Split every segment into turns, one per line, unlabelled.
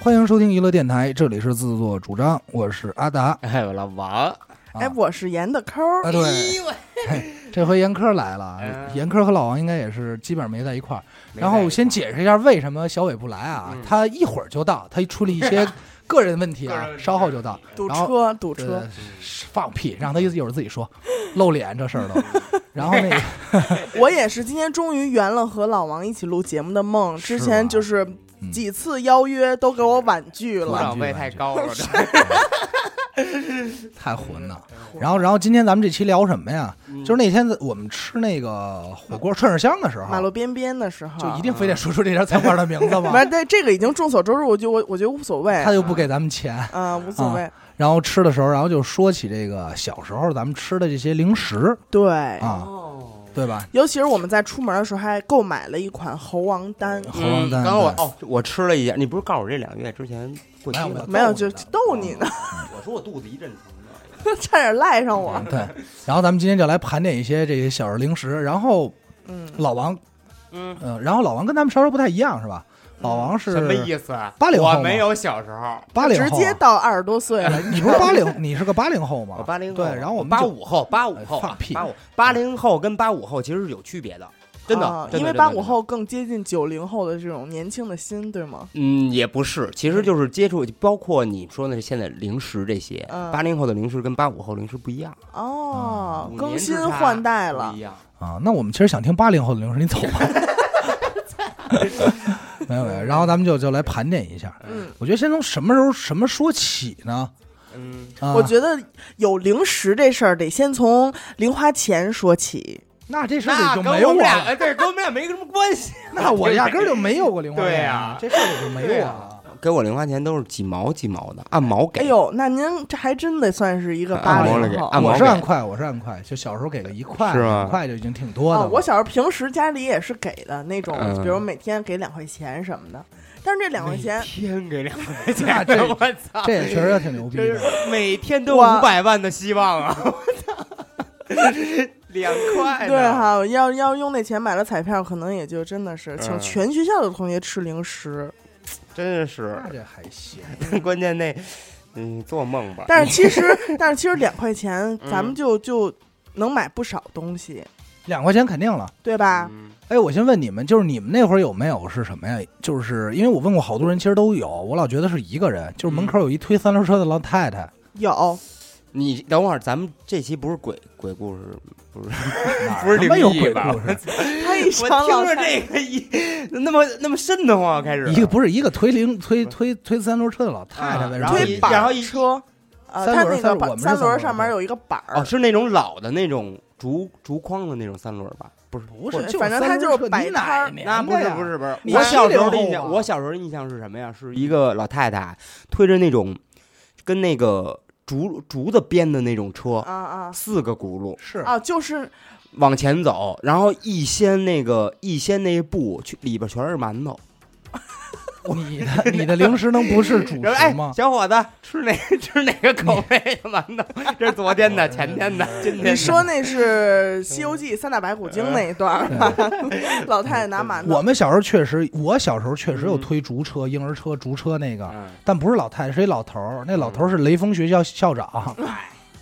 欢迎收听娱乐电台，这里是自作主张，我是阿达。
哎，我老王，
啊
哎，我是严的抠儿，
啊，对，
咦我
这回严科来了
嗯，
严科和老王应该也是基本上没在一块儿。
没
然
在
后
意
先解释一下为什么小伟不来啊
嗯？
他一会儿就到，他出了一些个人问题
个人
啊
问，题
稍后就到。
堵
然后
车，堵
对
车，，
放屁，让他一会儿自己说，露脸这事儿都。然后那个，
我也是今天终于圆了和老王一起录节目的梦，
是
之前
吗
就是
嗯
几次邀约都给我婉拒
土
完
了。
了
壤位太高 了，这
太混了。然后，然后今天咱们这期聊什么呀？
嗯
就是那天我们吃那个火锅串串香的时
马
候，
路边边的时候，
就一定非得说出这家餐馆的名 字吗
不？是，但这个已经众所周知，我就我我觉得无所谓
他，就不给咱们钱。
啊，无所谓。
然后吃的时候，然后就说起这个小时候咱们吃的这些零食
对，
啊，
哦，
对吧？
尤其是我们在出门的时候还购买了一款猴王丹，
猴王丹
嗯刚刚我
对
哦，我吃了一点，你不是告诉我这两个月之前过期
没有没
了
有？
没有就逗你呢，
我说我肚子一阵疼呢。
啊
差点赖上我。
对。然后咱们今天就来盘点一些这些小时候零食。然后
嗯，
老王，
嗯，
嗯、然后老王跟咱们稍稍不太一样是吧？老王是
什么意思啊？
80后吗
我没有小时候，
八零
直
后
接
啊，
到二十多岁了，
你不是八零，你是个八零后吗？
我八零
对，然后我们
八
就
五后，八五后，
哎放屁
八五八零后跟八五后其实是有区别的，真
啊
的，真的
因为
真的
八五
真的
后更接近九零后的这种年轻的心，对吗？
嗯，也不是，其实就是接触，包括你说的现在零食这些，
嗯
八零、后的零食跟八五后零食不一样，啊
哦
五，年
更
之
新
差
换代
不
了
一，样。
啊，那我们其实想听八零后的零食，你走吧。 没有没
嗯
有，然后咱们就就来盘点一下。
嗯。
我觉得先从什么时候什么说起呢？
嗯，
啊、
我觉得有零食这事儿得先从零花钱说起。
那这事
那
儿
跟
就
我
没有
们
我
俩，
了，
哎对，跟我们俩没什么关系。
那我压根儿就没有过零花钱。啊
对呀
这事儿也就没
对啊
有我
呀
了。啊
给我零花钱都是几毛几毛的，按毛给。
哎呦，那您这还真得算是一个
按
八
毛来
零
给，
后哦
按毛
我
给
是按块，我是按块，就小时候给个一块、
是吗
两块就已经挺多的
哦
啊！
了。
我小时候平时家里也是给的那种
嗯，
比如每天给两块钱什么的。但是这哎两块钱
每，天给两块钱，
那这
我操，
这也确实挺牛逼
这
的。
是每天都
哇
五百万的希望 啊！我操，两块呢
对哈，要要用那钱买了彩票，可能也就真的是请
嗯
全学校的同学吃零食。
真是
那，这还行，
关键那，嗯，做梦吧。
但是其实， 但是其实两块钱，
嗯
咱们就就能买不少东西，
两块钱肯定了。
对吧？
嗯
哎，我先问你们，就是你们那会儿有没有是什么呀？就是因为我问过好多人，其实都有，我老觉得是一个人，就是门口有一推三轮车的老太太，
有，
你等会儿，咱们这期不是鬼鬼故事，不是
哪
嗯 不
儿
是
他妈
灵
有
异
鬼
吧
故 事？
他一
我
想
听
老
着这个一那么那么瘆得慌，啊开始
一个不是一个推零推推推三轮车的老太太，
嗯啊
为什么
然后
有
推
鬼
一
板
然后一
车，呃，
三
它
轮
那
三轮
个
我
板
们是
三
三轮
轮上面有一个板儿
哦，，是那种老的那种竹竹筐的那种三轮吧？不是，
不是，
反正他
三轮
就是
车
摆
你
摊儿
奶奶
那不是
哎的呀
不，是不是，
你
我
七
小时
零
候的
后
印象，
吧
我小时候的印象是什么呀？是一个老太太推着那种跟那个竹竹子编的那种车，
啊啊
四个轱辘
是
啊，就是
往前走，然后一掀那个一掀那布，去里边全是馒头。
你的你的零食能不是主
然后
食
哎
吗，？
小伙子，吃哪吃哪个口味的馒头？这是昨天的、前天的、今天的。嗯
你说那是《西游记》三打白骨精那一段 儿吧？老太太拿馒头，
我们小时候确实，我小时候确实有
嗯
推竹车、婴儿车、竹车那个，
嗯，
但不是老太太，是一老头儿。
嗯
那老头儿是雷锋学校校长，
哎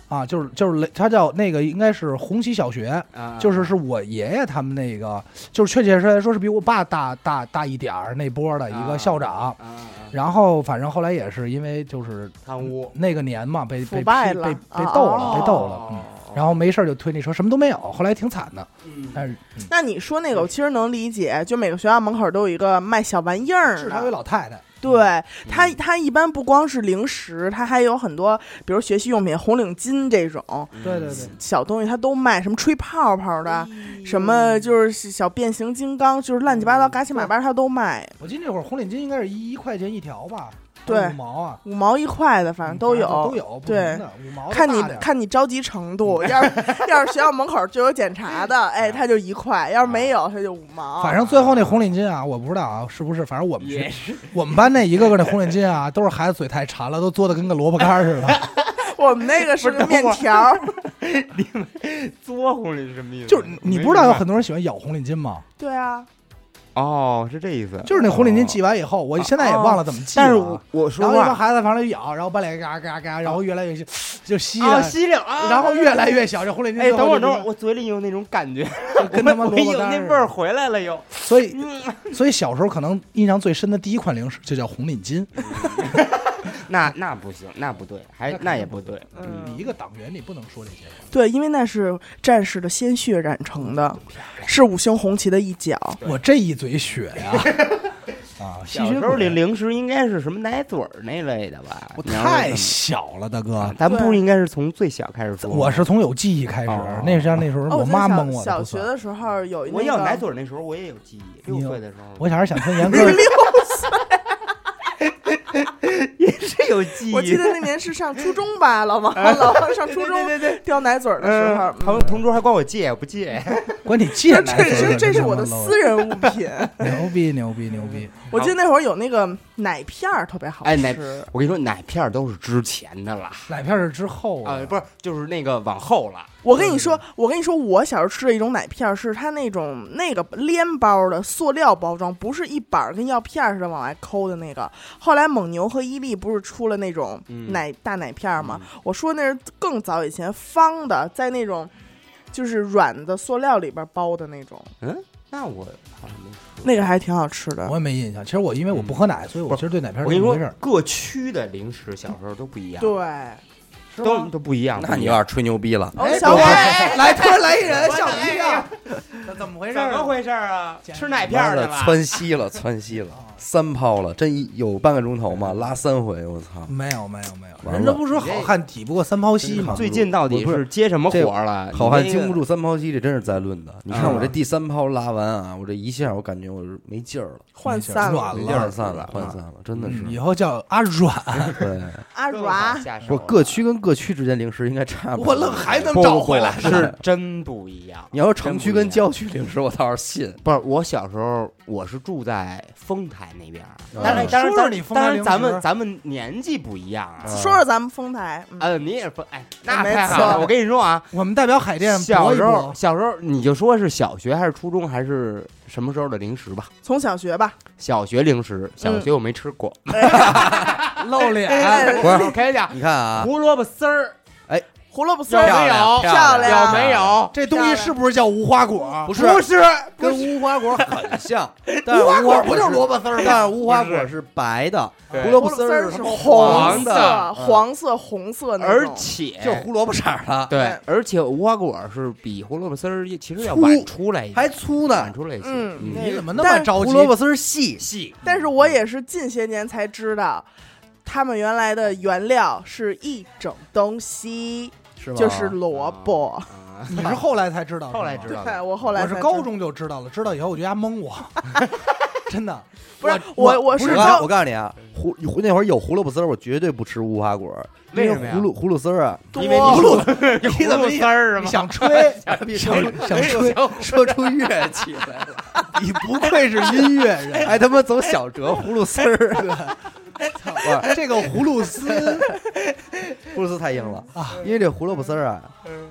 啊，就是就是雷，他叫那个应该是红旗小学，
啊
就是是我爷爷他们那个，就是确切来说是比我爸大大大一点儿那波儿的一个校长。
啊啊啊
然后反正后来也是因为就是
贪污
那个年嘛，被被
腐败
批
了
被
哦
被斗了，
哦
被斗了。嗯然后没事儿就推那车，什么都没有，后来挺惨的。
后
但是嗯
那你说那个，我其实能理解，就每个学校门口都有一个卖小玩意儿
至少有
的。
老太嗯太，
嗯
对它，它一般不光是零食，它还有很多，比如学习用品、红领巾这种
对对对，
小东西，它都卖。什么吹泡泡的，什么就是小变形金刚，就是乱七八糟、嘎七马八，它都卖，
我记得那会儿红领巾应该是一一块钱一条吧，
对
还是五毛啊，
五毛一块的，反正都有。
嗯都有，不
对
同的五毛的
看你
大点儿
看你着急程度，要是要是学校门口就有检查的，哎，他就一块；要是没有，他就五毛。
反正最后那红领巾啊，我不知道啊是不是，反正我们学
也是
我们班那一个个那红领巾啊，都是孩子嘴太馋了，都嘬的跟个萝卜干儿似 的。
我们那个是
不
个
是
面条，
作乎是什么意思？
就是你不知道有很多人喜欢咬红领巾吗？
对啊，
哦，是这意思，
就是那红领巾
哦。
系完以后，我现在也忘了怎么系了
但
啊。
是我我说
然后一帮
话，
孩子往那儿咬，然后把脸嘎嘎嘎，然后越来越细就吸
哦，
了，
吸溜，啊
然后越来越小，这红领巾
哎，
最后就
等会儿，等会儿，我嘴里有那种感觉，
就跟他妈
我
萝卜
有
干
那
似的
味儿嗯回来了又。
所以，所以小时候可能印象最深的第一款零食就叫红领巾。
那那不行，那不对，还
那肯定
那也不对。
嗯
你一个党员，你不能说这些话。
对，因为那是战士的鲜血染成的，是五星红旗的一角。
对
我这一嘴血 呀、啊！吸
小
血
时候
鬼
零零食应该是什么奶嘴儿那类的吧？
我
你要是这
太
么
小了，大哥
啊，，咱们不
对
是应该是从最小开始说吗？
我是从有记忆开始
哦，
那像那时候
哦，
我
在
妈
小
蒙我的
小
不
学
算。
的时候有那个
我要奶嘴儿那时候我也有记忆，
你有
六岁的时候
我小时候想听严哥
那个
的，
六，
也是有记忆。
我记 得那年是上初中吧，老王，老王上初中
对对对
叼奶嘴儿的时候
嗯，，同同桌还管我借，不 借。
管你借呃奶
这
嘴儿
这
的，
这
跟
是
他
我
妈
的
唠
私人物品。
牛逼牛逼牛逼！
我记得那会儿有那个奶片儿特别好吃，
哎奶我跟你说，奶片儿都是之前的啦，
奶片是之后
啊，
啊，
不是，就是那个往后了。
我跟你
嗯
说，我跟你说，我小时候吃的一种奶片儿是它那种那个连包的塑料包装，不是一板儿跟药片儿似的往外抠的那个。后来蒙牛和伊利不是出了那种
嗯
奶、大奶片儿吗？
嗯
我说那是更早以前方的，在那种就是软的塑料里边包的那种，
嗯，那我好像没说。
那个还挺好吃的
我。也没印象。其实我因为我不喝奶，所以我其实对奶片
啊嗯我
是
跟
一
你
回
说
事儿，。
各区的零食小时候都不一样，
对，
哎是吧
都都不一样。
那你有
要
点吹牛逼了。
哦，
哎
小
等
伟
会儿，来突然来一人，吓我哎一
啊
跳！这怎么回
怎么回事儿啊？
简直
吃奶片儿去
的
了？
窜稀了，窜稀了，三泡了，这一有半个钟头嘛，拉三回，我操！
没有没有没有，
完
人家
了
不是好汉抵不过三泡稀吗？
最近到底
不是
是接什么
这
活儿了？
好汉
你那个
经不住三泡稀，这真是在论的。你看
啊
我这第三泡拉完啊，我这一下我感觉我是没劲儿了，
涣
行
散
软
了，
了
涣散了，涣散了，真的是。
嗯以后叫阿软，
对，
阿
更好
软。
下手
我
了
各区跟各区之间零食应该差不多。
我愣还能
不
找
不
回来。
不是真不一样。
你要是城区
真
跟郊区零食，我倒是信。
不是我小时候，我是住在丰台那边儿，
嗯
当然当然
说说
咱
你丰台
当然
零
咱
食
们咱们年纪不一样啊。
嗯
说说咱们丰台，嗯
呃，你也是丰哎，那
没
太好
错
了！我跟你说啊，
我们代表海淀
小
搏一
时候
搏，
小时候你就说是小学还是初中还是什么时候的零食吧。
从小学吧，
小学零食，小学我没吃过。
露
哎
脸，
嗯不是
我跟你讲，
你看 啊，哎
胡萝卜丝儿
胡萝卜丝
有
儿
没
漂亮
有？
漂
亮
有没有？
这东西是不是叫无花果？
不
不
是
是，
跟无花果很 像，但是无花
不就是是萝卜丝儿吗？
但是无花
不是
果是白的，
对
胡萝卜
卜
丝
丝
儿
儿
是
是
黄
色、
的，
黄色、红色那
而
种
且
就胡萝卜色儿的，
对
哎，
而且无花果是比胡萝卜丝儿其实要
粗
晚出来一点，
还粗
晚
呢。
出来一些。
嗯
你怎么那
但
么
是
着急
胡？萝卜丝儿细，
细，
但是我也是近些年才知道，他们原来的原料是一种东西，
是吧？
就是萝卜。
啊
你是后来才知道，
后来
是吗
知道
对，我后来
我
才
是
知道
高，中就知道了，知道以后我就丫蒙 我，真的。
不是我我
不
是
我告我
高
告诉你啊，胡胡那会儿有胡萝卜丝儿，我绝对不吃无花果，因
为什么呀
葫芦葫芦丝儿啊，
多
因为你
芦
你怎么丝儿是
你
吗？
想吹，想想吹，
说出乐器来 了，
你不愧是音乐人。
还他妈走小折葫芦丝儿，啊
哎这个葫芦丝，
葫芦丝太硬了
啊！嗯
因为这胡萝卜丝儿啊，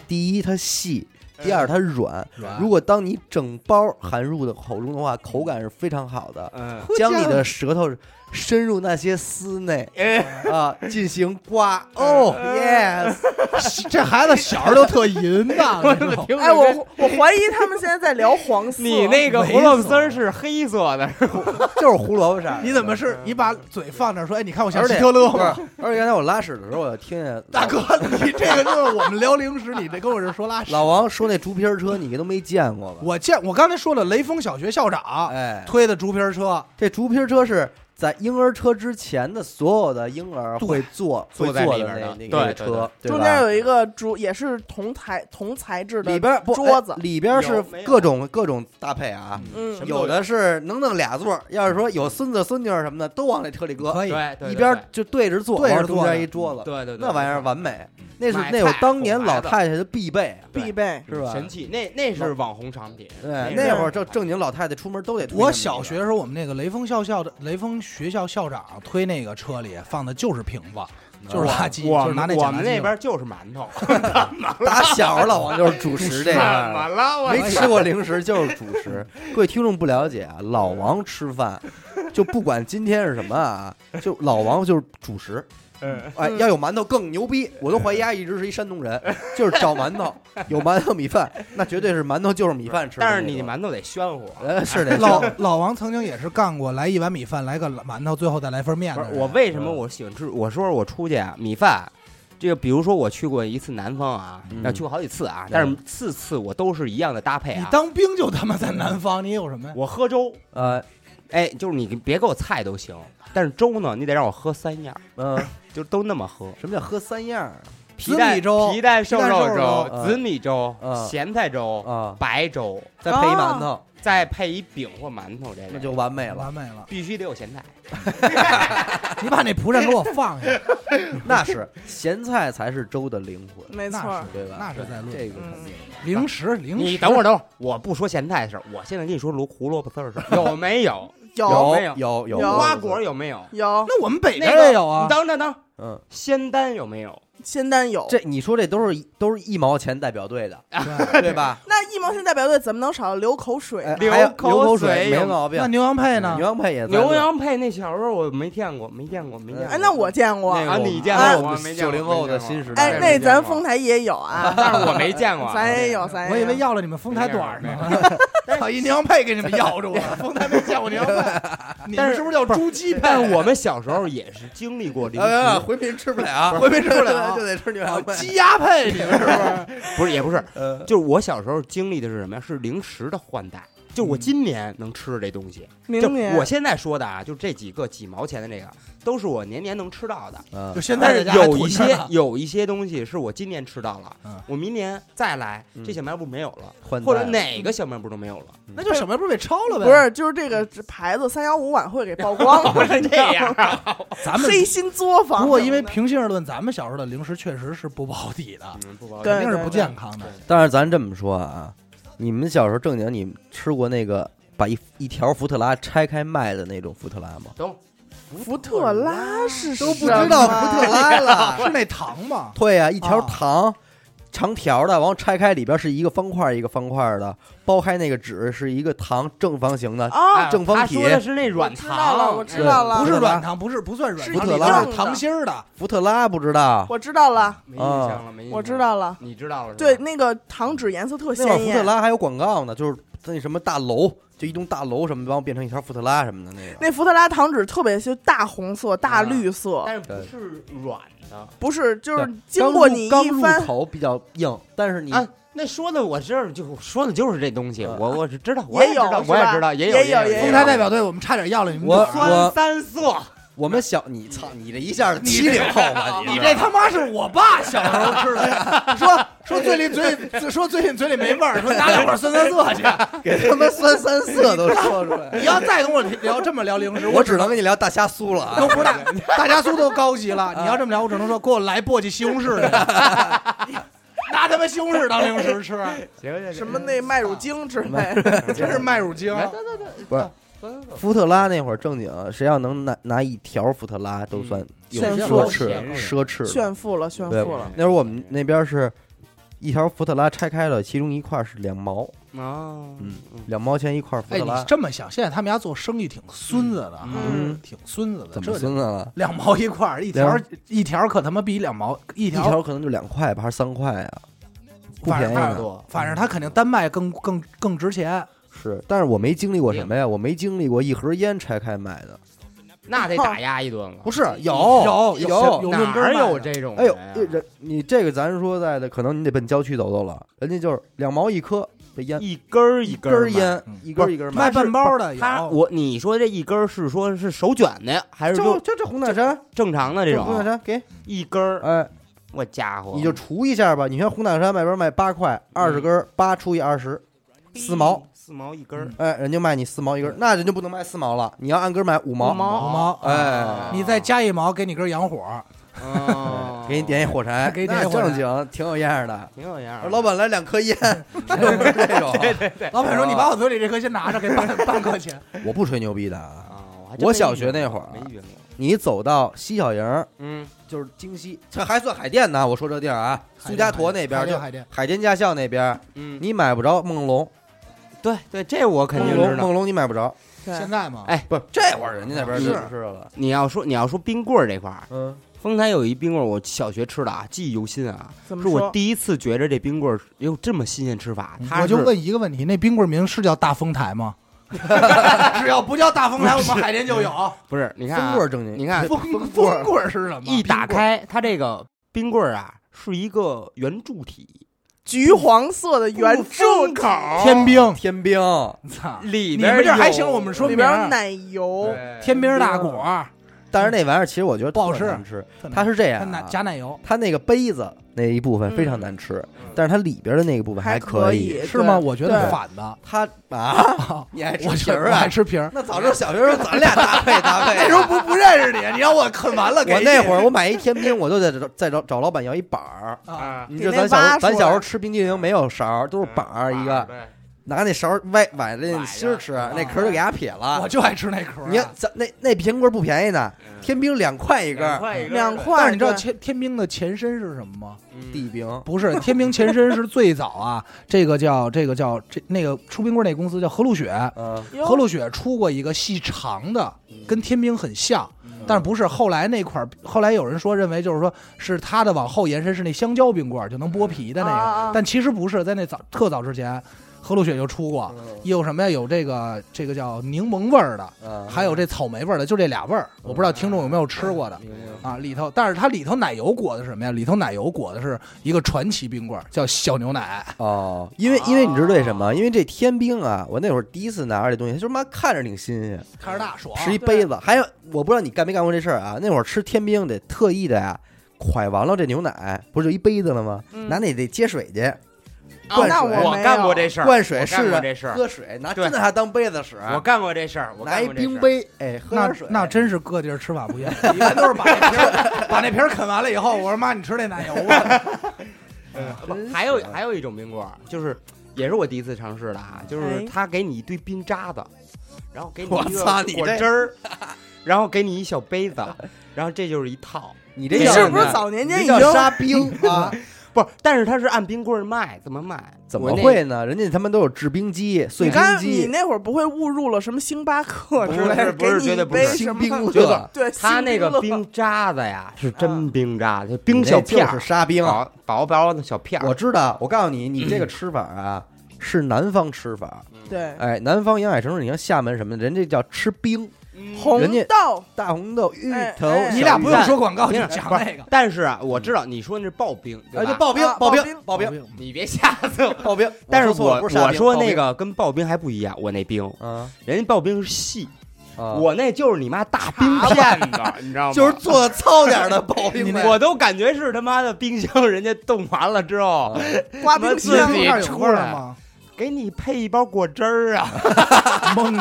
第一它细，第二它软。
软
如果当你整包含入的口中的话，口感是非常好的，
嗯，
将你的舌头深入那些丝内
哎
啊，进行刮。
嗯
哦，yes，
这孩子小时候都特淫呐，
我
你知道
怎么
吗
听着
哎，
跟
我我怀疑他们现在在聊黄色。
你那个胡萝卜丝儿是黑色的，是吧
就是胡萝卜色儿。
你怎么是你把嘴放那儿说？哎，你看我像
而
希
且
特勒
不
吗？
是而且刚才我拉屎的时候，我听见
大哥，你这个就是我们聊零食，你这跟我这说拉屎。
老王说那竹皮儿车，你都没见过吧？
我见我刚才说了，雷锋小学校长
哎，
推的竹皮车，
这竹皮车是在婴儿车之前的所有的婴儿会坐
对
会
坐在
坐
里
的
边的对
那那个
对
车，对吧
中间有一个竹，也是铜材铜材质的
里边不
桌子
哎里边是
有没有
各种各种搭配啊。
嗯
什么都
有的是能弄俩座儿，要是说有孙子孙女儿什么的，都往那车里搁，
可以。
对对，
一边就对着坐，
对着
往中
坐
间
着
一桌子，
嗯对对对，
那玩意儿完美。那是
买
那有
菜
当年
哄
老
孩子
太太的必备啊，
必备。
是吧？
神器，那那是网红产品，
对，
是
那会儿正正经老太太出门都得推那么一
我
个。
小学的时候，我们那个雷锋校校的雷锋学校校长推那个车里放的就是瓶子，
嗯
就是垃圾，
我
就是拿那
我
假
们
垃圾
那
用
边就是馒头，
打小老王就是 主食这
怎
个。
么了？我
没吃过零食就是主食。各位听众不了解啊，老王吃饭就不管今天是什么啊，就老王就是主食。哎，要有馒头更牛逼！我都怀疑他一直是一山东人，就是找馒头，有馒头米饭，那绝对是馒头就是米饭吃的那
但
种。
是你馒头得暄乎。
呃是得
老老王曾经也是干过，来一碗米饭，来个馒头，最后再来份面
不
的
是
人。
我为什么我喜欢吃？我说我出去啊，米饭，这个比如说我去过一次南方啊，
嗯
要去过好几次啊，但是次次我都是一样的搭配
你
啊。
当兵就他妈在南方，你有什么呀？
我喝粥，
呃
哎，就是你别给我菜都行，但是粥呢，你得让我喝三样，
嗯，
就都那么喝。
什么叫喝三样啊
皮蛋
米粥
皮蛋瘦
皮蛋
肉
瘦
粥
肉、
嗯
紫米粥
嗯、
咸菜粥、
哦
啊？
白粥，
再配一馒头，
再配一饼或馒头，这
那
个
就完美了。
完美了，
必须得有咸菜。
你把那蒲扇给我放 下，
那是咸菜才是粥的灵魂，
没错
那
儿
是，
对吧？
那是在论嗯
这个肯定。
零食零食。
你等会儿，等会儿，我不说咸菜的事儿，我现在跟你说萝胡萝卜丝儿的事儿，有没有？
有
没
有有有
有
瓜果有没有？
有
那我们北边
那个
也有啊
你。等等等，
嗯，
仙丹有没有？
仙丹有，
这你说这都是都是一毛钱代表队的，
对
对吧？
那一毛钱代表队怎么能少流口水
哎
呢？
流
还有
口
流口
水
水没
有
毛病嗯
那。牛羊配呢
牛？羊配也在
牛
录
羊配那小时候我没见过，没见过，没见过。
哎，那我见过
那，个
啊
我
你
见
哎
过吗？
我们
没见过啊
90后的新时代
哎，那咱丰，台也有
没见过
啊，
但是我没见过啊。
咱也有，咱
我以
也
为
有。
要了你们丰台短
没有
呢， 操一牛羊配给你们要住了，丰台没见过牛羊 配，你
但
们
是
是不是叫猪鸡配？
但我们小时候也是经历过零
哎呀，
食，
回民吃不了，啊
回民吃不 了啊
就得吃牛羊配。
鸡鸭配，你们是不是？
不是也不是，
呃，
就是我小时候经历的是什么呀？是零食的换代。就我今年能吃的这东西，就
明年
我现在说的啊，就这几个几毛钱的这个，都是我年年能吃到的。
就
嗯
现在
但
在
是
家还
有一
囤着
些
呢
有一些东西是我今年吃到了，
嗯
我明年再来，
嗯
这小卖部没有了，
换代
或者哪个小卖部都没有了，
那就什么不是被抄了呗？
不，是，就是这个牌子三幺五晚会给曝 光了，
是这样。
咱们
黑心作坊什么的。
不过因为平心而论，咱们小时候的零食确实是不保底的，
嗯不包
对
肯定是不健康的。
但是咱这么说啊，你们小时候正经你们吃过那个把一一条福特拉拆开卖的那种福特拉吗？
懂。
福特拉是
都不
什么
知道
啊
福特
拉了。
是那糖吗？
对呀、一条
啊
糖。长条的，完拆开里边是一个方块一个方块的，剥开那个纸是一个糖正方形哎的，
啊，
正方
他
体
说的是那软
我知道了
糖，
我知道了，
不是
福特拉
软糖，不是不算软
是
糖，
一
里
样
边
的
是糖心儿的。
福特拉不知道，
我知道了，
没印象了，没印象。
我知，道了。
你知道了。
对，，那个糖纸颜色特
那会儿
鲜
福特
艳，
拉还有广告呢，就是那什么大楼，就一栋大楼什么的，然后变成一条福特拉什么的那个。
那福特拉糖纸特别就大红色、大
啊
绿色，
但是不是软的
不是就是
对
经过
刚入
你
刚
一
入
番
口比较硬，但是你
啊。那说的我这就说的就是这东西，
嗯
我我是知道，我也知
有
道，
是
我也
吧
知道，也
也有
有
也有
丰台代表队，我们差点要了你们。
我
酸三色，
我们小你操你这一下子
你
七零后吧，
你
是
这他妈是我爸小时候吃的， 说说嘴里嘴说最近嘴里没味儿，说拿两罐酸酸涩去。
给他妈酸三 色都说出来，
你要再跟我聊这么聊零食，
我
只
只能跟你聊大虾酥了啊。
都不是大大家族都高级了。你要这么聊，我只能说给我来簸箕西红柿去， 拿他妈西红柿当零食吃，
行
什么那麦乳精之类的，
真是麦乳精。
福特拉那会儿正经，谁要能拿拿一条福特拉都算有
炫
奢
富
侈奢侈了。
炫富了，炫
对
富了。
那会儿我们那边是一条福特拉拆开了，其中一块是两毛，
啊，
嗯两毛钱一块福
哎，
特
你
拉，
这么想，现在他们家做生意挺孙子的啊，
嗯，
挺孙子的。
怎
这
么啊
就
孙子了？
两毛一块儿，一条一条可他妈比两毛一
一
条
条可能就两块吧，还是三块啊？不
反正
便宜嗯
差不
二
呢。
多，
反正他肯定单卖更更更值钱。
是，但是我没经历过什么呀？我没经历过一盒烟拆开卖的。
那得打压一顿了。
不是，有
有
哦有
有
哪
论根
儿
儿卖的
有这种
哎
人
呦
啊？，
人你这个咱说实在的，可能你得奔郊区走走了，人家就是两毛一颗，这烟
一根儿一根
根
儿
儿
卖。
烟
嗯，
一根儿一根儿
卖
卖。
半包的
他
有。
我你说这一根儿是说是手卷的，还是
就
就
就这红塔山，
正常的这
这红塔
种？
山给，
一根儿，
哎，
我家伙，
你就除一下吧。你看红塔山卖边卖八块，二十根儿，八除以二十，四毛，
四毛一根儿，
哎，人家卖你四毛一根儿，那人就不能卖四毛了，你要按根儿买五毛，
五毛
五毛
哎
你再加一毛，给你根洋 火，
哦
给你点一火柴，
给你点一
那
火柴
正经，挺有样儿的。
挺有样儿
说
的。
老板来两颗烟，都是这种。
老板说：“你把我嘴里这颗先拿着，给半 半块钱。
我不吹牛逼的啊，
啊，我还真
我
没
小
遇
学那
过
会儿啊
没遇见过
你走到西小营儿，
嗯，
就是京西，这还算海淀呢。我说这地儿啊， 苏家坨那边
海
儿
淀
就
海淀，
海淀驾校那边儿，
嗯，
你买不着梦龙，
对对，这我肯定
梦
知
龙
道。
梦龙你买不着，
对
现在嘛，
哎
不是这会儿人家那边儿
是
就知道了。
你要说你要说冰棍儿这块儿，
嗯，
丰台有一冰棍儿，我小学吃的啊，记忆犹新啊，
怎么
是我
说？
第一次觉着这冰棍儿有这么新鲜吃法。
嗯
它
嗯我就是问一个问题，那冰棍名是叫大丰台 吗？
只要不叫大丰台，我们海淀就有
不是？你看
风
啊
味儿正经。
你看
风
棍
风棍是什么？
一打开它这个冰棍儿啊，是一个圆柱体，
橘黄色的圆柱口，
天兵，
天兵，
操！
里
哦你
边
们这
有
还行，我们说
里
明啊
边
儿
有奶油，
天兵大果，
但是那玩意儿其实我觉得
不好
特
吃
难吃，它
是
是这
它
样
奶
啊，
加奶油
它那个杯子那一部分非常难吃，但是它里边的那个部分
还
可
以，
是吗？
对
我觉得 反的，
它啊，你还
我
吃皮
觉得
儿
我
啊
爱？吃皮儿。
那早知道小学时候咱俩搭配 搭配，
不不认识你，你让我啃完了
我那会儿我买一天冰，我就得找再找找老板要一板儿。
啊，
你
得
知道
那
咱小时
挖
候咱
出
小时候
来
吃冰激凌没有勺儿，都嗯是板
啊
儿一个，拿那勺儿崴崴着那嗯芯儿吃，那壳儿就给它撇
我
了。
就爱吃那壳儿啊。
你看咱那那平棍儿不便宜呢，
嗯
天冰两块一根儿，
两块，
但是你知道
对
天天兵的前身是什么吗？
嗯
地冰
不是，天兵前身是最早啊，这个叫这个叫这那个出冰棍儿那公司叫和路雪，
嗯，
哟
和路雪出过一个细长的，跟天兵很像，但是不是后来那块儿，后来有人说认为就是说是它的往后延伸是那香蕉冰棍儿就能剥皮的那个，
啊啊啊
但其实不是，在那早特早之前，和路雪就出过，有什么呀？有这个这个叫柠檬味儿的，
嗯，
还有这草莓味儿的，就这俩味儿，我不知道听众有没有吃过的。啊，里头，但是它里头奶油裹的是什么呀？里头奶油裹的是一个传奇冰棍儿，叫小牛奶。
哦，因为因为你知道为什么？因为这天冰啊，我那会儿第一次拿着这东西，就是妈看着挺新鲜，
看着大爽
吃一杯子。还有我不知道你干没干过这事儿啊？那会儿吃天冰得特意的呀，蒯完了这牛奶，不是就一杯子了吗？
嗯
拿那得接水去，
哦
灌
那
水
我没有
干过这事儿，
灌水
我
试
干过
试
这事儿，
喝水，拿
对
真的还当杯子使，
我干过这事儿，我
拿
干
一
过这事
冰
儿。
杯，哎，喝
那
点水，
那真是各地儿吃法不一 样，一般都是把那瓶 儿把那瓶儿啃完了以后，我说妈，你吃那奶油啊吧。
真是
还有还有一种冰棍儿，就是也是我第一次尝试的啊，就是
哎
他给你一堆冰渣子，然后给 你
我
一个
操你
果
这
汁儿，然后给你一小杯子，然后这就是一套。
你这
你
叫
是不
什么
是
呀
早年
你
间
这
已
叫
经
沙冰啊？
不是，但是它是按冰棍儿卖，怎么卖？
怎
我
么
那
会呢？人家他妈都有制冰机、碎
你
冰
刚你
机、
那会儿不会误入了什么星巴克之类的，
不是不是
给你
绝
一
对不是
杯什
新
么
冰
觉
乐
得，
对，
它
新
那个
乐
冰渣子 呀啊是真冰渣子，就冰小
你这
片
就
儿
是，沙冰。
薄薄薄的小片儿。
啊我知道，我告诉你，你这个吃法啊是南方吃法。
对
哎，南方沿海城市，你像厦门什么的，人这叫吃冰，
红
人家
豆，
大红豆、芋
哎
头
哎。
你俩不用说广告，
你
就
俩
讲
不是
那个。
但是啊，我知道你说那是刨冰，
哎，
对
就
吧？
刨冰
啊、
刨
刨
冰、
冰
刨冰、
你别吓死我。
刨冰。
但是
我错
我
了不是沙
我
冰
说
刨冰
那个跟刨冰还不一样，我那冰，
啊，
人家刨冰是细，
啊
我那就是你妈大冰片子，你知 道吗？
就是做糙点儿 的刨冰呗。。
我都感觉是他妈的冰箱人家冻完了之后，
刮冰
自
淇
己
那
淋，
块儿有
出
味儿
来
吗？
给你配一包果汁儿啊，
蒙 你，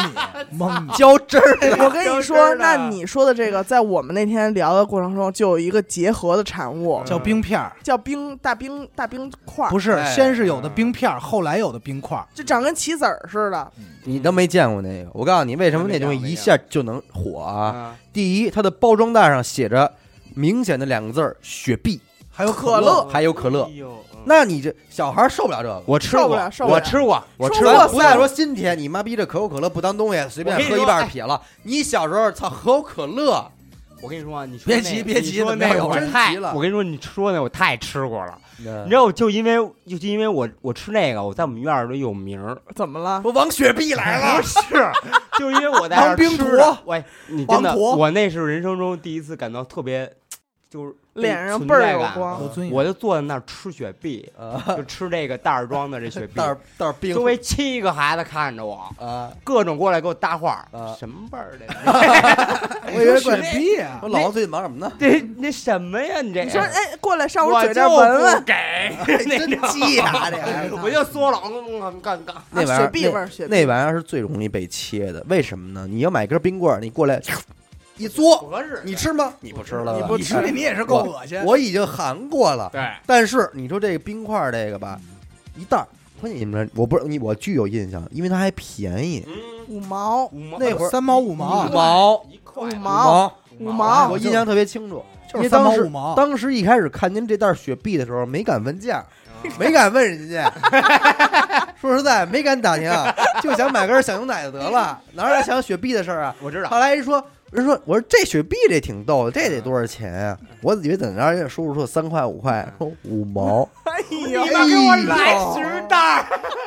蒙你
浇汁儿，
我跟你
都
说，
知道
那你说的这个，在我们那天聊的过程中，就有一个结合的产物，
叫冰片儿，
叫冰大冰大冰块儿，
嗯不是，
哎
先是有的冰片儿，后来有的冰块儿。
就长跟棋子儿似的。
你都没见过那个。我告诉你，为什么那东西一下就能火啊？
啊，
第一，它的包装袋上写着明显的两个字儿“雪碧
还有
可乐
还有可乐
哎呦。”，
那你这小孩儿受不了这个。
我吃
受不
过
了，受不
我
了
吃过，我吃
吃
过
过。
不再说今天你妈逼这可口可乐不当东西，随便喝一半撇了。你小时候操可口可乐，
我跟你说啊，你说
别
那
急
个
别
你
急
说
怎么
那
样
个
我
我
真急
太，
了
我跟你说，你说那我太吃过了。你
你
知道，就因为就因为我我吃那个，我在我们院儿里有名儿，
怎么了？
我王雪碧来 了，
不是， 就是因为我在那儿
王冰
吃
坨
的喂，你真的，
王坨
我那是人生中第一次感到特别，就是
脸上
存
倍儿
在
有
感
光
有尊严。
我就坐在那儿吃雪碧，
嗯啊，
就吃这个袋儿装的这雪碧
袋。儿袋儿冰
周围七个孩子看着我，
啊，
各种过来给我搭话
啊，
什么味儿的？
我以为怪
哎雪碧啊
我，老王最近忙什么 呢？
这那什么呀？你这
你说，哎，过来上我
我
嘴
就
这儿闻
不
闻，
给那
哎真
种，
气啊！这
哎
玩意儿
我就缩了，嗯干干。
那玩
啊
意儿
雪碧味儿，雪碧
那玩意儿是最容易被切的，为什么呢？你要买根冰棍儿，你过来 一嘬，
不合适，
你吃吗？你不吃了吧，
你不
吃这你也是够恶心。
我已经含过了，
对
但是你说这个冰块儿这个吧，一袋儿它关键你们我不是你，我具有印象，因为它还便宜，
五毛，
五毛
那会儿
三毛五毛啊
五，毛
一
五
块
毛，五毛
我印象特别清楚。
就
因
是三毛
为当时
五毛。
当时一开始看您这袋雪碧的时候，没敢问价，
嗯
没敢问人家， 说实在没敢打听，啊 就想买根小牛奶就得了，哪来想雪碧的事儿啊？
我知道，
后来人说，人说我说这雪碧这挺逗的，这得多少钱呀、我以为怎么着，人家叔叔说三块五块，说五毛，
哎呦，
你妈给我来
十袋，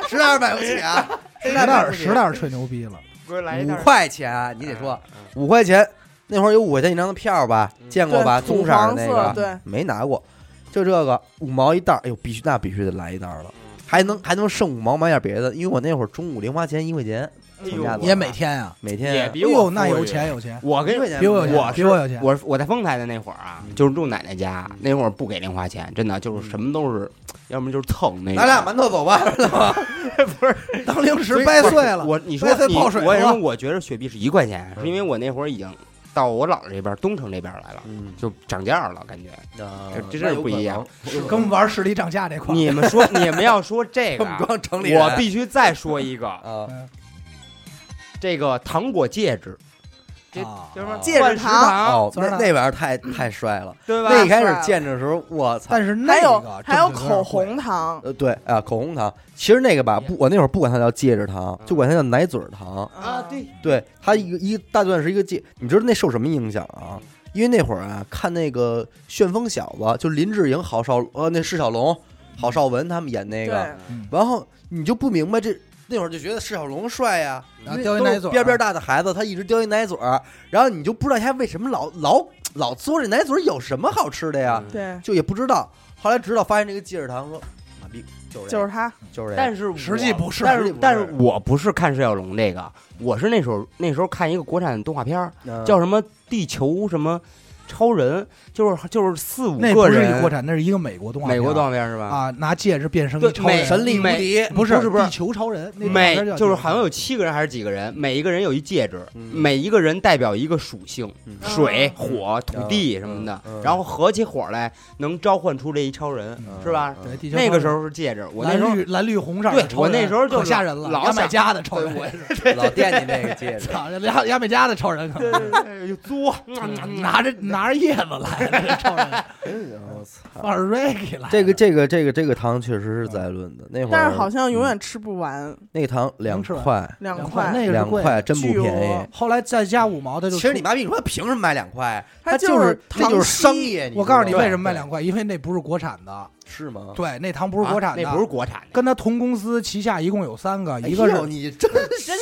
实在是买不起啊，实
实
在买
在
不
是
起，
实在是吹牛逼了，
给我来一
五
袋儿。
块钱，你得说五块钱，那会儿有五块钱一张的票吧，
嗯
见过吧？
对
棕色儿那
土黄色
个，
对，
没拿过，就这个五毛一袋儿，哎呦，必须那必须得来一袋儿了，
嗯
还能还能剩五毛买点别的，因为我那会儿中午零花钱一块钱，
哎
从家
呦，
走
也每天啊，
每
也
天
哎
比我
呦，那
富裕
有。钱有钱，
我跟
一块钱
比我有
我
钱，比我有钱。嗯
我我在丰台的那会儿啊，就是住奶奶家，那会儿不给零花钱，真的就是什么都是，要么就是蹭那个。
咱俩馒头走吧，
当零
所
食
以
掰
不是
碎了，
我你说
白菜
你
泡水
我为什么
了嗯
我觉得雪碧是一块钱，是因为我那会儿已经到我姥姥这边东城这边来了，
嗯，
就涨价了，感觉。
这
嗯啊这真是不一样，
跟我们玩实力涨价这块儿，
你们说，你们要说这 个
我们
啊，
光城里人
我必须再说一个，
啊，
这个糖果戒指，这
啊
叫什么
哦
戒指
啊
糖
哦，那那玩意儿太太帅了，
对吧？
那一开始见着的时候，我操。
但是那
还有
个
还有
正经
口
点贵
红糖，
呃，对啊，口红糖，其实那个吧，不，我那会儿不管它叫戒指糖，就管它叫奶嘴儿糖。
啊，对，
对他一个一个大段是一个戒，你知道那受什么影响啊？因为那会儿啊，看那个《旋风小子》，就林志颖、郝邵呃，那释小龙、郝邵文他们演那
对，
个，
嗯
然后你就不明白这那会儿就觉得释小龙帅呀、
然后
因为
叼一
都是
奶嘴儿
边边大的孩子，他一直叼一奶嘴儿，然后你就不知道他为什么老老老嘬这奶嘴儿有什么好吃的呀，
嗯
对，
就也不知道。后来直到发现这个戒指糖，说妈逼就是这
就
个
是它，
就是这个，
但是我
实际不啊是
但
实际
是
不是
但是我不是看释小龙这个，我是那时候那时候看一个国产的动画片儿，
嗯
叫什么地球什么超人，就是就是四五
那
个
不是一
人
国，产，那是一个美国动画片儿，
美国动画片儿是吧？
啊，拿戒指变成
对
一超人，
美神力无美
敌
不是
不是不是
地球超人，那个
每
哪儿叫
就是
地球
好像有七个人还是几个人，每一个人有一戒指，
嗯
每一个人代表一个属性，
嗯
水、
嗯
火、土地什么的，
嗯嗯
然后合起伙来能召唤出这一超人，
嗯
是吧？
对地球
那
超
个
人
时候是戒指，我那时
蓝
候
绿蓝绿红色儿
对
的超
我
人，
那时候就
可吓
老
人了，
老
牙买
想
加的超
对
人，
老惦记那个 戒指，
操，牙牙买加的超人可能是，
就作，嗯
拿着拿着叶子来的这超人，
我操！
放着 Ricky 来的，
这个这个这个这个糖确实是在论的，那会儿
嗯但是好像永远吃不完，
那个糖两块，
两
两
块，
那个是
两
贵的。
块真不
巨
便
额
宜。
后来再加五毛，它就
其实
出
你妈逼，你说凭什么卖两块？啊
它
它就是这
糖
就是商
稀，
业。
我告诉你
知道吗
为什么卖两块，因为那不是国产的，
是吗？
对，那糖不是国产的，
啊那不是国产的，
跟它同公司旗下一共有三个，
哎
一个
呦
是
你真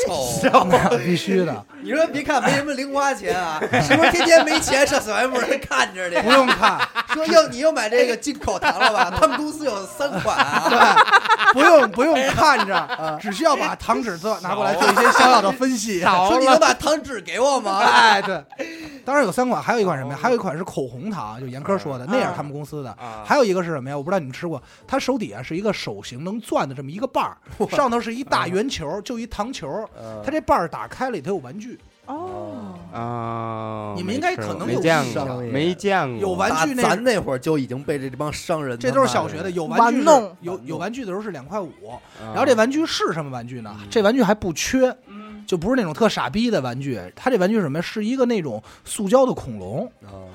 熟，
必须的，
你说别看没什么零花钱啊，是不是天天没钱上小卖部人看着你？
不用看，
说又你又买这个进口糖了吧？他们公司有三款啊。
对，不用不用看着，呃只需要把糖纸做拿过来做一
啊
些小小的分析。
说你能把糖纸给我吗？
哎，对，当然有三款，还有一款什么呀？还有一款是口红糖，就严科说的，
嗯
那也是他们公司的。
啊，
还有一个是什么呀？我不知道你们吃过，它手底下是一个手型能转的这么一个把儿，上头是一
嗯
大圆球，就一糖球。它这把儿打开里头有玩具，
哦，
啊，
你们应该可能有
没见
印
象
过，没见过，
有玩具那
咱那会儿就已经被这帮商人，
这都是小学的，有玩
玩
具是
弄
有有玩具的时候是两块五，
啊
嗯，
然后这玩具是什么玩具
嗯
呢？这玩具还不缺，
嗯
就不是那种特傻逼的玩具。它这玩具是什么呀？是一个那种塑胶的恐龙，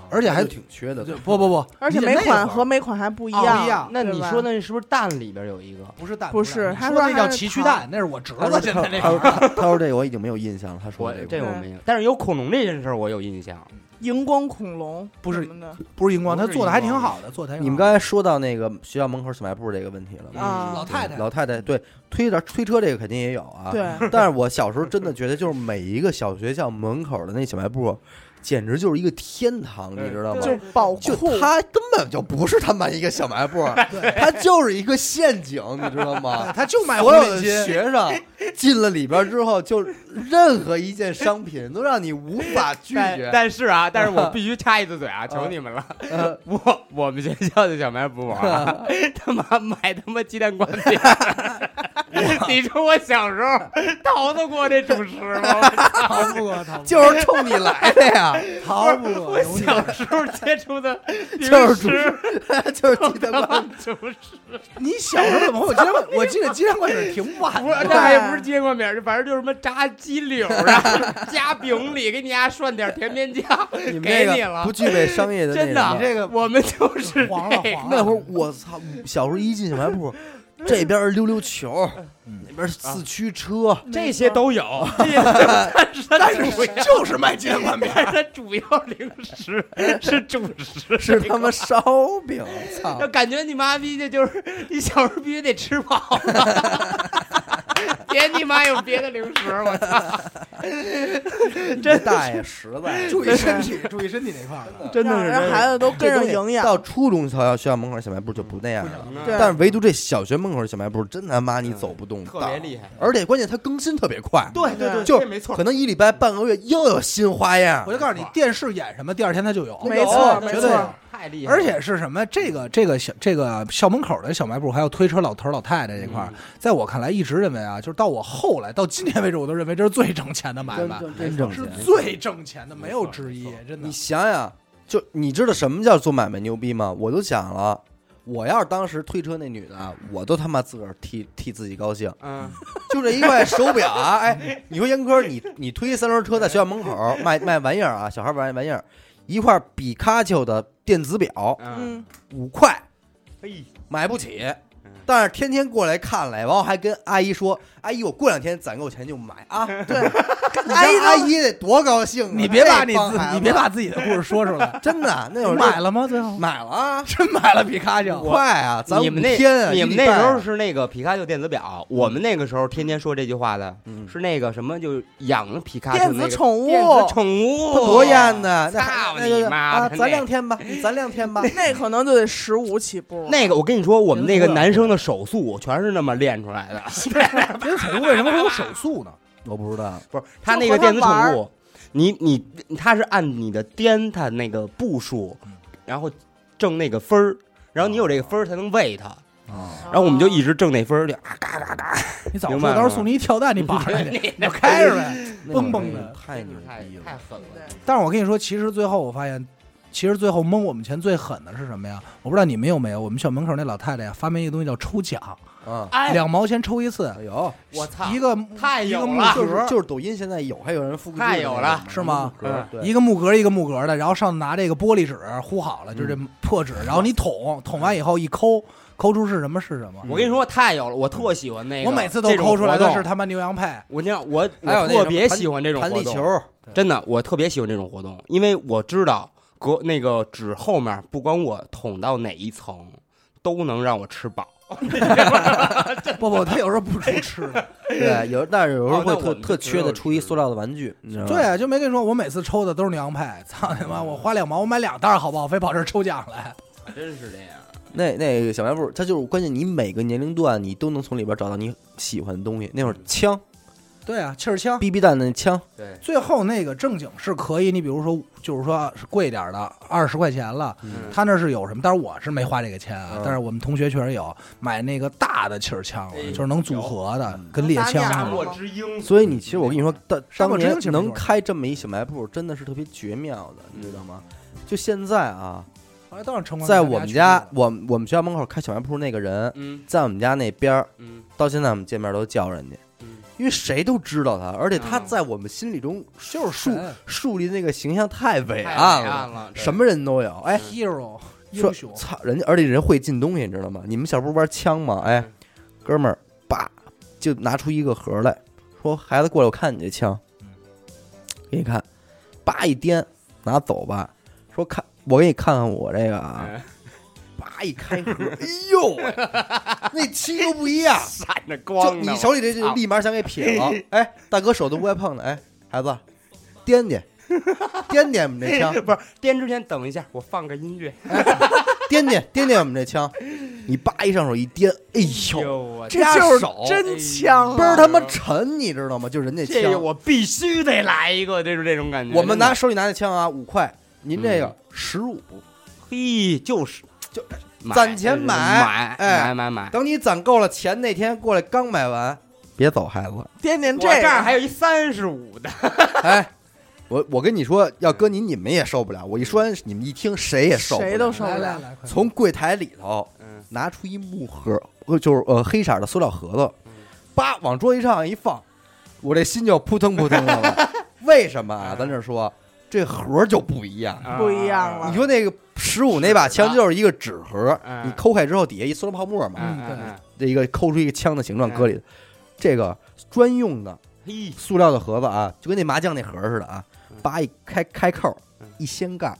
而且还
啊那就挺缺的。
不 不不，
而且
你
每
那会儿
款和每款还不一
哦
样，
不一样
那你
对吧
说那是不是蛋里边有一个？
不是蛋，
不
是
是
蛋
他
你说
说
那叫
还是
奇趣
糖
蛋，那是我侄
他
子
说
现在那
他
个
说他说这个我已经没有印象了。他说
我
的
这
个
我没有，但是有恐龙这件事儿我有印象。
荧光恐龙
不是
什么的
不是荧光，
不
他
是
做的还
荧
挺
光
好的，做的还挺好的
你们刚才说到那个学校门口小卖部这个问题了吗？
老
啊，
太太
老嗯太太对推点推车这个肯定也有啊。
对，
但是我小时候真的觉得，就是每一个小学校门口的那小卖部，简直就是一个天堂，你知道吗？
就宝
就
库，
它根本就不是他妈一个小卖部，它就是一个陷阱，你知道吗
对？他就买
所
红领
有的
巾，
学生进了里边之后，就任何一件商品都让你无法拒
但
绝。
但是啊，但是我必须插一次嘴啊，求你们了！
呃
我 我们学校的小卖部啊，他妈买他妈鸡蛋灌饼，
你说我小时候逃得过这主食吗？
逃不过，逃不过，
就是冲你来的 呀，
逃不过，
我
有你
小时候接触的
就是主
食，
就是鸡蛋 灌
当主食，
你小时候怎么会？我记得我记得鸡蛋灌水挺晚
不 是，
的，
那也不是接过面儿，反正就是什么炸鸡柳儿啊，夹饼里给你家涮点甜面酱，
你们
给
这
你
个
了
不。具备商业的
真
那
的，
个
这个
我们就是
黄了
这样
黄了
那会儿我操，小时候一进小卖部，这边溜溜球，
嗯
那边四驱车，
这些都有，这些都有但是它主要
就是卖鸡蛋灌饼。
但是 它主要零食是主食，
是他妈烧饼，操
就！感觉你妈逼 的就是你小时候必须得吃饱了，
啊
别你妈有别的零食，我操！
这大爷实在。
注意身体，注意身体那块 儿的。
真
让让孩子都跟上
这东
营
西
养。
到初中学校学校门口小卖部就不那样了，
对
但是唯独这小学门口小卖部真他妈你走不动，
嗯特别厉害。
而且关键它更新特别快，
对
对对
就
这没错
可能一礼拜半个月又有新花样
我。就告诉你，电视演什么，第二天它就有。
没错，
有
没
绝对
错
有，
哦太厉害了，
而且是什么？这个这个小这个校门口的小卖部，还有推车老头老太太这块儿，在我看来，一直认为啊，就是到我后来到今天为止，我都认为这是最挣钱的买卖，
真正
是最挣钱的，没有之一，真的
你。想想，就你知道什么叫做买卖牛逼吗？我都想了，我要是当时推车那女的啊，我都他妈自个儿替替自己高兴。
嗯，
就这一块手表啊， 哎，你说严哥，你你推三轮车在学校门口卖卖玩意儿啊，小孩玩玩意儿，一块比卡丘的电子表
嗯，
嗯，
五块，
嘿，
买不起。但是天天过来看来，完后还跟阿姨说：“阿姨，我过两天攒够钱就买啊。”对，阿姨阿姨得多高兴啊！
你别把你
这帮
自
孩子。
你别把自己的故事说出来
真的那会儿
买了哎吗？最后
买了啊，
真买了皮卡丘。
快啊！咱
你们那
五天啊，
你们
一礼拜
那
啊
时候是那个皮卡丘电子表，我们那个时候天天说这句话的
嗯
是那个什么，就养了皮卡丘
电
那
子
个
宠物，
电子宠物，
他多艳呐！那
操
那就
你妈
啊
的
攒
那
两天吧，你攒两天吧。
那可能就得十五起步。
那个我跟你说，我们那个
真的
男生的手速全是那么练出 来的，
这宠物为什么会有手速呢？
我不知道，
不是他那个电子宠物，你你他是按你的颠他那个步数
嗯，哦
然后挣那个分儿，然后你有这个分儿才能喂它，
啊，
然后我们就一直挣那分儿，就啊嘎嘎嘎，
你早
明
说，
白了
到时候送你一跳蛋，你绑上去，
你
你就开着呗。蹦蹦的
太牛逼了！
狠
对，
但是我跟你说，其实最后我发现，其实最后蒙我们钱最狠的是什么呀？我不知道你们有没有，我们校门口那老太太呀，发明一个东西叫抽奖，
啊！
哎，
两毛钱抽一次，
有，
我操，
一个
太
一个
有
木
了，
就是就是抖音现在有，还有人复制
太有了
是吗？
嗯对，
一个木格一个木格的，然后上头拿这个玻璃纸糊好了，就是这破纸，然后你捅，捅完以后一抠，抠出是什么是什么。
我跟你说，太有了，我特喜欢那个，
我每次都抠出来
这
的
种活
是
动。
他妈牛羊配，
我那样，我
还有
我
那个
特别喜欢这种
弹
活
力球
动，，真的，我特别喜欢这种活动，因为我知道隔那个纸后面，不管我捅到哪一层，都能让我吃饱。
不不，他有时候不出 吃的。
对，有，但是有时候
哦那
会
我
特
们就
特缺的
是
出一塑料的玩具，你知道吗？
对啊，就没跟你说，我每次抽的都是牛羊配。操你妈！我花两毛，我买两袋儿好不好？非跑这儿抽奖来。
真是这样。
那那个小卖部，它就是关键，你每个年龄段你都能从里边找到你喜欢的东西。那会儿枪
对啊，气儿枪。
，BB 弹的枪，
对，
最后那个正经是可以，你比如说，就是说是贵点儿的，二十块钱了，
嗯
他那是有什么？但是我是没花这个钱啊，
嗯
但是我们同学确实有买那个大的气儿枪了，
哎
就是能组合的
有，
跟猎枪
沙
似
漠
的。
之 鹰
所以你其实我跟你说，当
沙
当
漠之
年
鹰其实
能
就是
开这么一小卖部，真的是特别绝妙的，你知道吗？就现在啊，
后来当然成功，
在我们家，我们我们学校门口开小卖部那个人，
嗯
在我们家那边儿，
嗯
到现在我们见面都叫人家，
嗯，
因为谁都知道他，而且他
嗯
在我们心里中
就是
树
神
树立那个形象太伟
太
岸
暗
了，
了，
什么人都有，哎。
hero
说
英雄，
操人家，而且人会进东西，你知道吗？你们小时候玩枪吗？哎
嗯，
哥们儿，叭就拿出一个盒来说：“孩子过来，我看你这枪
嗯，
给你看。”叭一颠，拿走吧。说看，我给你看看我这个啊。叭一开盒， 哎呦喂，那漆都不一样。
闪着
就
光呢
你手里这就立马想给撇了。哎，大哥手都不带碰的。哎，孩子，掂掂，掂掂我们这枪。
哎不是颠之前等一下，我放个音乐。
掂掂掂掂我们这枪，你叭一上手一掂，哎呦，
我哎
这
压
就是
手
真枪
倍
啊！
儿他妈沉，你知道吗？就人家
这个
枪，
我必须得来一个，这是这种感觉。
我们拿
真
手里拿的枪啊，五块，您这个
嗯
十五，
的嘿，就是买
攒钱
就是
买
买
哎
买买买。
等你攒够了钱，那天过来刚买完，别走，孩子。
掂掂
我
这
这儿
个，
还有一三十五的，
哎，我我跟你说，要搁你你们也受不了。我一说，你们一听谁也受不了。
谁都受
来
不
来
了。
来，快
从柜台里头
哎嗯，
拿出一木盒，呃就是呃黑色的塑料盒
嗯
子，叭往桌子上一放，我这心就扑腾扑腾的 了。为什么啊？咱这说这盒就不一样。
不一
啊
样了
你说那个十五那把枪就是一个纸盒，
嗯
你抠开之后底下一塑料泡沫嘛，
嗯哎
嗯
嗯
这一个抠出一个枪的形状搁里头。这个专用的
嗯，
塑料的盒子啊，就跟那麻将那盒似的啊，叭一开开扣
嗯，
一掀盖，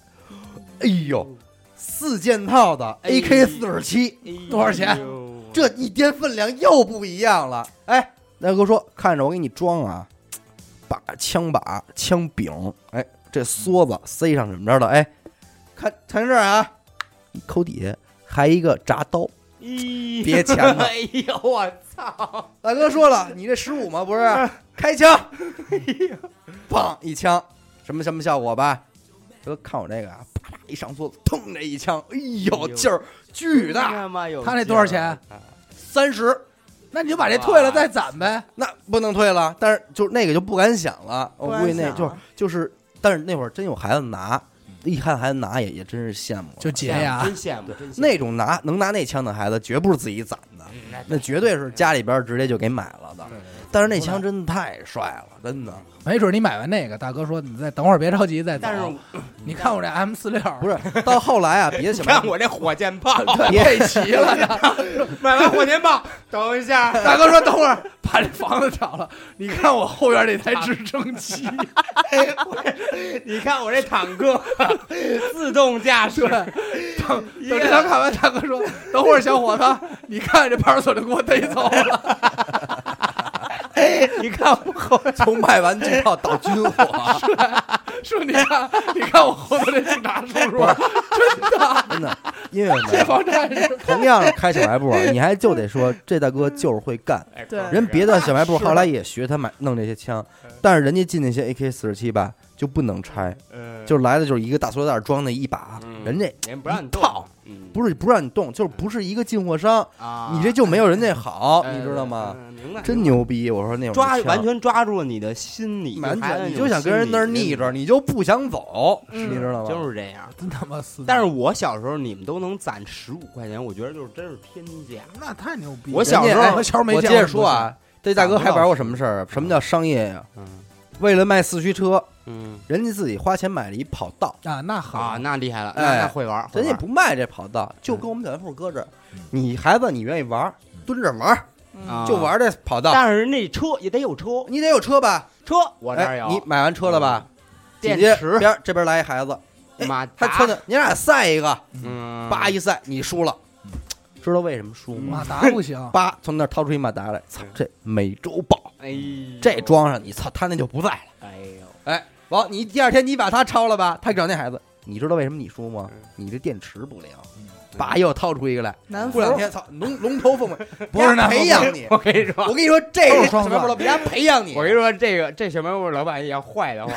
哎呦，四件套的 AK 四十七，
嘿，
多少钱
哎呦？
这一掂分量又不一样了。哎，大哥说看着我给你装啊，把枪把、枪柄，哎，这梭子塞上怎么着的？哎，看看这儿啊，一抠底下还一个铡刀。
咦
别钱了
哎呦我操！
大哥说了，你这十五吗？不是，开枪，砰一枪，什么什么效果吧？大哥看我这个啊，啪啪一上桌子，腾这一枪，哎呦
哎呦哎
劲儿巨大，
他妈有
他那多少钱
劲儿？
三十。
那你就把这退了再攒呗。
那不能退了，但是就那个就不敢想了，我
不敢
估计那
想
就是
了
就是，但是那会儿真有孩子拿，一看孩子拿也也真是羡慕了，
就解呀
真啊羡慕，真羡慕
那种拿能拿那枪的孩子，绝不是自己攒的，那绝对是家里边儿直接就给买了的。但是那枪真的太帅了，真的
没准你买完那个，大哥说你再等会儿，别着急再走。
但是
你看我这 M 四六，
不是。到后来啊，别想
看我这火箭炮，
别齐了，
买完火箭炮，等一下，
大哥说等会儿把这房子炒了，你看我后院那台直升 机，
你看我这坦克自动驾驶，
等等这条看完，大哥说等会儿小伙子，你看这派出所就给我逮走了，
你看我后边
从卖完这套到军 火，
说你看你看我后头这警察叔啊叔，
真的，因为
解
什么？
放战士，
同样是开小卖部啊，你还就得说这大哥就是会干，
哎
对
人别的小卖部
是哎
后来也学他买弄这些枪，但是人家进那些 AK 四十七吧就不能拆，
呃
就是来的就是一个大塑料袋装那一把，
嗯
啊人家
人不让你
套
动，嗯
不是不让你动，就是不是一个进货商，
啊
你这就没有人家好，
哎
你知道吗？
嗯明白，
真牛逼！我说那种
抓
枪
完全抓住了你的心理，
完
孩子
全，你
种
就想跟人那儿
心理嗯
腻着，你就不想走，
嗯
你知道嗯吗？
就是这样。
真他妈死！
但是我小时候，你们都能攒十五块钱，我觉得就是真是天价。
那太牛逼了，
我小时候
人家哎乔没
我
见
接
过
着说啊，这大哥还玩过什么事儿？啊
不到
什么叫商业呀？
嗯
为了卖四驱车，
嗯
人家自己花钱买了一跑道，
啊，那
啊，
好，
那厉害了，
哎
那那会玩，
人家
也
不卖这跑
嗯
道，就跟我们小卖部搁这儿。你孩子你愿意玩，蹲着玩，
嗯
就，玩这跑道。
啊但是那车也得有车，
你得有车吧？
车我这儿
哎，
有，嗯
你买完车了吧？姐
电
姐
池
边这边来一孩子，哎
马
他
达，
穿的，你俩赛一个，
嗯，
叭一赛，你输了。知道为什么输吗
马？达不行，
叭，从那儿掏出一马达来，操，这美洲豹，
哎呦，
这装上你，操，他那就不在了。
哎呦，
哎，完，你第二天你把他抄了吧？他找那孩子，你知道为什么你输吗
嗯？
你这电池不灵，叭又掏出一个来，
南
过
孚
两天操，龙龙头凤尾，
不是
人
那
家哎培养你。
我跟你说
我。跟你说，这
都
个
是双
什么
钻
老板培养 你，
我跟你说，这个这小卖部老板要坏的话，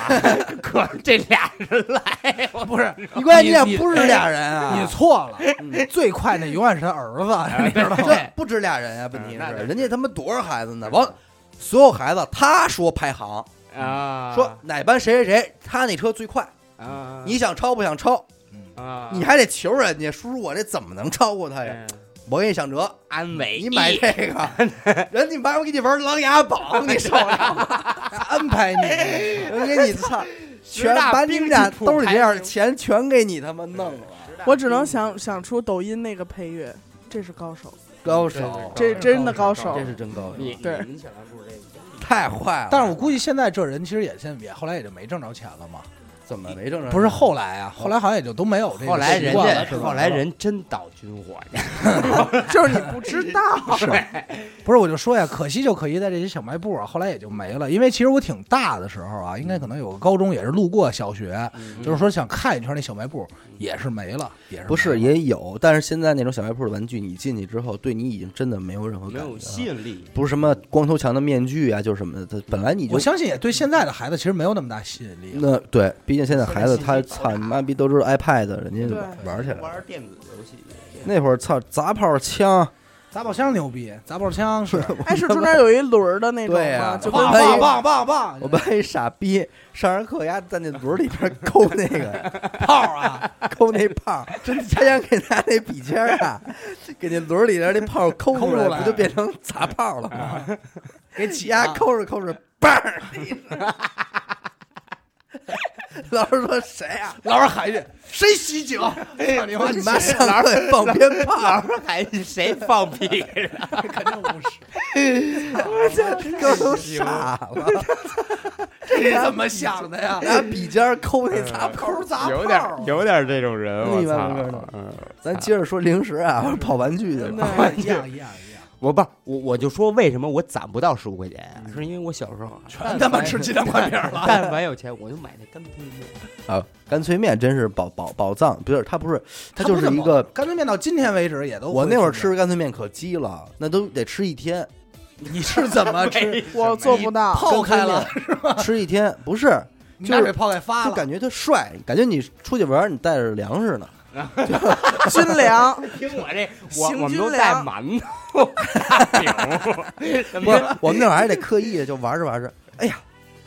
可这俩人来，我
不是
你关键你俩
你
不止俩人啊，
你错了，
嗯
最快那永远是他儿子，你知道吗？
这不止俩人啊，问题
嗯那
是
是
人家他妈多少孩子呢？完，所有孩子他说排行，
啊，
说哪班谁谁谁，他那车最快，
啊，
你想超不想超？
啊，
你还得求人家，叔叔我这怎么能超过他呀？
嗯
我给你想辙，
安慰
你买这个，人家妈我给你玩琅琊榜， 你受得了吗？安排你，我给你操， 全
哎十大
把你们俩
兵哎器谱
兜里这
排
点
名
钱全给你他妈弄了，
我只能想想出抖音那个配乐，这是高手，
高
对对
手，
对
这真的高
高
手
这。是真高手，
你
对
你小卖部这
太坏了。
但是我估计现在这人其实也现也后来也就没挣着钱了嘛，
怎么没正常？
不是后来啊，后来好像也就都没有这个
后来
习
人
惯了
家
是吧
后来人真倒军火去，
就是你不知道，
不是我就说呀，可惜就可惜在这些小卖部啊，后来也就没了。因为其实我挺大的时候啊，
嗯
应该可能有个高中也是路过小学，就是说想看一圈那小卖部也是没了，也是
不是
没了
也有，但是现在那种小卖部的玩具，你进去之后，对你已经真的没有任何
没
感觉
有吸
了。
引 力，
不是什么光头强的面具啊，就是什么的，它本来你就
我相信也对现在的孩子其实没有那么大吸引力了。
那对，毕竟现在孩子
现
他
在信息爆
操
炸
你妈逼都知道 iPad，人家
对
玩起来了。
玩电子游戏，这
那会儿操砸炮枪，
杂宝枪牛逼，杂宝枪是
哎，是中间有一轮儿的那种
对
吗？
呀
就跟
棒
我
棒
们
棒棒棒
我班一傻逼上上课，丫在那轮里边抠那个
炮 啊！
抠那炮，真他想给拿那笔尖儿啊，给那轮里边那炮抠出
抠出
来，
来啊
不就变成砸炮了吗？
给挤啊
丫
压，
抠着抠着，嘣儿！ 老师说谁啊？哎
老师喊一句：“谁喜酒？”操你妈！
你妈上课也放鞭炮，
还谁放屁？
肯定不是，
哥都傻了，
这是怎么想的呀？
拿笔尖儿抠那砸炮。
抠砸
有点
炮
有点这种人，我
明白明白
操
了！
嗯，
咱接着说零食啊，跑玩具去了。
啊一样一样一样，
我不是我我就说为什么我攒不到十五块钱啊，是因为我小时候
全他妈吃鸡蛋灌饼了。
但凡有钱我就买那干脆面。
啊，干脆面真是宝宝宝藏，不是它不是，它就是一个。
干脆面，到今天为止也都
我那会儿吃，干脆面可鸡了，那都得吃一天，
你是怎么吃？
我做不到。
泡开了
干脆面，吃一天不是，
你把这泡开发
就
了，
感觉特帅，感觉你出去玩儿你带着粮食呢，
军粮，
听我这，我
行
我们都
军
带
粮
馒 头、大饼，什
不
么
是我们那会儿还得刻意的就玩着玩着，哎呀，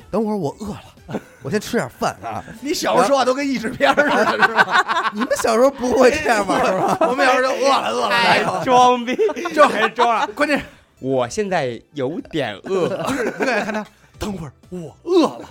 等会儿我饿了，我先吃点饭啊。
你小时候说话都跟译制片似的，是吧？
你们小时候不会这样玩儿吗？
我们小时 候就饿了饿
太
了，
装逼，
就
还装了。
关键是
我现在有点饿，
不是你敢看他，等会儿我饿了，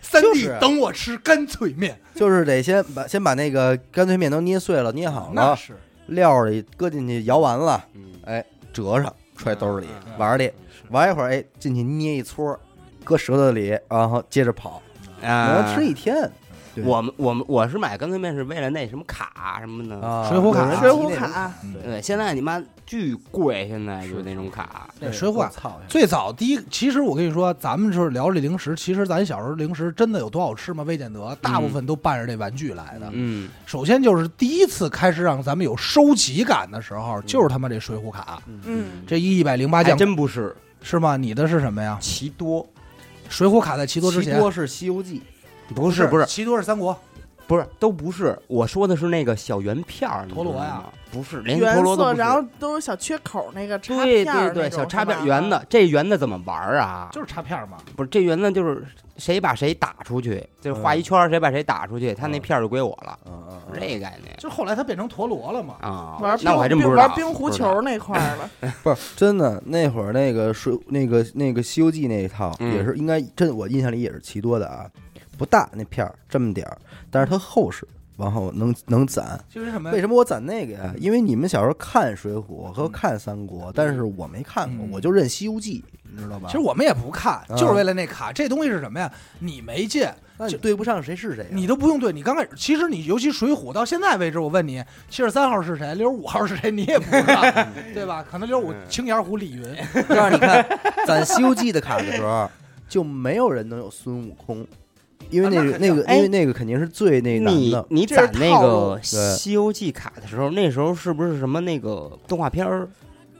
三
就
弟
是
等我吃干脆面，
就是得先把先把那个干脆面都捏碎了，捏好了，
是
料儿里搁进去，摇完了，
嗯
哎，折上揣兜里
嗯
玩儿去，玩一会儿，哎，进去捏一撮儿，搁舌头里，然后接着跑，能
哎
啊
吃一天。对
我们我们我是买干脆面是为了那什么卡什么的，
啊
嗯水浒卡
有人
水
提
浒
那种
卡，
对，现在你妈巨贵，现在就那种卡，
对水浒卡
我操
最早第一，其实我跟你说，咱们就是聊这零食，其实咱小时候零食真的有多好吃吗？未见得，大部分都伴着这玩具来的。
嗯，
首先就是第一次开始让咱们有收集感的时候，就是他妈这水浒卡，
嗯，
这一百零八
还
将
真不是
是吗？你的是什么呀？
哎奇多，
水浒卡在齐多之前，
多是《西游记
不是不是
齐多是三国，
不是都不是，我说的是那个小圆片儿
陀螺呀，
哎你知道吗不是连陀
原
螺都
色，
不
然后
是。
都是小缺口那个插
对
片儿
对对，
那种
小插片儿
是吧
圆的，这圆的怎么玩儿啊？
就是插片嘛。
不是这圆呢，就是谁把谁打出去，就是画一圈儿，谁把谁打出去，他那片儿就归我了，》，
嗯
是这概念
就后来它变成陀螺了嘛。
啊。
玩
那我还
冰
真不知道
玩冰
不
壶
知
球
道
那块儿了，
不是真的。那会儿那个水那个那个《西游记》那一套
嗯
也是应该真，我印象里也是奇多的啊，不大那片儿这么点儿，但是它厚实，然后能能攒。
就是什么呀？
为什么我攒那个呀？因为你们小时候看《水浒》和看《三国》，但是我没看过，
嗯
我就认《西游记》，你知道吧？
其实我们也不看，
啊
就是为了那卡。这东西是什么呀？你没劲，
那你
就
对不上谁是谁啊、
你都不用对。你刚开始，其实你尤其《水浒》到现在为止，我问你，七十三号是谁？六十五号是谁？你也不知道，对吧？可能六十五青眼虎李云，
但是你 看攒《西游记》的卡的时候， 就没有人能有孙悟空，因为那个、
啊那肯定
那个、
哎
因为那个肯定是最那难
你
的。
你
这是
攒那
套路
个《西游记》卡的时候，那时候是不是什么那个动画片儿？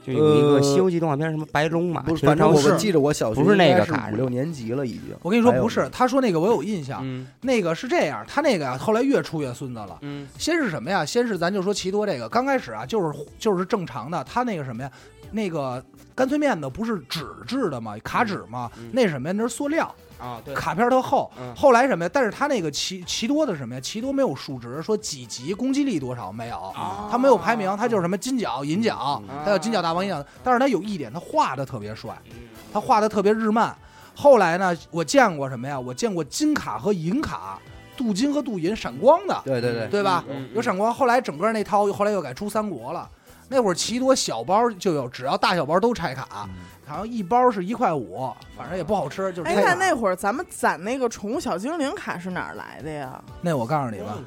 就有一个
呃
《西游记》动画片儿，什么白龙马？
不是，
平
反正
常
我
是
们记着我小学
不是那个
应该是
卡
五六年级了已经。
我跟你说
还有
不是，他说那个我有印象，
嗯
那个是这样，他那个啊后来越出越孙子了。
嗯
先是什么呀？先是咱就说奇多这个，刚开始啊，就是就是正常的，他那个什么呀，那个干脆面的不是纸质的吗？卡纸吗？
嗯
那是什么呀？那是塑料，
啊，对，
卡片儿特厚。
嗯
后来什么呀？但是他那个奇奇多的什么呀？奇多没有数值，说几级攻击力多少没有，他没有排名，他就是什么金角、银角，
啊嗯
他有金角大王银角，但是他有一点，他画的特别帅，他画的特别日漫。后来呢，我见过什么呀？我见过金卡和银卡，镀金和镀银闪光的，
对对对，
对吧？
嗯
有闪光。后来整个那套后来又改出三国了。那会儿奇多小包就有，只要大小包都拆卡，
嗯
好像一包是一块五，反正也不好吃，就是
哎，
拆
那
卡。
那会儿咱们攒那个宠物小精灵卡是哪儿来的呀？
那我告诉你吧，
嗯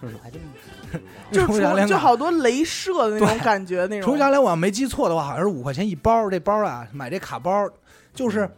这个还真不知道
就
除
除
凉凉
就
感
好多镭射的那种感觉，那种
除家联我要没记错的话，好像是五块钱一包。这包啊，买这卡包
嗯
就是，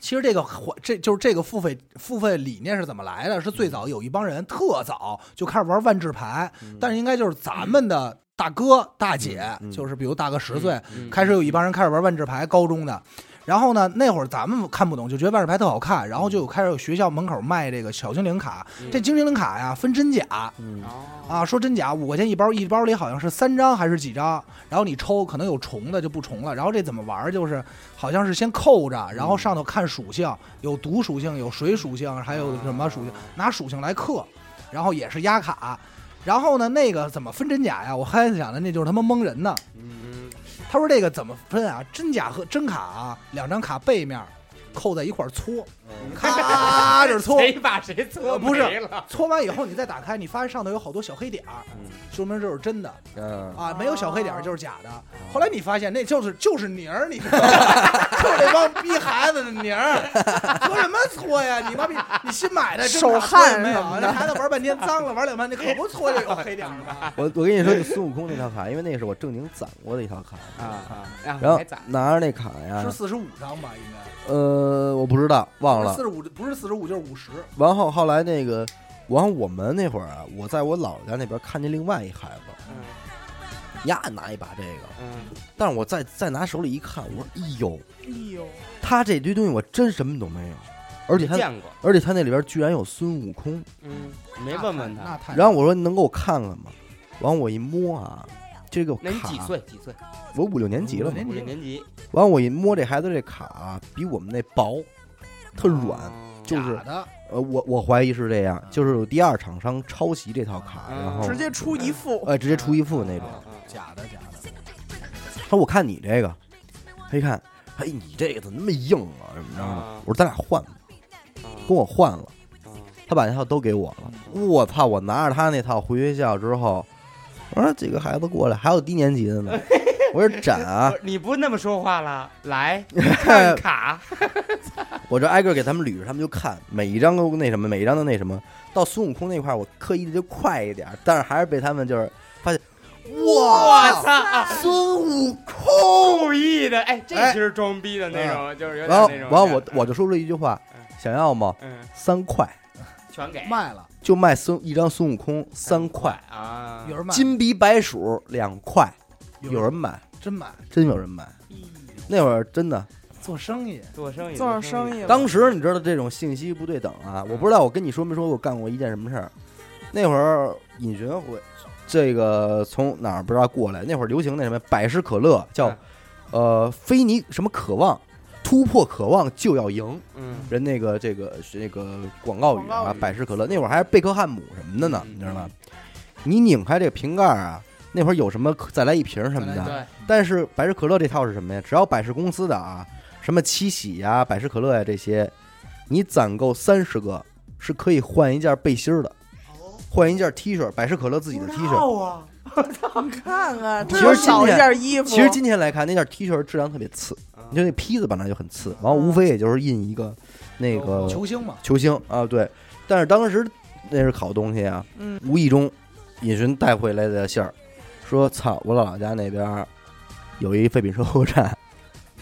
其实这个环这就是这个付费付费理念是怎么来的？是
嗯
最早有一帮人特早就开始玩万智牌，但是应该就是咱们的大哥大姐，
嗯嗯嗯
就是比如大个十岁，
嗯
开始有一帮人开始玩万智牌，高中的。然后呢，那会儿咱们看不懂，就觉得万智牌特好看，然后就有开始有学校门口卖这个小精灵卡，这精灵卡呀分真假
嗯，
啊，
啊，说真假五块钱一包，一包里好像是三张还是几张，然后你抽可能有重的就不重了，然后这怎么玩儿就是好像是先扣着，然后上头看属性，有毒属性，有水属性，还有什么属性，拿属性来克，然后也是压卡。然后呢，那个怎么分真假呀？我开始想的那就是他妈蒙人呢。他说这个怎么分啊？真假和真卡啊，两张卡背面扣在一块儿搓，咔着 搓，
谁把谁搓
呃不是
没了
搓完以后你再打开，你发现上头有好多小黑点儿，说明这是真的
嗯，
啊，没有小
哦
黑点儿就是假的。后来你发现那就是就是泥儿，你知道吗？ 就是这帮逼孩子的泥儿，搓什么搓呀？你妈逼，你新买的真
手
卡搓也
汗
没有
什么？的
那孩子玩半天脏了，玩两半天可不搓这有黑点儿吗？
我我跟你说，就孙悟空那套卡，因为那是我正经攒过的一套卡，
啊啊！然
然
后
后
还咋？
拿着那卡呀
是，四十五张吧，应该
呃，我不知道忘了
四。十五，不是四十五就是五十。
完后后来那个，完后我们那会儿啊，我在我姥姥家那边看见另外一孩子，
嗯
呀拿一把这个，
嗯，
但是我再再拿手里一看，我说哎呦，
哎呦，
他这堆东西我真什么都没有，而且他
见过，
而且他那里边居然有孙悟空。
嗯，没问问
那
他，
太
然后我说你能给我看看吗？完我一摸啊，这个
那你几
卡，
岁？几岁？
我五六年级了嘛
五。
五
六
六
年
年级，
完我一摸这孩子这卡啊、比我们那薄，特软。
哦
就是
假的，
呃，我我怀疑是这样，就是有第二厂商抄袭这套卡，
嗯
然后
直接出一副，
呃直接出一副那种。
啊啊啊
假的，假的。
他说我看你这个，他一看，哎你这个怎么那么硬啊？怎么着的
啊？
我说咱俩换吧，跟我换了。他把那套都给我了。我操！我拿着他那套回学校之后，我说几个孩子过来，还有低年级的呢。我说展啊
不，是你不那么说话了， 来
看
看卡，
我这挨个给他们捋着，他们就看每一张都那什么，每一张都那什么。到孙悟空那块儿，我刻意的就快一点儿，但是还是被他们就是发现，
我
哇，
操！
孙悟空！
啊故意的，哎，这
哎嗯
其实装逼的那种，就是有点
然后，
那
然
种感觉。
后我我就说出一句话：想要吗？
嗯，
三块，
全给
卖了，
就卖孙一张孙悟空三块，
啊！
有人卖，
嗯金鼻白鼠两块，有人买，
真买，
真有人买。那会儿真的，
做生意
做生意，
做上生意了
当时你知道这种信息不对等啊，我不知道我跟你说没说我干过一件什么事儿。那会儿尹寻回这个从哪儿不知道过来，那会儿流行那什么百事可乐，叫
嗯
呃菲尼什么渴望，突破渴望就要赢。
嗯，
人那个这个是那个广告语
广告
啊
语，
百事可乐那会儿还是贝克汉姆什么的呢，
嗯
你知道吗？你拧开这瓶盖啊，那会儿有什么可再来一瓶什么
再来一
的，
对，
但是百事可乐这套是什么呀？只要百事公司的啊，什么七喜呀、百事可乐呀、这些，你攒够三十个是可以换一件背心儿的，换一件 T 恤，百事可乐自己的 T 恤。
恤，
你看看，
其
这
实
又
今
少一
天
件衣服。
其实今天来看，那件 T 恤质量特别次，你就那坯子本来就很次，然后无非也就是印一个那个
球星嘛，
球星啊，对。但是当时那是好东西啊，
嗯
无意中尹寻带回来的信儿，说：“操，我姥姥家那边儿有一废品收购站，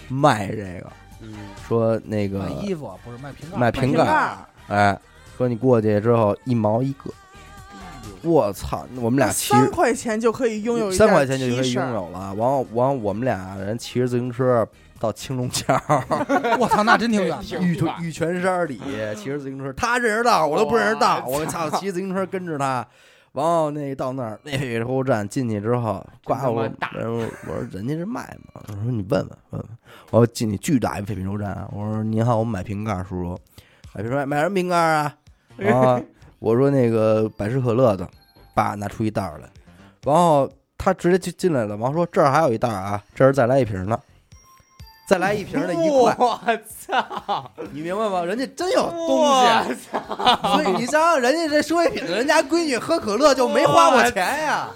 卖这个，
嗯，
说那个
卖衣服啊不是卖瓶盖，
卖
瓶
瓶盖儿，哎，说你过去之后一毛一个。”我操，那我们俩骑
三块钱就可以拥有一
三
件
块钱就可以
T 恤
拥有了，完后完后我们俩人骑着自行车到青龙桥，
我操，那真挺远
挺
的。
玉泉玉泉山里骑着自行车，他认识道，我都不认识道，
哇
我操，骑自行车跟着他。然后那到那儿那收购站进去之后，
真
挂
他妈
我，
大
然后我说人家是卖吗？我说你问问问问。我进去巨大一废品收购站，啊我说您好，我们买瓶盖，叔叔，买瓶盖买什么瓶盖啊？ 啊，我说那个百事可乐的，爸拿出一袋儿来，然后他直接就进来了，然后说这儿还有一袋儿啊，这儿再来一瓶呢，再来一瓶的一块，
我操！
你明白吗？人家真有东西，啊
我操！
所以你想想，人家这奢侈品的人家闺女喝可乐就没花过钱呀，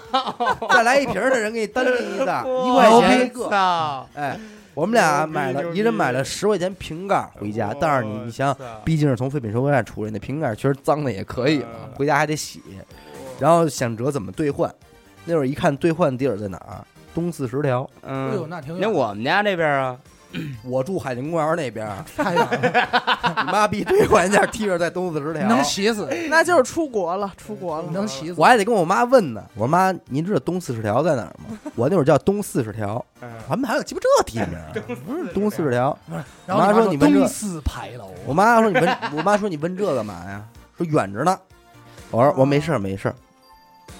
再来一瓶的人给你单拎一袋，一块钱一
我
个。
操！
哎，我们俩买
牛
了，
逼
一人买了十块钱瓶盖回家，但是你你想想，
想
毕竟是从废品收购站出来，那瓶盖确实脏的也可以了
嗯，
回家还得洗，然后想着怎么兑换，那会儿一看兑换地儿在哪儿，东四十条，
哎呦，
嗯，
那挺
那
远。
我们家这边啊，
我住海宁公园那边，
太 远了，
你妈逼堆管家踢着在东四十条，
能骑 死，
那就是出国了，出国了，
能骑死。
我还得跟我妈问呢。我说妈，您知道东四十条在哪儿吗？我那会儿叫东四十条，
嗯
他们还有鸡巴这地名儿，不是东四十条。
然后
我妈说你们这
东四牌楼，
我妈说你问，我妈说你问这干嘛呀？说远着呢。我说我没事儿没事儿，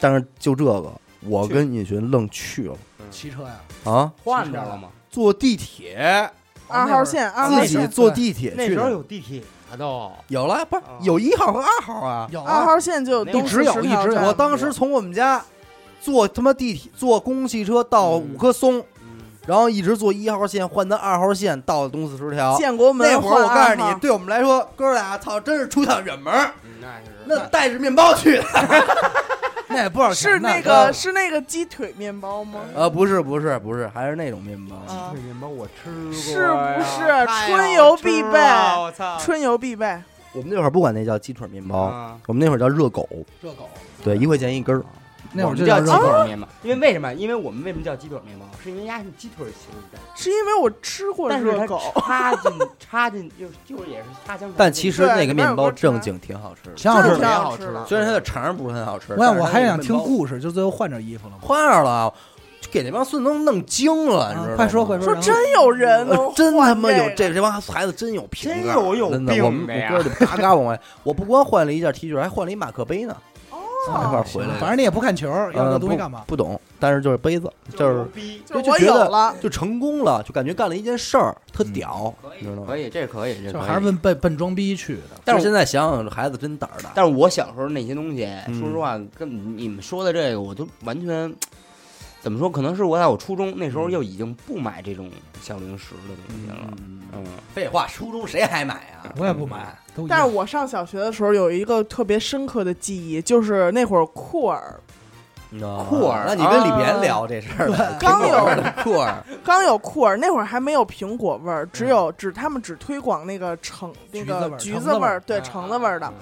但是就这个，我跟尹寻愣去了
骑车呀，
啊，
换着了吗？
坐地铁，
二号线，二号
自己
线，
坐地铁
那
去
时候
的。
有地铁都，
有了，不是
啊
有一号和二号 啊？
有
二
啊，
号线就
一直有一直有
我当时从我们家坐他妈地铁，坐公共汽车到五棵松，然后一直坐一号线换到二号线到东四十条。
建国门
那会儿我告
换
诉
二号
你，对我们来说，哥俩操，真是出趟远门儿，
嗯那是
那带着面包 去的。
那也不少钱。
是那个是那个鸡腿面包吗？
嗯呃，不是不是不是，还是那种面包。
啊，
面包我吃过，
是不
哎
是春游必备？
我操，
春游必备，
我们那会儿不管那叫鸡腿面包，
啊
我们那会儿叫热狗，
热狗，
对，一块钱一根儿。
那会儿
我们
就
叫
热
鸡
狗，
腿面包，因为为什么？因为我们为什么叫鸡腿面包？是因为鸭是鸡腿形的，
是因为我吃过
但是
热
它
狗，
插进插进就是就是也是擦枪。
但其实
对
那个面
里面
包
有根儿
正经挺好吃的，
挺好吃的
真的挺
也
好
好
吃
吃
的
虽然它的肠儿不是很好吃。
我想我
但是它
还
那个
想听
面包
故事，就最后换着衣服了吗？
换上了，就给那帮孙子都弄惊了，你知
啊
道吗？
快说快说
说真有人哦能
哦
呃真他妈有
换这
这这帮孩子真有品格，
真有有
真的
病
我们
的呀
我哥就嘎嘎往外，我不光换了一件 T 恤，还换了一马克杯呢，
哦
个
那块儿回来
反
的。
正你也不看球，要
呃
这东西干嘛？
不？不懂，但是就是杯子，就是
逼，
就
就
我
觉
有
得
了，
就成功了，就感觉干了一件事儿，特
嗯
屌，
可
你知道
以
吗
可？以，这可以，这
就
可以
还是奔奔奔装逼去的。
但
但
是
是现在想想，这孩子真胆儿大。
但是我小时候那些东西，
嗯
说实话，跟你们说的这个，我都完全怎么说？可能是我在我初中那时候又已经不买这种小零食的东西了。
嗯，
嗯，
废话，初中谁还买啊？
我也不买，都一
但
样
是我上小学的时候有一个特别深刻的记忆，就是那会儿酷儿
酷儿
那你跟李
啊
岩聊这事儿了，
刚有
有酷儿，
刚有酷儿，那会儿还没有苹果味儿，只有只他们只推广那个橙那个
嗯橘
橘
子味儿橙子味儿
味
啊
儿，对
嗯
橙子味儿的，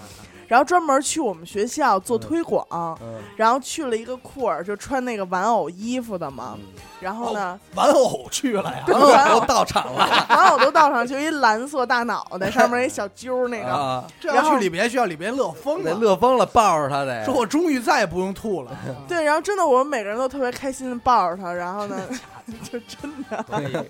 然后专门去我们学校做推广，
嗯
然后去了一个酷儿，就穿那个玩偶衣服的嘛，
嗯
然后呢，
玩偶去了呀
对
然后我都到
哦
场了。
玩偶都到上就一蓝色大脑袋，上面一小揪儿那个，
啊，
这
然
要
后
去里边学校，里边乐疯
得
了，
乐疯了，抱着他得
说 我终于再也不用吐了。
对，然后真的我们每个人都特别开心的抱着它，然后呢， 就真的，
可以，
然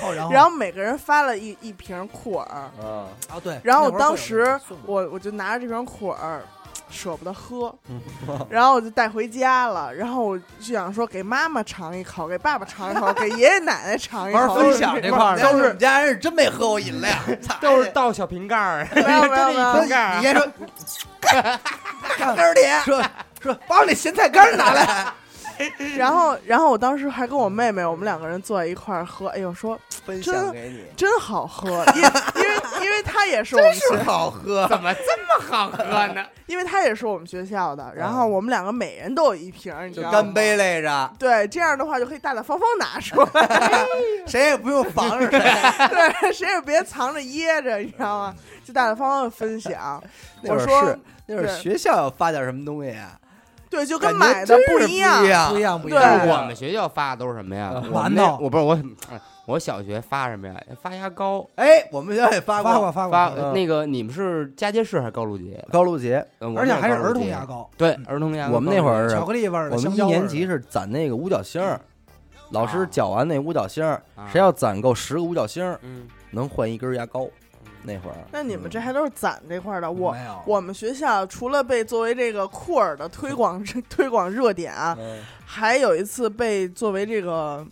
后然后
然后每个人发了一一瓶酷儿，
嗯
啊对，
然
那
后我
会儿
当
会有
时
人送的
我我就拿着这瓶苦儿，舍不得喝，
嗯
然后我就带回家了。然后我就想说给妈妈尝一口，给爸爸尝一口，给爷爷奶奶尝一
玩
口。
分享这块儿
都
都
是我
是
们家人是真没喝过饮料， 操
都是倒小瓶盖儿，
没有没有没
这一
有
瓶盖儿
哎
你。先说，干干点，
说说把我那咸菜干儿拿来，
然后然后我当时还跟我妹妹，我们两个人坐在一块儿喝，哎呦说
分
享
给你，
真好喝，因为因为因为她也是我们学，
好喝。
怎么这么好喝呢？
因为她也是我们学校的。然
啊
后我们两个每人都有一瓶儿，你知
就
道吗？
干杯来 着，
对，这样的话就可以大大方方拿出来。
谁也不用防着 谁。
对，谁也别藏着掖着，你知道吗？就大大方方的分享。
那会
我
儿
说
是，那会儿
对
学校要发点什么东西啊，
对，就
感
跟
觉
买的
真是不
一样。
不一样不一
对
样。
我们学校发的都是什么呀？我们
馒
那
头
我不是我，我小学发什么呀？发牙膏，
哎，我们学校也发
发过发
发
过，
嗯
那个你们是佳洁士还是高露洁？
高露洁，
呃我
而
们
且还是
高露
儿童
洁
牙膏，
对，儿童牙膏。
嗯我们那会儿
巧克力味儿的，
我
香
们一
蕉味儿
年
的
级是攒那个五角星儿，老师
啊
讲完那五角星儿，
啊
谁要攒够十个五角星儿，
嗯，
能换一根牙膏。那会儿，
那你们这还都是攒这块儿的，我。
嗯
没有，
我们学校除了被作为这个酷儿的推广 推广热点啊，
嗯
还有一次被作为这个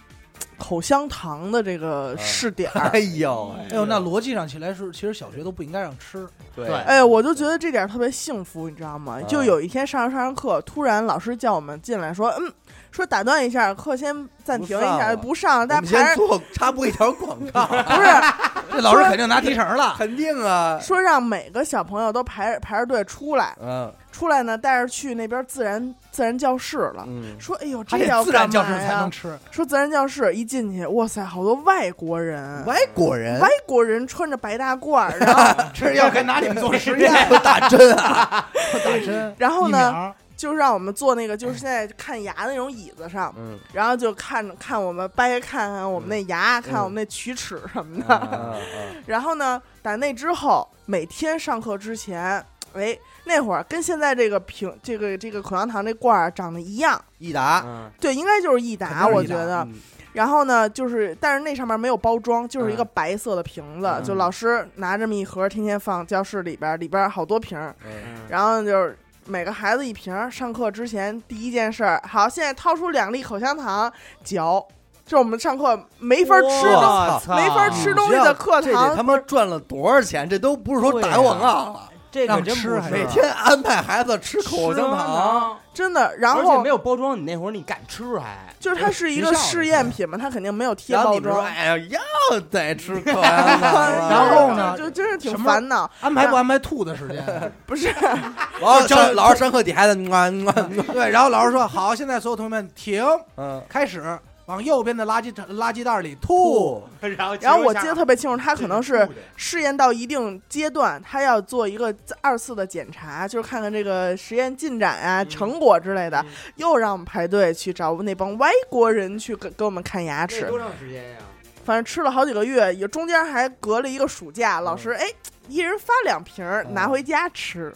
口香糖的这个试点儿。
哎呦，
哎呦，那逻辑上起来是，其实小学都不应该让吃，
对
对
哎，我就觉得这点儿特别幸福，你知道吗？
嗯
就有一天上着上着课，突然老师叫我们进来，说：“嗯，说打断一下，课先暂停一下，不
不
上了，
我
大
们
家排着
先做插播一条广告，啊
不是
这老师肯定拿提成了。
肯定啊，
说让每个小朋友都排着排着队出来，
嗯
出来呢带着去那边自然自然教室了。
嗯，
说哎呦，
还
这
得
要
自然
干
教
嘛
室才能
呀？
吃，
说自然教室一进去，哇塞，好多外国人，啊
外国人
外国人穿着白大褂儿，然后
这要该拿你们做实验，
大针啊，
打针
然 后
疫
呢
苗，
就是让我们坐那个就是现在看牙的那种椅子上，
嗯，
然后就看看我们掰开看看
嗯
我们那牙，看我们那龋齿什么的。
啊
然后呢，打那之后，每天上课之前，哎，那会儿跟现在这个瓶这个这个口香糖这罐儿长得一样，
益达，
嗯
对，应该就是益达，
肯定是
我
益
觉
达
得。
嗯
然后呢，就是但是那上面没有包装，就是一个
嗯
白色的瓶子，
嗯
就老师拿这么一盒，天天放教室里边儿，里边儿好多瓶儿，
嗯
然后就是每个孩子一瓶儿，上课之前第一件事儿，好，现在掏出两粒口香糖嚼，这我们上课没法
嗯
吃东
哇操
没法吃东西的课
这得他
堂，
妈赚了多少钱？这都不是说打广告了，
这个
让
真不
吃
是
还
每天安排孩子
嗯
吃口香糖，，
真的。然
而且
后
没有包装，你那会儿你敢吃还？
就是它是一
学
个
校的
试验品嘛，它肯定没有贴
然后
包
你们说，
装。
哎呀，又得吃口 香糖了，
然后呢
就就真是挺
什么
烦恼，
安排不安排吐的时间？
不是？
然后上老师上课底下的，啊啊
对，然后老师说好，现在所有同学们停，
嗯，
开始往右边的垃圾垃圾袋里吐。
不，
然后
然后我记得特别清楚，它可能是试验到一定阶段，他要做一个二次的检查，就是看看这个实验进展啊、成果之类的，又让我们排队去找那帮外国人去给给我们看牙齿
这。多长时间呀？
反正吃了好几个月，也中间还隔了一个暑假，老师哎，一人发两瓶儿
嗯
拿回家吃。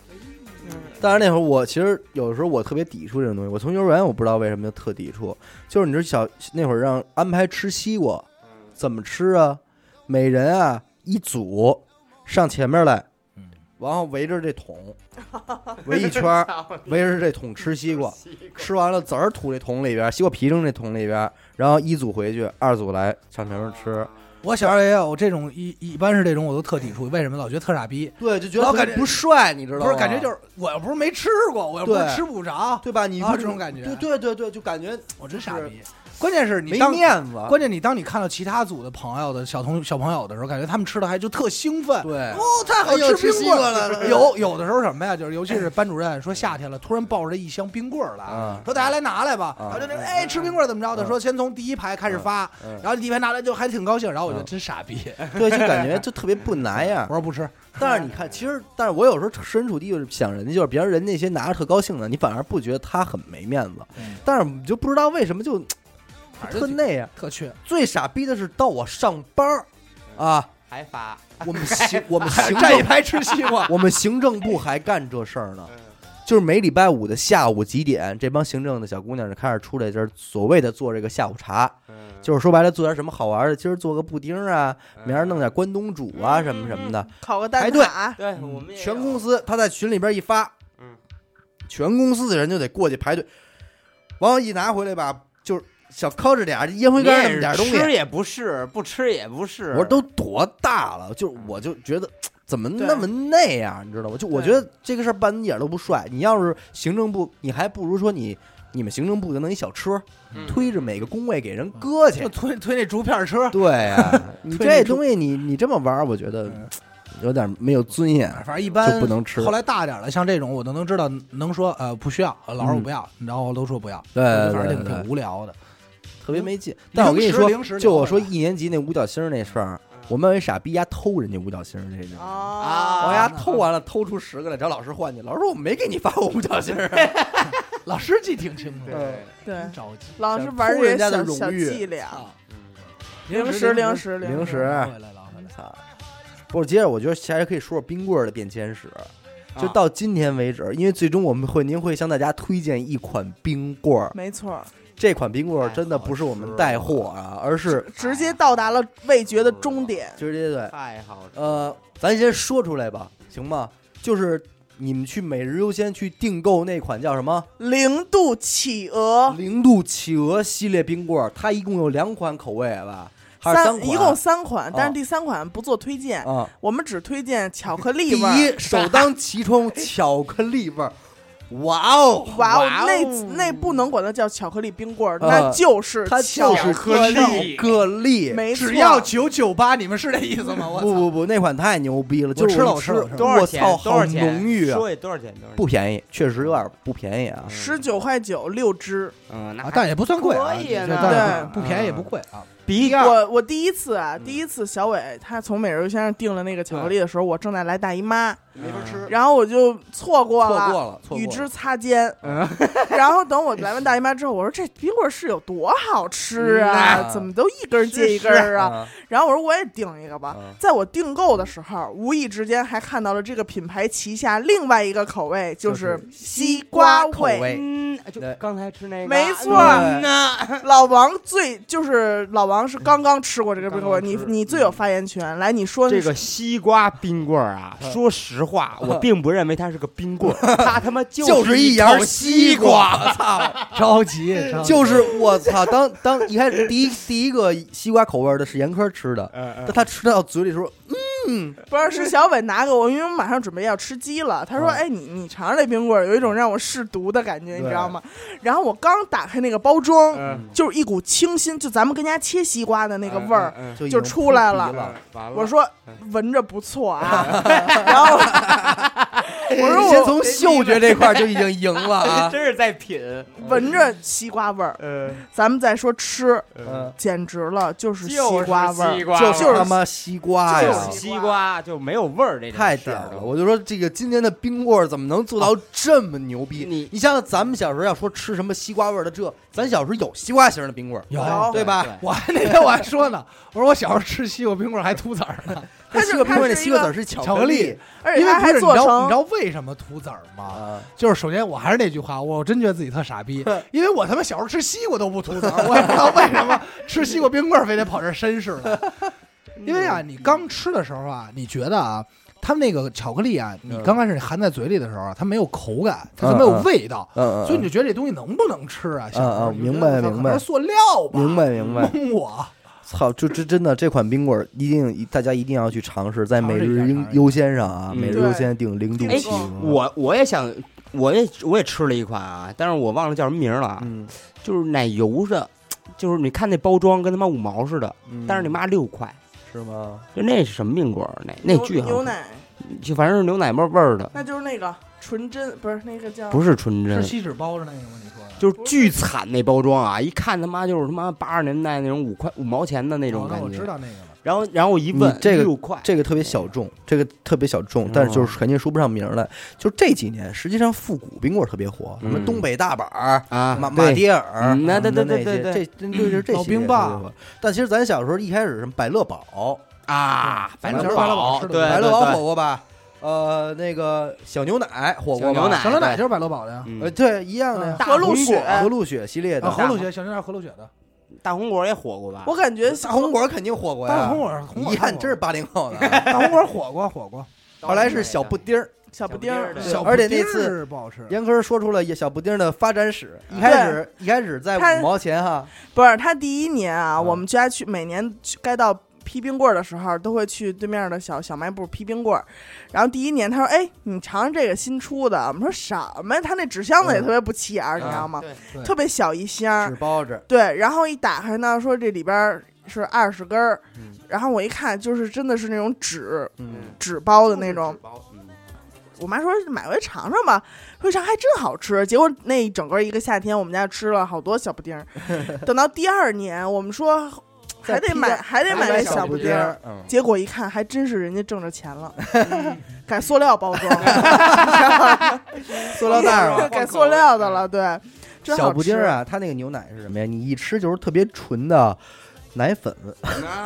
嗯
但是那会儿我其实有时候我特别抵触这种东西，我从幼儿园我不知道为什么就特抵触，就是你说小那会儿让安排吃西瓜，
嗯
怎么吃啊？每人啊一组上前面来，然后围着 这桶围一圈儿，围着这桶吃西瓜，吃完了籽儿吐这桶里边儿，西瓜皮扔这桶里边儿，然后一组回去，二组来上前面吃。
我小时候也有这种一一般是这种我都特抵触，为什么老觉得特傻逼？
对，就觉
得
得
特别
不帅，你知道吗？啊
不是感觉就是我又不是没吃过，我又不是
对
吃不着，
对吧？你
啊
不
这种感觉
对对对对，就感觉
我真傻逼。关键是你
没
当
面子。啊
关键你当你看到其他组的朋友的小同小朋友的时候，感觉他们吃的还就特兴奋。
对
哦，太好
哎呦
吃
吃
冰
西
棍
瓜
儿
了
有有的时候什么呀，就是尤其是班主任说夏天了，突然抱着这一箱冰棍儿来
嗯，
说大家来拿来吧。
嗯
然后就那个哎吃冰棍儿怎么着的，
嗯
说先从第一排开始发，
嗯
然后第一排拿来就还挺高兴。然后我就
嗯
真傻逼，
对，就感觉就特别不拿样
我。说不吃，
但是你看，其实，但是我有时候身处地就是想人家，就是别人人那些拿着特高兴的，你反而不觉得他很没面子
嗯。
但是你就不知道为什么就
反正就
特
挺
那样。
特缺。
最傻逼的是到我上班儿 啊，
还发
我们行我们行
站一
政，
排吃西瓜嗯
我们行政部还干这事儿呢。就是每礼拜五的下午几点，这帮行政的小姑娘就开始出来，就是所谓的做这个下午茶，
嗯
就是说白了做点什么好玩的，今儿做个布丁啊，明儿弄点关东煮啊，什么什么的。
烤个蛋
排队
挞，
对我们也有
全公司他在群里边一发，
嗯，
全公司的人就得过去排队，完了一拿回来吧，就是小抠着点儿烟灰缸那么点儿东
你也是吃
西，嗯
也不是，不吃也不是。嗯
我说都多大了，就是我就觉得。怎么那么那样，你知道吗？就我觉得这个事儿办得一点都不帅。你要是行政部，你还不如说你你们行政部就弄一小车，
嗯
推着每个工位给人搁去
就。推推那竹片车。
对呀，你
嗯推着
这
出
东西你你这么玩儿，我觉得有点没有尊严，
反正一般
就不能吃。
后来大点儿了，像这种我都能知道，能说呃不需要，呃
嗯
老师我不要，然后都说不要，
对
反
对
正挺
对
挺无聊的。
特别没劲。呃但我跟你说
零食零食，
就我
零
说
食
一年级那五角星儿那事儿，我们有一傻逼丫偷人家五角星儿这种。
哦
我
嗯啊
丫偷完了，偷出十个来，找老师换去。老师说我没给你发过五角星儿，啊
老师记挺清楚，
对
对
真，着急。
老师玩
偷
这些
人家的
小
荣
小
誉
伎俩，
零
食
零
零食
零
零
回
食。
来了，回来了
操！不是，接着我觉得其实还可以说说冰棍儿的变迁
啊
史。就到今天为止，因为最终我们会您会向大家推荐一款冰棍儿，
没错儿，
这款冰棍儿真的不是我们带货啊，而是
直接到达了味觉的终点。
直接对
太好吃了，
呃，咱先说出来吧，行吗？就是你们去每日优先去订购那款叫什么
零度企鹅，
零度企鹅系列冰棍儿，它一共有两款口味吧，还是
三
款？
一共三款，但
哦
是第三款不做推荐，
啊、
我们只推荐巧克力
第
味儿。
一首当其冲，巧克力味儿，哇哦，
哇
哇
哦
哦，
那那不能管它叫巧克力冰棍儿，
呃
那就是
它就
巧
是
克力
巧克力，
没错。
只要九九八，你们是这意思吗？我
不不不，那款太牛逼了，就是
吃了
我
我
吃
吃了我吃了
多少
嗯我
钱？
操，
多
好
少钱？
浓郁啊！
说一多少钱？多少钱
不便宜，确实有点不便宜啊。
十九块九六支，
嗯，
啊
那，
但也不算贵啊，
可以啊
就但
那
不便宜
嗯
也不贵啊。
比
我我第一次啊，第一次小伟他从美人先生订了那个巧克力的时候，我正在来大姨妈，
没法吃，
然后我就错过
错
了。
过了，错过
与
了。
只擦肩。 然后等我来完大姨妈之后，我说这冰棍儿是有多好吃啊
嗯呐？
怎么都一根儿接一根儿啊？
啊，
然后我说我也订一个吧
嗯。
在我订购的时候，无意之间还看到了这个品牌旗下另外一个口味，就是西瓜
口
味。
味
嗯，就
对
刚才吃那个，
没错
嗯呐，
老王最就是老王是刚刚吃过这个冰棍儿，
刚
你
刚吃
你最有发言权。来，你说
这个西瓜冰棍儿啊，
嗯
说实话，我并不认为它是个冰棍儿， 它他妈就
就是一
口
摇西瓜，我操！
着急，
嗯
着急
就是我操，当当一开始第一第一个西瓜口味的是严科吃的，
嗯
但他吃到嘴里时候，
不是是小伟拿给我，因为我马上准备要吃鸡了。他说：“
嗯
哎，你你尝尝这冰棍儿，有一种让我试毒的感觉，你
对
知道吗？”然后我刚打开那个包装，
嗯
就是一股清新，就咱们跟家切西瓜的那个味儿。
嗯，嗯
就已
就
经
出来
扑鼻
了
了。
完了
我说闻着不错啊，然后我说
先
我
从嗅觉这块儿就已经赢 了啊！
真是在品，
闻着西瓜味儿，
呃，
咱们再说吃，
嗯，
简直了，就是西
就是
瓜味儿
西。瓜
就
味儿，
是他妈西瓜
就
呀
是！西瓜就没有味儿这种
太
事
屌
儿
了！我就说这个今年的冰棍儿怎么能做到这么牛逼？
你
你想想，咱们小时候要说吃什么西瓜味儿的这，咱小时候有西瓜型的冰棍儿，
有
对吧？
我还那天我还说呢，我说我小时候吃西瓜冰棍儿还吐籽儿呢，
那西瓜冰棍儿那西瓜籽儿是巧
巧克力
力，
而且
因为
它
不
还
是你
做
知道你知
成
道为什么吐籽儿吗？
啊！
就是首先我还是那句话，我真觉得自己特傻 逼，因为我他妈小时候吃西瓜都不吐籽儿， 我也不知道为什么吃西瓜冰棍儿非得跑这儿绅士 来。因为啊，你刚吃的时候啊，你觉得啊，它那个巧克力啊，你
嗯
刚开始含在嘴里的时候啊，它没有口感，它
嗯
它没有
嗯
味道，
嗯
所以你就觉得这东西能不能吃啊？小时候
嗯嗯
你就觉
明
得
白
我操可
明
能
白
是塑料吧，
明白明白。
蒙我。
操，就这真的这款冰棍儿一定大家一定要去尝试，在每
尝
日
试一下尝试一
优
下
优先上啊，
嗯
每日
对
优先定零度
哎
七。
我我也想，我也我也吃了一款啊，但是我忘了叫什么名儿了啊，
嗯，
就是奶油的，就是你看那包装跟他妈五毛似的，嗯
嗯
但是你妈六块，
是吗？
就那是什么冰棍儿？那那啊
牛
巨好
牛
吃，
奶，
就反正是牛奶味儿味儿的，
那就是那个纯真，不是那个叫
不是纯
是。
真
锡纸包着那个吗？你说的
就是巨惨那包装啊！一看他妈就是他妈八十年代那种五块五毛钱的那种
哦
感
那我
觉
知，道那个了。
然后然后我一问
你这个
六块，
这个特别小众，这个特别小众
嗯，
但是就是肯定说不上名儿来。就这几年，实际上复古冰棍儿特别火，什么
嗯
东北大板儿、
啊
马马
对
迭尔，
嗯那对
什么
对
那
对
些
对
这这就是这
老
系列
冰
特别
棒
火。但其实咱小时候一开始什么百乐堡，
啊，
咱
百
们就
乐
是百乐堡
堡，
吃的
对，
嘛
百乐
对
堡
对
火锅吧，呃，那个小牛奶火锅吧，
小牛奶
小牛奶
对
就是百乐堡的呀，
嗯
呃，对，一样的呀
大
和路雪。
和路雪系列的
啊，河路雪小牛奶河路雪的，
大红果也火过吧？
我感觉
大红果儿肯定火过呀，
大红果儿红果儿
一
看
看
过
真是八零后 的，啊
大红果儿火过火过，
后来是小布丁儿，
小布丁儿
小
小布丁儿对
而且
布丁
那次
儿不好吃，
严科说出了小布丁儿的发展史，一开始一开始在
他
五毛钱哈，
不是他第一年啊，
嗯
我们家去每年去该到批冰棍儿的时候，都会去对面的小小卖部批冰棍儿。然后第一年他说：“哎，你尝尝这个新出的。”我们说什么呀？他那纸箱子也
嗯
特别不起眼儿，你知道吗？特别小一箱儿
纸，包子，
对。然后一打开呢，说这里边儿是二十根儿
嗯。
然后我一看，就是真的是那种纸
嗯，
纸包的那种。
嗯，
我妈说买回来尝尝吧，说尝还真好吃。结果那一整个一个夏天，我们家吃了好多小布丁 儿。等到第二年，我们说还
再
得
批
买，
点
还得买
买
那
小
小
布
布
丁
丁
儿
儿。
嗯
结果一看，还真是人家挣着钱 了，改塑料包装，
塑料袋儿 嘛。
改塑料的了。对，真好
小布丁儿
吃，
啊，它那个牛奶是什么呀？你一吃就是特别纯的奶粉，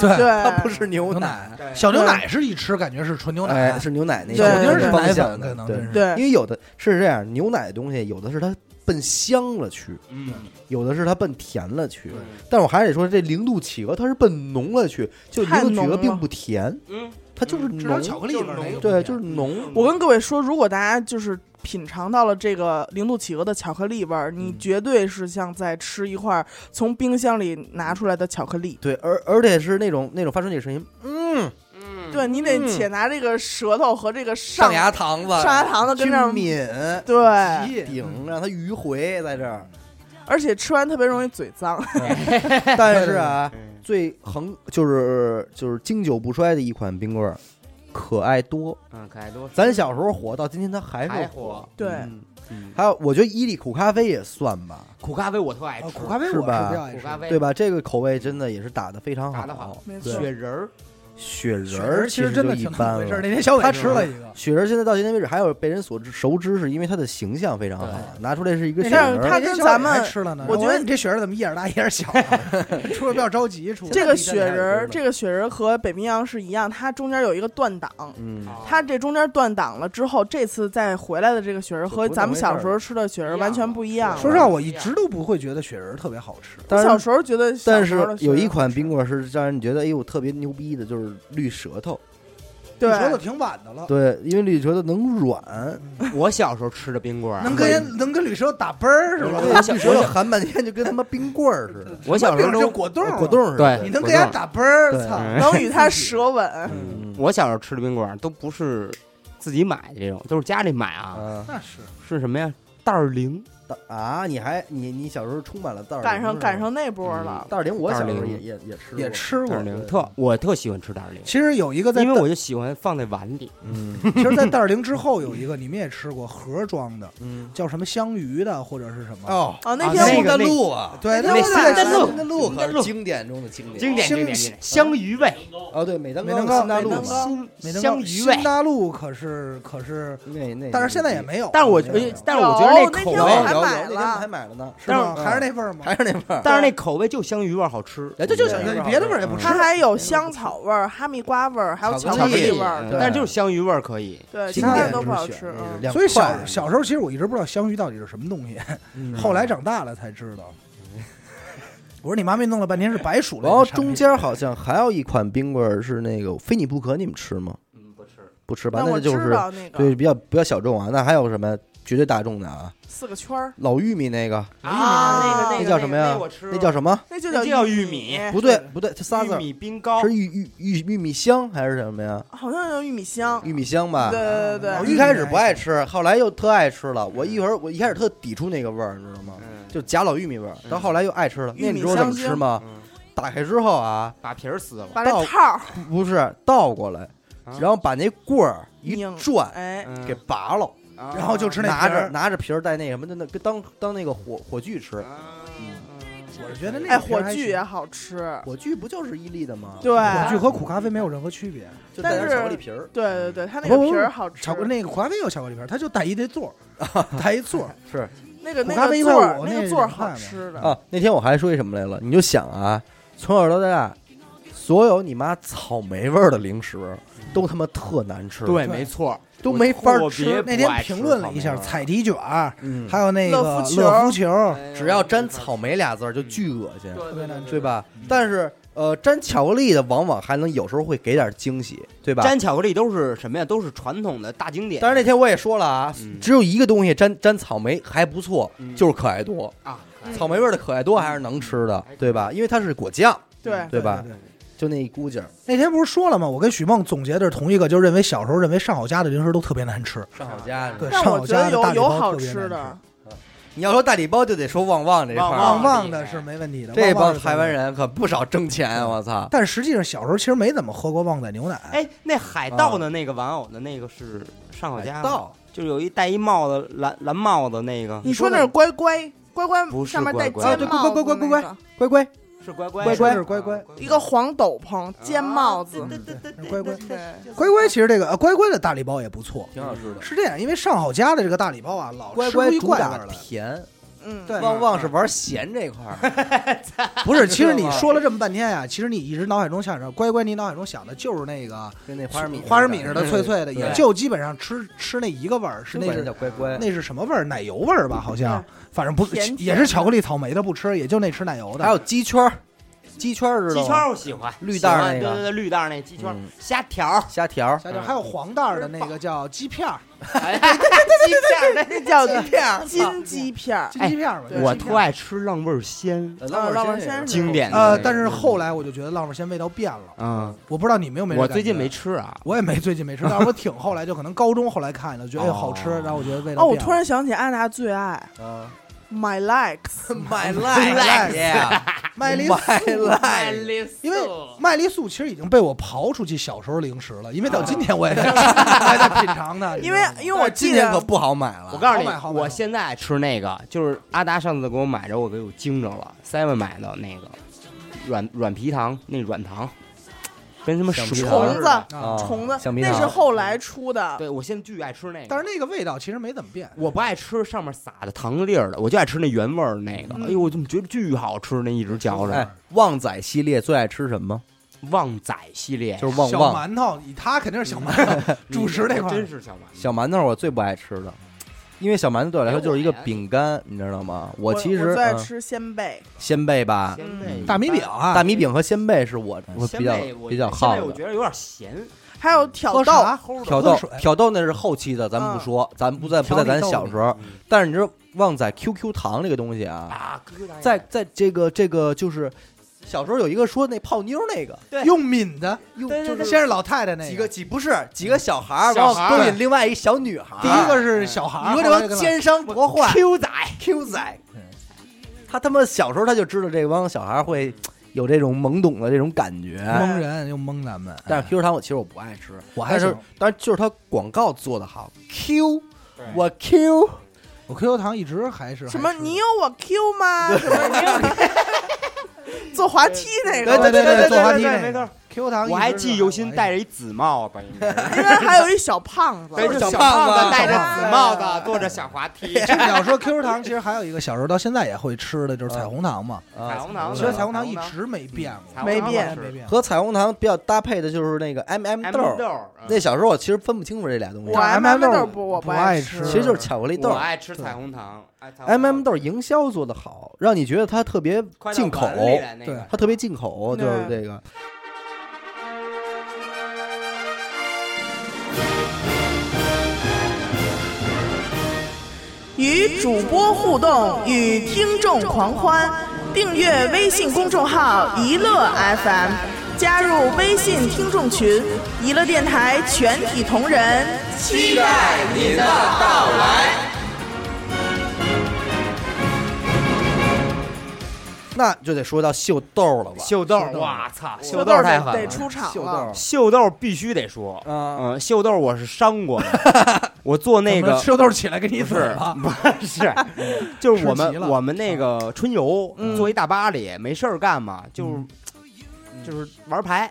对
它
对，
不是牛
牛
奶，
奶，小牛奶是一吃感觉是纯牛奶
哎，，是哎牛奶那
小
对
布丁儿是
个方
奶
向
粉，
的
可能
对
真是。
因
对，
为有的是这样，牛奶的东西有的是它奔香了去，
嗯，
有的是它奔甜了去。但我还是得说，这零度企鹅它是奔浓了去，就
太
零度企
浓
鹅
了
并不甜，
嗯，
它就是
至少
浓，
巧克力味儿那个，
对，就是浓。
我跟各位说，如果大家就是品尝到了这个零度企鹅的巧克力味儿，
嗯
你绝对是像在吃一块从冰箱里拿出来的巧克力。
对，而而且是那种那种发出那个声音，嗯，
对你得
嗯
且拿这个舌头和这个上
上牙膛子，
上牙膛子跟
去
那儿
抿，
对，
顶，让它迂回在这儿。
而且吃完特别容易嘴脏。
但是啊，
嗯
最恒就是就是经久不衰的一款冰棍儿，可爱多。
嗯，可爱多，
咱小时候火，到今天它还是
还
火
火。
对，
嗯
嗯
还有，我觉得伊利苦咖啡也算吧，
苦咖啡我特爱
啊
吃，
苦咖啡
是
我
吧
比较爱
苦
吃，
咖啡
对？吧？这个口味真的也是打得非常好，
打得好
没错
对
雪人儿，
雪人
儿
儿
其
实
实真的
就一
挺怎么
般
回事儿。
了。
那天小
他
伟吃了一个，
雪人儿现在到现在为止还有被人所知熟知，是因为他的形象非常好，拿出来是一个
那
雪
天
人
但是
儿。
他
那天
跟
小伟
咱们
还吃了呢。
我觉得
说你这雪人怎么一眼儿大一眼儿小啊？出来不要着急，出来
这个雪人
你
儿，
在
这个雪人儿和北冰洋是一样，它中间有一个断档。
嗯，
它这中间断档了之后，这次再回来的这个雪人儿和咱们小时候吃的雪人儿完全不一样
哪
了。
儿说实话，我一直都不会觉得雪人儿特别好吃。
但
小
是
时候觉得，
但是有一款冰，棍儿是让人觉得哎呦特别牛逼的，就是绿舌头。
你说的
对，
挺晚的了，
对，因为绿舌头能软，
我小时候吃的冰棍儿啊，
能跟人能跟旅社打啵儿是吧？
绿舌头含半天就跟他妈冰棍儿似的，
我小时候
这
都
果冻儿
果冻似的。
对
你能给人家打啵儿，
对
操！
能与 它舌吻，
嗯，
我小时候吃的冰棍儿都不是自己买的这种，都是家里买啊，
啊
那是
是什么呀？袋儿零，
啊！你还你你小时候充满了袋儿
赶上
零
赶上那波了。
袋儿零，我小时
袋
候
儿
也
零
也也吃
也
过
吃
袋
过
儿。零
对
特我特喜欢吃袋儿零，
其实有一个在
因为
蛋
我就喜欢放在碗里。
嗯
其实，在袋儿零之后有一个你们也吃过盒装的，
嗯
叫什么香鱼的或者是什么？，
哦
哦，那
啊
天我
那个
路啊，
对，
那
那
新丹
那
路
那路
可
可
是经典中的经典
经典
香
经典经典，香鱼味，
哦，对，美登
美登
高
高
新大
美
陆
登
嘛，
高没能
香
够
鱼味
新。大陆可是可是，
那那，
但是现在也没有。
但是我
没有没有
但是我觉得那
有
口
那
有
天
有
我
味，
还
有，
买
那天我还
了，
买了呢，
是
但是
吗？还是那味儿吗？
还是那味儿，
但是那口味就香鱼味儿好吃。
哎，这就是
对
小
别的味儿也不吃
嗯它还有香草味儿、哈密瓜味儿，还有
巧
巧
克
克
力
力味儿
嗯，
对
但是就是香鱼味儿可以。
对，其
经
现
他
在
典
的都不好
之
吃
选。那是
嗯
两
所以
块
小
儿
小时候其实我一直不知道香鱼到底是什么东西， 后来长大了才知道。我说你妈咪弄了半天是白鼠类的
然后
产品
中间好像还有一款冰棍儿是那个非你不可，你们吃吗？
嗯，不吃。
不吃吧？
那
那
我
就
知
是
道那
对
个
比较比较小众啊。那还有什么绝对大众的啊？
四个圈儿，
老玉米那个，
啊那个那个
那叫什么呀？那叫什么？
那就
那叫
玉
玉米
不对不对，这仨字
玉
儿
米冰糕
是玉玉玉玉米香还是什么呀？
好像叫玉米香。
玉米啊哦香吧
对。对对
老
我
对
玉，米
一开始不爱吃，后来又特爱吃了。我一会儿我一开始特抵触那个味儿，你知道吗？
嗯
就假老玉米味儿，
嗯
到后来又爱吃了。
玉
那
米
你知道我怎么
香精
吃吗？
嗯
打开之后啊，
把皮儿撕了。
把这
倒
套儿，
不是倒过来，
啊
然后把那棍儿一
拧
转，
哎，
嗯
给拔了，
啊
然后就吃那
拿
皮儿
着拿着皮儿带那什么的，那跟当当那个火火炬吃。
啊
我觉得那
哎，
个
火炬也好吃，
火炬不就是伊利的吗？
对，
火炬和苦咖啡没有任何区别，
就带点
但是
巧克力皮儿。
对对对，它那个
不不不
皮儿好吃，
巧克那个苦咖啡有巧克力片，它就带一堆座 儿，带一座儿。
那个
苦
那
咖
个
啡
座
块
儿
五
那
那
个座儿
两块
好
嘛
吃的，
啊，那天我还说一什么来了？你就想啊，从小到大，所有你妈草莓味儿的零食都他妈特难吃，，
对，没错，
都没法
我特
吃。
别
那
不
天
爱吃
评论了一
草
下，
莓味儿
彩迪卷儿，
嗯
还有那个
乐
乐
福球
福球，
只要沾草莓俩字儿就巨恶心，
特别难吃。
对吧？但是呃，沾巧克力的往往还能有时候会给点惊喜，对吧？
沾巧克力都是什么呀？都是传统的大经典。
但是那天我也说了啊，
嗯
只有一个东西沾沾草莓还不错，
嗯
就是可爱多。
啊，
嗯
草莓味儿的可爱多还是能吃的，对吧？因为它是果酱，
对
对吧？
对
就那一股劲儿。
那天不是说了吗？我跟许梦总结的是同一个，就是认为小时候认为上好佳的零食都特别难吃。
上好佳
对，
但
上
我
好
觉
佳的
得有
大礼
有
包
好
特别
吃
难
的，
你要说大礼包就得说旺旺这一块儿了，啊
旺
旺
旺的是没问题的，
这
旺旺
帮
是
台湾。人可不少挣钱，啊我操！
但实际上小时候其实没怎么喝过旺仔牛奶，
哎，那海盗的那个玩偶的那个是上好佳吗，
到
就有一戴一帽子蓝蓝帽子那个
你说那是乖乖乖
不
乖，
是
上面
乖
带
乖
尖
啊对
帽子
乖乖乖乖
那个
乖乖，
是乖乖
乖
是吧
是乖乖
啊
一个黄斗篷，尖帽子
啊，对对对对
乖乖
对对对
乖乖其实这个呃乖乖的大礼包也不错。
挺好吃的。
是这样，因为上好佳的这个大礼包啊，老
乖
吃出
乖
一
主
怪味
打
儿来。
甜，
嗯，
对
旺旺是玩咸这块儿，
不是，其实
知道
你
吗
说了这么半天呀、其实你一直脑海中想着乖乖，你脑海中想的就是那个
跟那花生米
花生米似的脆脆的，
对
也就基本上吃吃那一个味儿，是
是那
那
管它
是
叫乖乖。
那是什么味儿？奶油味儿吧，好像，反正不
甜甜的
也是巧克力草莓的不吃，也就那吃奶油的。
还有鸡圈儿，鸡圈儿知道
鸡
吗
圈儿我喜欢，
绿袋儿那个
喜欢对对对，绿袋儿那鸡圈儿
嗯，
虾条儿，
虾条儿，
下边还有黄袋儿的那个叫鸡片儿，
哎对对对对对
那叫
片儿
金鸡片儿，啊
金鸡片儿吧。
对
我
鸡
特
片儿
爱吃浪味儿鲜，
呃浪
浪
味
味
儿
儿
鲜
鲜
是
是
经典的那
嗯
呃，
个
但是后来我就觉得浪味仙味道变了，
嗯，
我不知道你们有没有。
我最近没，吃啊，
我也没最近没吃，但是我挺后来就可能高中后来看的，觉得哎
哦
好吃，然后我觉得味道
哦，我
变了
突然想起安达最爱
啊
My Likes，
，My
life
life，My
麦丽
life，
因为麦丽素其实已经被我刨出去小时候零食了，因为到今天我也在还在品尝它。
因为因为我
今
记
年可
得
不好买了。
我告诉
好买好
你，
买
我现在吃那个，就是阿达上次给我买着，我给我惊着了。seven 买的那个软软皮糖，那软糖，跟他妈
橡
手
皮
串
糖
儿
虫
似
子
的。
哦
啊
虫子
橡皮
那
糖
是后来出的，
对我现在巨爱吃那个，
但是那个味道其实没怎么变。
我不爱吃上面撒的糖粒儿的，我就爱吃那原味儿那个。
嗯
哎呦，我怎么觉得巨好吃呢？一直嚼着。
哎，旺仔系列最爱吃什么？
旺仔系列，
就是旺
小
旺
馒头，以他肯定是小馒 头，主食那块
真
儿
是小馒头。
小馒头，我最不爱吃的，因为小馒头对我来说就是一个
哎我呀
饼干，你知道吗？
我
我其实
我最爱
嗯
吃鲜贝，
鲜贝吧，
鲜贝
大米饼啊，
大米饼和鲜贝是我我
鲜
比较
贝我
比较
鲜
好
贝我
的。
觉得有点咸，
还有挑
喝
豆，
啥齁的
挑
喝
豆
水，
挑豆那是后期的，咱们不说，咱不在不在
调理
咱
豆
小
里
时候。但是你知道旺仔 QQ 糖这个东西啊，
啊，疙瘩
在在这个这个就是小时候有一个说那泡妞那个，
对
用敏的，
用
对对
就是
对
先是老太太那
几个几不是几个小孩儿，然
小
后
孩儿
勾引另外一小女孩儿。
第一个是小孩儿，
你说
后来就
这
跟
帮
老
奸商多坏
Q 仔
，Q 仔
嗯，
他他妈小时候他就知道这帮小孩儿会有这种懵懂的这种感觉。
蒙人又蒙咱们，
但是 Q 糖我其实我不爱吃，
我还
但是
行
但是就是它广告做的好，Q
对
我 Q
我 QQ 糖一直还是
什么
还是
你有我 Q 吗？什么你有坐滑梯那
对
个，
对对，
对对
坐滑梯
对
那
对没
个
错
QQ 糖一直是，
我还记忆犹新， 戴着一紫帽子，应
哎
该是
因为还有一哎小胖子，
对，就
小
小
胖子
胖子戴着
小
紫帽
胖子
啊
子，坐着小滑梯，
这你要说 QQ 糖，其实还有一个小时候到现在也会吃的，就是彩虹糖嘛。
彩虹糖
其
子
实彩虹糖一嗯直没变过，
没
完
变
全没变。
和彩虹糖比较搭配的就是那个 M M
豆
豆。
豆，嗯
那小时候我其实分不清楚这俩东西
我，M
M&M
M
豆
豆不我
不爱
爱
吃
其实就是巧克力
我
豆。哎
爱吃彩虹糖
M M 豆营销做的好，让你觉得它特别进口，
对
它特别进口，就
对
是这个。
与主播互动，与听众狂欢。订阅微信公众号“一乐 FM”，加入微信听众群，一乐电台全体同仁期待您的到来。
那就得说到秀豆了吧？
秀豆，啊哇操，
秀
秀
豆
太
得
狠
得
了，
出场
秀
了
豆，
秀豆必须得说，
啊，
嗯，秀豆我是伤过的， 我做那个
吃豆起来给你
不
嘴
是
巴，
不 是，就是我
吃急
们
了
我们那个春游
嗯
坐一大巴里没事儿干嘛，
嗯
就是就是玩牌，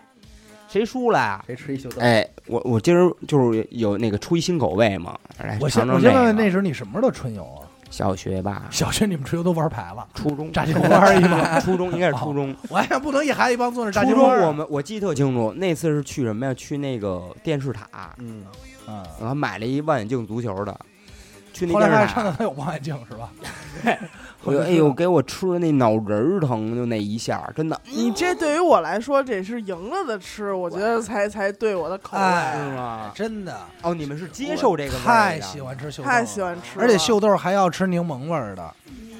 谁输了呀？
谁吃一秀豆？
哎，我我今儿就是有那个出一新口味嘛，来
我
尝
先
尝
我先问
个
问，那时候你什么时候春游 啊？
小学吧，
小学你们春游都玩牌了，
初中
炸金花儿一帮，
初中应该是初中，
我还想不能一孩子一帮坐那炸
初
金
中
花儿啊。
我们我记得特清楚，那次是去什么呀？去那个电视塔，
嗯，
嗯，
然后买了一望远镜足球的，去那
后来
电
发现
视
上头
塔，
他有望远镜是 吧？
我就哎呦，给我吃的那脑仁儿疼，就那一下儿，真的
你这对于我来说，这是赢了的吃，我觉得才才对我的口味。
哎
是吗？
真的
哦，你们是接受这个味儿的
太喜欢吃秀豆了，
太喜欢吃了，
而且秀豆还要吃柠檬味儿的，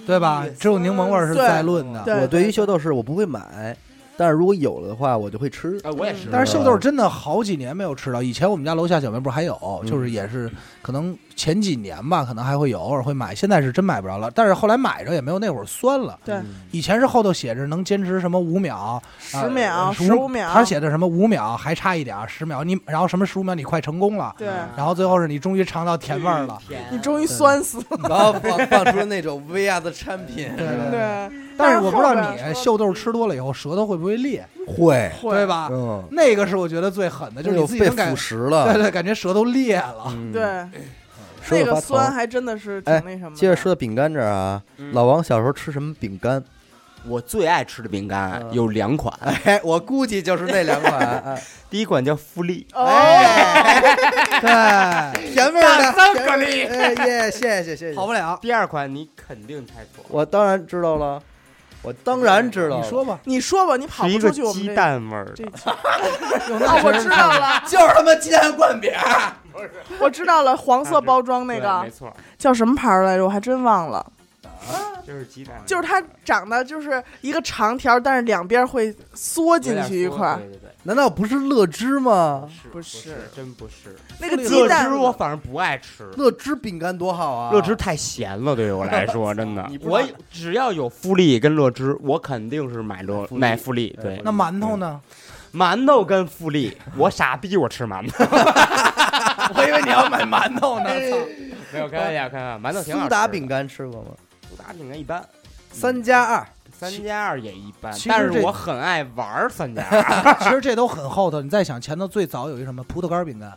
对吧？只有柠檬味儿是
对
在论的。
对
我对于秀豆是我不会买，但是如果有了的话，我就会吃。
哎，我也是，
嗯但是秀
嗯
豆真的好几年没有吃到，以前我们家楼下小卖部还有，就是
嗯
也是可能前几年吧，可能还会有，偶尔会买，现在是真买不着了。但是后来买着也没有那会儿酸了。
对
嗯
以前是后头写着能坚持什么五秒、
十秒、十五
15
秒，
呃他写的什么五秒还差一点儿，十秒你，然后什么十五秒你快成功了，
对
然后最后是你终于尝到甜味儿
嗯
了。
你终于酸死了。
然后放放出那种 VR 的产品
对对对。
对，
但是我不知道
但是后边
你秀豆吃多了以后舌头会不会裂，
会，
会
对？吧？
嗯，
那个是我觉得最狠啊的，就是你自己
哎被
能感
腐蚀
对
了。
对，感觉舌头裂了。
嗯，
对，
舌
那
头
个
发
酸
疼。
还真的是挺那什么的。
接着说到饼干这儿啊，老王小时候吃什么饼干？
我最爱吃的饼干
嗯
有两款，
哎，我估计 就是那两款，哎
第一款叫富力，
哦，
对，
甜味儿的
三个力，
哎耶，谢谢谢谢
好。不了。
第二款你肯定猜错了，
我当然知道了，我当然知道了。
你说吧，
你说吧，你跑
是一
不
个
出去。我们
鸡
这
蛋味儿
这
的，
啊
哦，我知道 了，
就是他妈鸡蛋灌饼。
我知道了，黄色包装那
对没
个
错，
叫什么牌儿来着？我还真忘了。
就是鸡蛋味儿，
就是它长得就是一个长条，但是两边会缩
有
进
点
去一
缩
块儿。
对对对。
难道不是乐之吗？
是
不
不
是
真不是。
那个鸡
乐
蛋
之，我反而不爱吃，
乐之饼干多好啊！
乐之太咸了，对于 我来说，真的
你。不知道
我只要有富力跟乐之，我肯定是买乐
富力
买富力。对，
那馒头 呢？
馒头跟富 力，我傻逼，我吃馒头。
我以为你要买馒头呢。
哎
没有开玩笑，开玩笑，馒头挺好
苏
吃的
打饼，干吃过吗？
啊苏打饼干一般。
三加二，
嗯三加二也一般
其，实
但是
这
我很爱玩儿三加二。
其实这都很后头。你再想前头最早有一什么葡萄干饼干，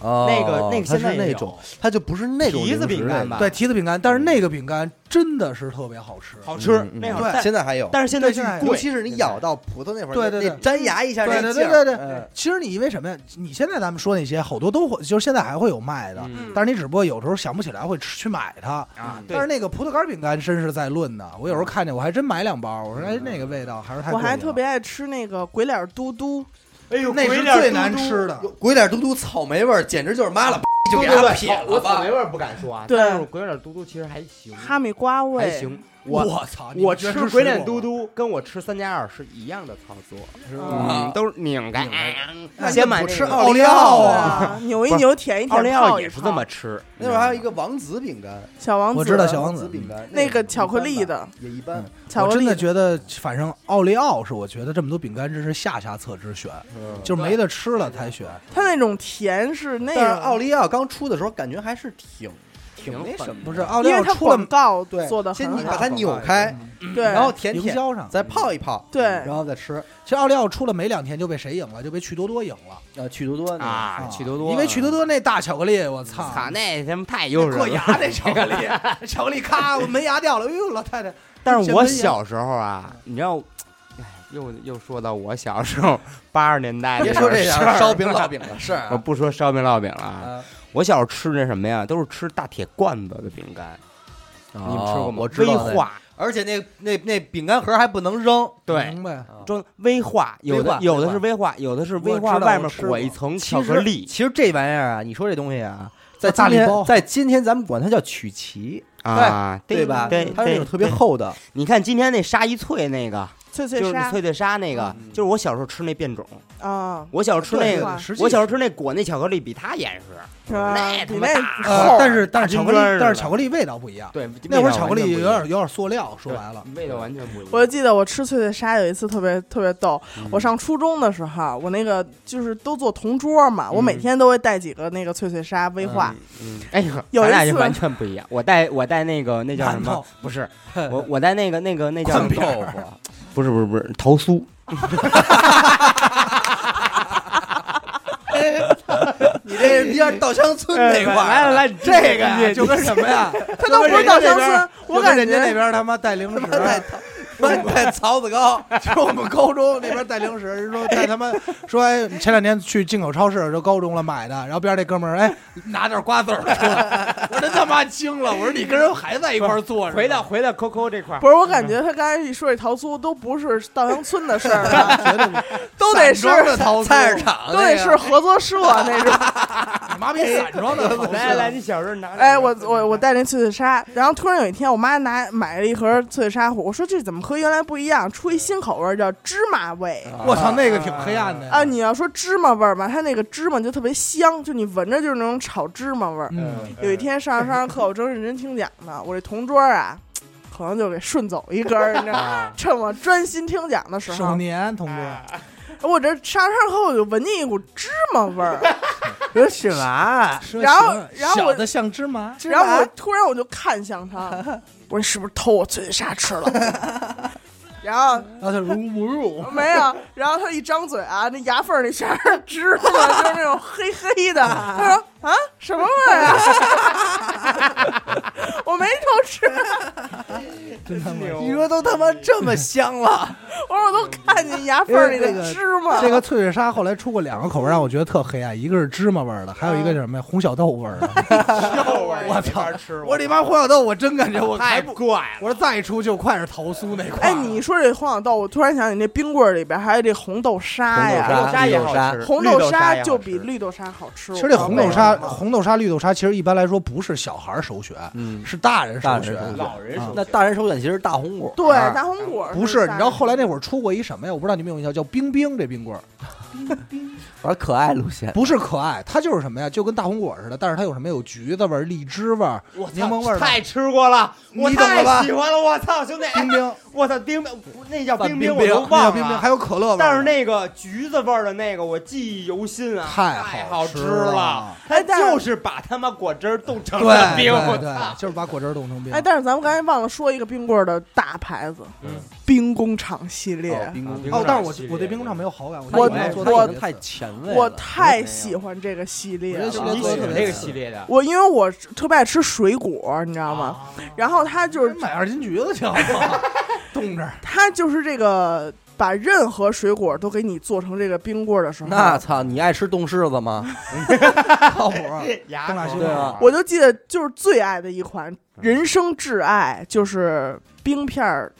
那
个那个
哦它
现
是
在也
那
有
种，它就不是那种
提子
零食
饼干
类的
吧
对，提子饼干，但是那个饼干真的是特别好吃。
好
嗯
吃，
嗯
那会
对
儿但
现在还有，
但是现在
对现在
巨
有
尤
贵，
其是你咬到葡萄那会儿，
对
那
对
那粘牙一下
对对
那劲
对
儿，
对对
嗯
其实你因为什么呀？你现在咱们说那些好多都会，就是现在还会有卖的，
嗯
但是你只不过有时候想不起来会吃去买它。
啊，对
但是那个葡萄干饼干真是在论呢，我有时候看见我还真买两包，我说哎那个味道还是太
我
过瘾了
还特别爱吃那个鬼脸嘟嘟，
哎呦
那
鬼
是
脸
最
嘟
难
嘟
吃的
有，鬼脸嘟嘟草莓味儿，简直就是妈了，就
对
给
对
它
对
撇了
我草
吧
莓。味儿不敢说啊，
对
但是鬼脸嘟嘟其实还行，
哈密瓜
还
味，
行。我
我操！你
我
居然
吃
吃
鬼脸
水
嘟
果
嘟跟我吃三加二是一样的操作，
是
啊
吧？
嗯，都是拧开，
那
啊
你
先买
不
那
吃
个
奥利奥
对
啊？
啊，扭一扭，舔一
奥
舔，
利
泡
奥
一
也是
泡
这么吃。嗯
那会儿还有一个王子饼干，呃
小王子，
我知道小王子
子饼干，
那
那
个
也
巧克力
一般吧
的，
也一般
嗯。
巧
我
克
真
力
的觉得，反正奥利奥是我觉得这么多饼干真是下下策之选，
嗯
就是没得吃了才选。
它那种甜是那
但是
个
奥，利奥刚出的时候，感觉还是挺挺
挺
那
粉嗯
什么的，
不是奥利
因为
奥
它
哦出了
广告
对，
做的
先
很
你把
好，
它扭开，
对，
然后舔
营
舔，
销上，
再泡一泡，
对
然后再吃。
其实奥利奥出了没两天就被谁赢了，就被趣多多赢了
呃，趣多多那个
啊，趣多多，嗯
因为趣多多那大巧克力，我操，
操那他妈太诱人
硌
了。
牙那巧克力，巧克力咔我门牙掉了，哎呦老太太，
但是
真
我
没有
小时候啊，你知道，哎，又又说到我小时候八十年代，
哎别说这
事
点
儿
儿烧饼烙饼的事儿
我
啊，
不说烧饼烙饼了啊，
啊
我小时候吃那什么呀，都是吃大铁罐子的饼干，你们
你
吃过吗？
哦我知道
微
那，
化，
而且那那那饼干盒还不能扔，
对，
明白？
哦
装微化，有
微
的
化
有的是微化，有的是微
我
化
知道
外面
我吃过
裹一层巧克力
其实这玩意儿啊，你说这东西啊，在
大
今
礼
天
包
在今天咱们管它叫曲奇，
啊，
对吧？
对，
它是那
对
种特别。厚的，
对你看今天那沙一脆那个，
脆脆
就是
鲨
脆脆沙那个，
嗯
就是我小时候吃那变种，
啊，
我小时候吃那
对
个。
哇
实际
我小时候吃那裹那巧克力比它严实，
是吧
那他
比
妈
那
大
厚
呃，但是但是
大
巧
金
克力
砖儿似，的
但是巧克力味道不一样。
对，
那会儿
味道
巧克力有
完全不一
点
样
有点塑料，说白了，
味道完全不一样。
我记得我吃脆脆鲨有一次特别特别逗，
嗯
我上初中的时候，啊我那个就是都坐同桌嘛，我每
嗯
天都会带几个那个脆脆鲨威化，
嗯， 哎呦，
有
咱
一
俩就
次
完全不一样。我带我带那个那叫什
馒
么
头？
不是，我我带那个那个那叫什
炖
么？啊
豆 腐，
不是不是不是桃酥，
你这有点稻 香村
哎
那块
来来
儿。啊
来，你这个
呀就跟什么 呀？
它都不是稻香村，我感
人家那
觉
边他妈带零食，
带 妈你带槽子糕，
就是我们高中那边带零食，人说带他妈说哎，你前两天去进口超市，就高中了买的，然后边上那哥们儿哎拿点瓜子儿出来， 我真他妈惊了，我说你跟人还在一块儿坐着，
回到回到 QQ 这块
嗯
儿
不，是，我感觉他刚才一说这桃酥都不是稻香村的事儿了，
绝对不
都得是
散装的桃子，
菜市场
都得
那
是
个
合作社那种。
你妈逼散装的桃子，
来来来， 你小时候拿那个。
哎，我我我带那脆脆鲨，然后突然有一天，我妈拿买了一盒脆脆鲨虎，我说这怎么和原来不一样？出一新口味儿叫芝麻味。
我操，那个挺黑暗的呀
啊，你要说芝麻味儿吧，它那个芝麻就特别香，就你闻着就是那种炒芝麻味儿。
嗯，
有一天上着上着课，我正认真听讲呢，我这同桌啊，可能就给顺走一根儿，你知道吗？趁我专心听讲的时
手
候，
年同志，
啊我这上着上着课我就闻见一股芝麻味儿，
这是嘛？
说
然后
行了
然后我
小的啊像芝麻，
然后我突然我就看向他， 我说你是不是偷我脆脆鲨吃了？ 然后
然后他说呜呜，
没有，然后他一张嘴啊，那牙缝儿里全是芝 麻，就是那种黑黑的。他说啊，什么味儿啊？ 我没偷吃，
真他妈
你说都他妈这么香了，
我说我都看见牙缝儿里
哎因为这个
的芝麻。
这个脆脆鲨后来出过两个口味，让我觉得特黑暗，一个是芝麻味儿的，还有一个叫什么呀？红小豆味儿的。
我操，吃
我这妈红小豆，我真感觉我还
太
不，
怪了。
我说再出就快是桃酥那块
哎，
儿了。
你说这黄小豆，我突然想起那冰棍儿里边还有这红豆沙
红豆
呀，
豆沙也好吃，
红
绿
豆
沙也好吃
就比绿豆沙好吃。
其实这
我不知道
红豆
为
沙、
什么
红豆沙、绿豆沙，其实一般来说不是小孩儿首选，
嗯，
是大人首选。
大人首选
老人手
那大人首选其实是大红果，啊
对大红果儿
啊不是，
大
你知道后来
红
那会儿出过一什么呀？我不知道你们有没有印象，叫冰冰这冰棍儿，
玩可爱路 线，
不是可爱，它就是什么呀？就跟大红果似的，但是它有什么呀？有橘子味儿、荔枝味儿、
我操
柠檬味儿的
太吃过了，我
哎
你懂了吧
太喜欢了，我操，兄弟，
冰冰。
我操，冰冰不那叫
饭
冰
冰
我
冰
都
那叫
忘
冰冰，
了。啊
还有可乐味儿呢，
但是那个橘子味儿的那个，我记忆犹新啊，
太
太
好
吃
吃了。
它
哎但是
就是把他妈果汁儿冻成了
对
冰，
对
我操
对，！啊就是把果汁儿冻成冰
哎，。但是咱们刚才忘了说一个冰棍儿的大牌子，
嗯
兵工厂系列，
冰
啊冰
哦，但是我
系列
我对冰工厂没有好感，
我
觉得做
我
的特别次
太前卫了，
我太喜欢这个系列
我觉
就
得
你
了。
喜欢这个系列的，
我因为我特别爱吃水果，你知道吗？然后它就是
买二斤橘子去好 吗？冻 着，
它就是这个把任何水果都给你做成这个冰棍儿的时候，
那操，你爱吃冻柿子吗？
靠谱。
牙
东大
口
西
对啊
我就记得就是最爱的一款，人生挚爱就是冰片儿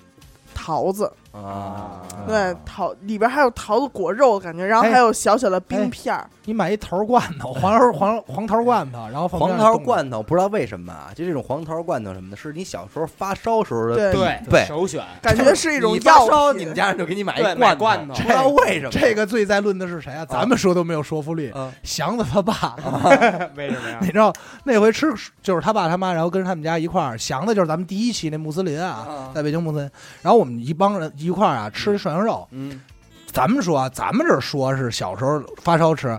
桃子，
啊，
对桃里边还有桃子果肉的感觉，然后
哎
还有小小的冰片儿，
你买一桃罐头，黄桃黄黄桃罐头，然后放冰
黄
箱里
桃
冻着
罐头不知道为什么啊，就这种黄桃罐头什么的，是你小时候发烧时候
对
的
对
对
首选，
感 觉是一种
你发烧，
药
你
品
们。家人就给你买
对
一
买罐
罐
头
不知道为什么
这个最在论的是谁啊？咱们说都没有说服力。
嗯
祥子他爸，
啊
为什么呀
你？知道那回吃就是他爸他妈，然后跟他们家一块儿，祥子就是咱们第一期那穆斯林啊
啊，
在北京穆斯林，然后我们一帮人一块儿啊吃涮羊肉，
嗯，
咱们说啊，咱们这儿说是小时候发烧吃，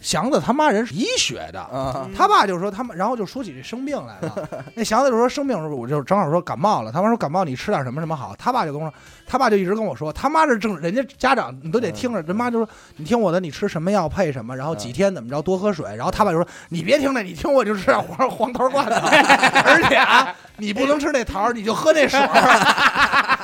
祥子他妈人是医学的，
啊
他爸就说他们，然后就说起这生病来 了。那祥子就说生病的时候，我就正好说感冒了。他妈说感冒你吃点什么什么好。他爸就跟我说，他爸就一直跟我说，他妈这正人家家长你都得听着，人妈就说你听我的，你吃什么药配什么，然后几天怎么着多喝水。然后他爸就说你别听那，你听我就吃点黄黄桃罐头，而且啊你不能吃那桃儿，你就喝那水儿。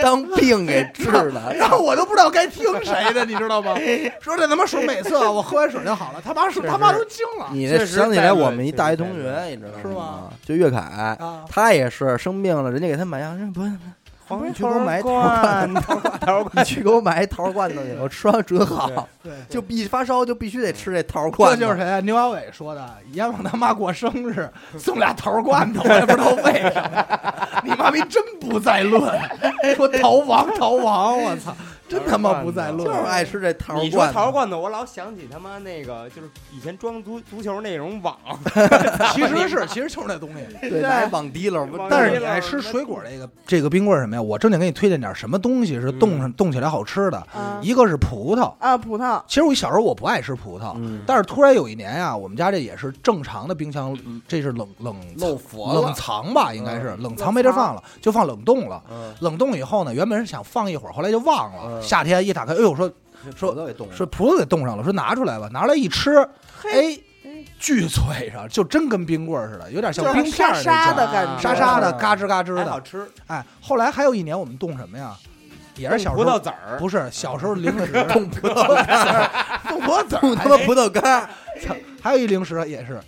当病给 治了，
然后我都不知道该听谁的，你知道吗？说这他妈水每次啊我喝完水就好了。他妈说他妈都惊了
你这
确实
想起
在
来我
论
们一
确实
大学
在
同学，
论
你知道
是
吗
吗？
就岳凯，
啊！
他也是生病了，人家给他买药，人家不是
黄
你去给我买一桃
桃
罐
罐头，桃罐
你去给我买一桃罐头去，我吃完准好。
对。
就必发烧就必须得吃这桃罐
这
头，
就是谁啊？牛小伟说的，阎王他妈过生日 送俩桃罐头，我也不知道为什么。 你妈逼真不在论，说逃亡逃亡，我操，真他妈不 在
就是
论。
爱吃这桃
头。你说
罐
桃
头。
罐头，我老想起他妈那个，就是以前装足足球那种网，
其实是其实就是那东 西。
对，拿一网滴了，不
但是你爱吃水果这个这个冰棍儿什么呀？我正经给你推荐点什么东西是冻
嗯
上冻起来好吃的，
啊
一个是葡萄。
啊，葡萄
其实我小时候我不爱吃葡萄，
嗯，
但是突然有一年啊，我们家这也是正常的冰箱，这是冷冷
漏佛
冷
了。
藏吧，应该是冷藏
冷
没地儿
藏
放了，就放冷冻了。
嗯，
冷冻以后呢，原本是想放一会儿，后来就忘了。
嗯
夏天一打开，哎呦，说
说都给冻了
说葡萄给冻上了，说拿出来吧，拿来一吃，
嘿，
哎，巨脆上，就真跟冰棍儿似的，有点像
就是
冰片
沙
儿那
沙
劲儿
的感觉，啊
沙沙的，
嗯
嘎吱嘎吱
还好
的。
吃，
哎，后来还有一年我们冻什么呀？也是小
葡
时
萄
候，
籽儿，
不是小时候零食，
冻葡萄干儿，
冻脖子儿，
冻他妈葡萄干儿。
还有一零食也是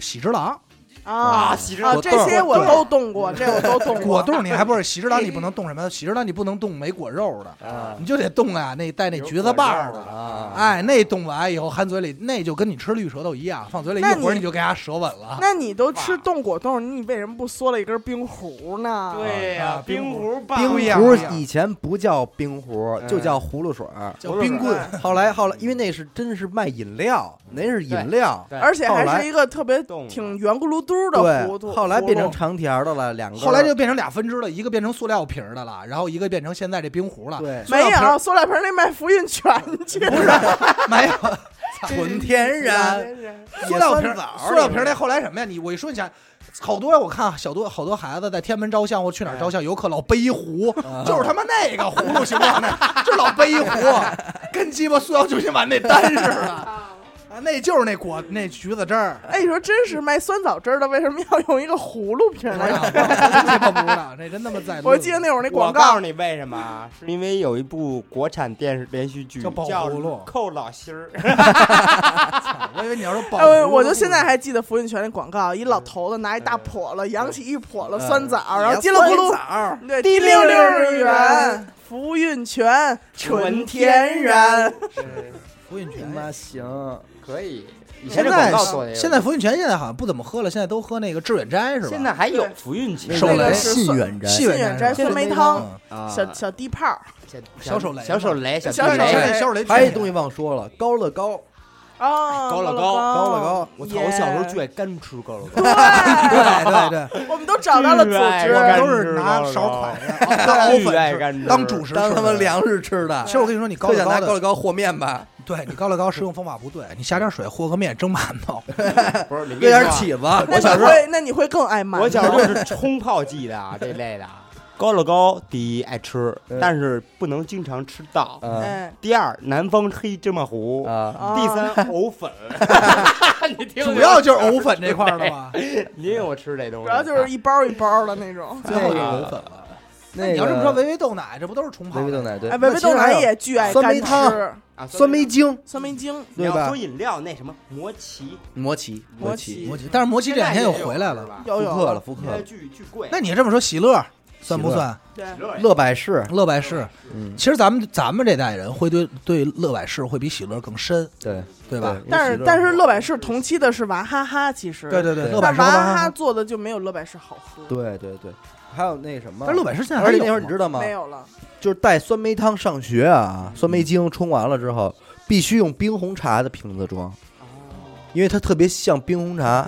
喜之郎
啊
啊，喜之
啊，这些我都冻过，这我都冻过。
果冻，你还不是喜之郎，你不能冻什么？喜之郎你不能冻没果肉的，
啊
你就得冻啊，那带那橘子瓣儿的。
啊！
哎，那冻完以后含嘴里，那就跟你吃绿舌头一样，放嘴里一
那你
会儿你就给它舌吻了。
那你都吃冻果冻，你为什么不缩了一根冰壶呢？
对
啊
呀，
冰
冰
壶
壶棒，
冰一样
壶
一样
以前不叫冰壶，就叫葫芦水儿。
叫冰棍，
后来后来，因为那是真是卖饮料，那是饮料。
对
而且
后
还
来
是一个特别
冻了
挺圆咕噜嘟的糊涂，
对，后来变成
葫芦
长条的了，两个。
后来就变成俩分支了，一个变成塑料瓶儿的了，然后一个变成现在这冰壶了。
对
塑料
没
瓶儿
有塑料瓶儿那卖福运泉去了，不是
没有，
纯天然，
塑料瓶
野
儿
酸枣儿，
塑料瓶儿那后来什么呀？你我一说你想，好多我看好多好多孩子在天安门照相或
哎
去哪儿照相，游客老背一壶，
嗯
就是他妈那个葫芦形状的，就老背一壶，跟鸡巴塑料球形碗那单似的， 啊，那就是那果那橘子汁儿。
哎，你说真是卖酸枣汁儿的，为什么要用一个葫芦瓶儿
我也
来？
不知道这个不知道，这真他妈在 论。
我记得 那会儿那
我
广
告
告
诉，你为什么啊？是因为有一部国产电视连续剧
叫宝
叫
葫芦
《寇老心儿》，
我以为你要说宝葫
哎，
芦
我我就现在还记得福运泉那广告，一老头子拿一大笸箩，扬起一笸箩酸枣，然后叽里咕噜，
噜，
对，
滴
滴
溜
溜
溜
溜
儿
儿
圆
圆，福运泉纯天然。
福运
他
泉。
妈行，
可以。以嗯前
现
这广
在
告做的也有
现在福运泉现在好像不怎么喝了，现在都喝那个致远斋是吧？
现在还有
对
福运泉，
手雷
信远斋，
细
信
远
远斋
是吧
酸梅汤，
嗯
啊
小小地泡儿，
小
小手雷
小手雷，小
小手
地
雷
雷
小手雷
还有一东西忘说了，高乐高，
哦，
高乐
乐
高
高
高乐高，
我操！我小时候
耶
就爱干吃高 乐高，
对，
对对，
我们都找到了组
巨
我
爱
织。
都是拿勺㧟着，当熬
巨爱
粉
干
吃，
吃
当主食吃
当
的。
他妈粮食吃的
其。实我跟你说，你高
特
乐
想拿
高
高
的，
乐高和面吧，
对你高乐高食用方法不对，你下点水和个面蒸馒 头，
不是你
搁
别
点
说啊
起子。
那
我
你
小时候
会，那你会更爱馒头。
我小时候是冲泡剂的啊，这类的啊。 高乐高，第一爱吃
嗯，
但是不能经常吃到。
嗯
哎，
第二，南方黑芝麻糊。
啊，
哦
第三，藕粉。你听听
主要就是藕粉这块儿的 嘛。
你也我吃这东西，啊
主要就是一包一包的那种。
最
那
后一
个
个粉了。那
那你要这么说，
个
维维豆奶这不都是冲泡
维
的？
维豆奶对
哎，，维维豆奶也巨爱
酸
干
梅汤
吃，
啊
酸梅精
酸梅精、
你要
对吧
说饮料，那什么魔奇，
魔奇
魔
奇
奇
摩羯，但是摩羯这两天又回来
现在也有是
了。
吧？
复
有有
刻了复刻
现在
了，
巨巨贵。
那你这么说，喜乐算不算？
对，
乐百氏，
乐百氏，
嗯，
其实咱们咱们这代人会对对乐百氏会比喜乐更深，
对
对吧？？
但是但是乐百氏同期的是娃哈哈，其实
对对对，
对
乐百
但
氏
娃
和
哈
娃
哈
哈，
做的就没有乐百氏好喝，
对对对，还有那什么，
但乐百氏现在还
而且
有
那会儿你
吗
知道吗
没？有了。
就是带酸梅汤上学啊，酸梅精冲完了之后，必须用冰红茶的瓶子装，因为它特别像冰红茶。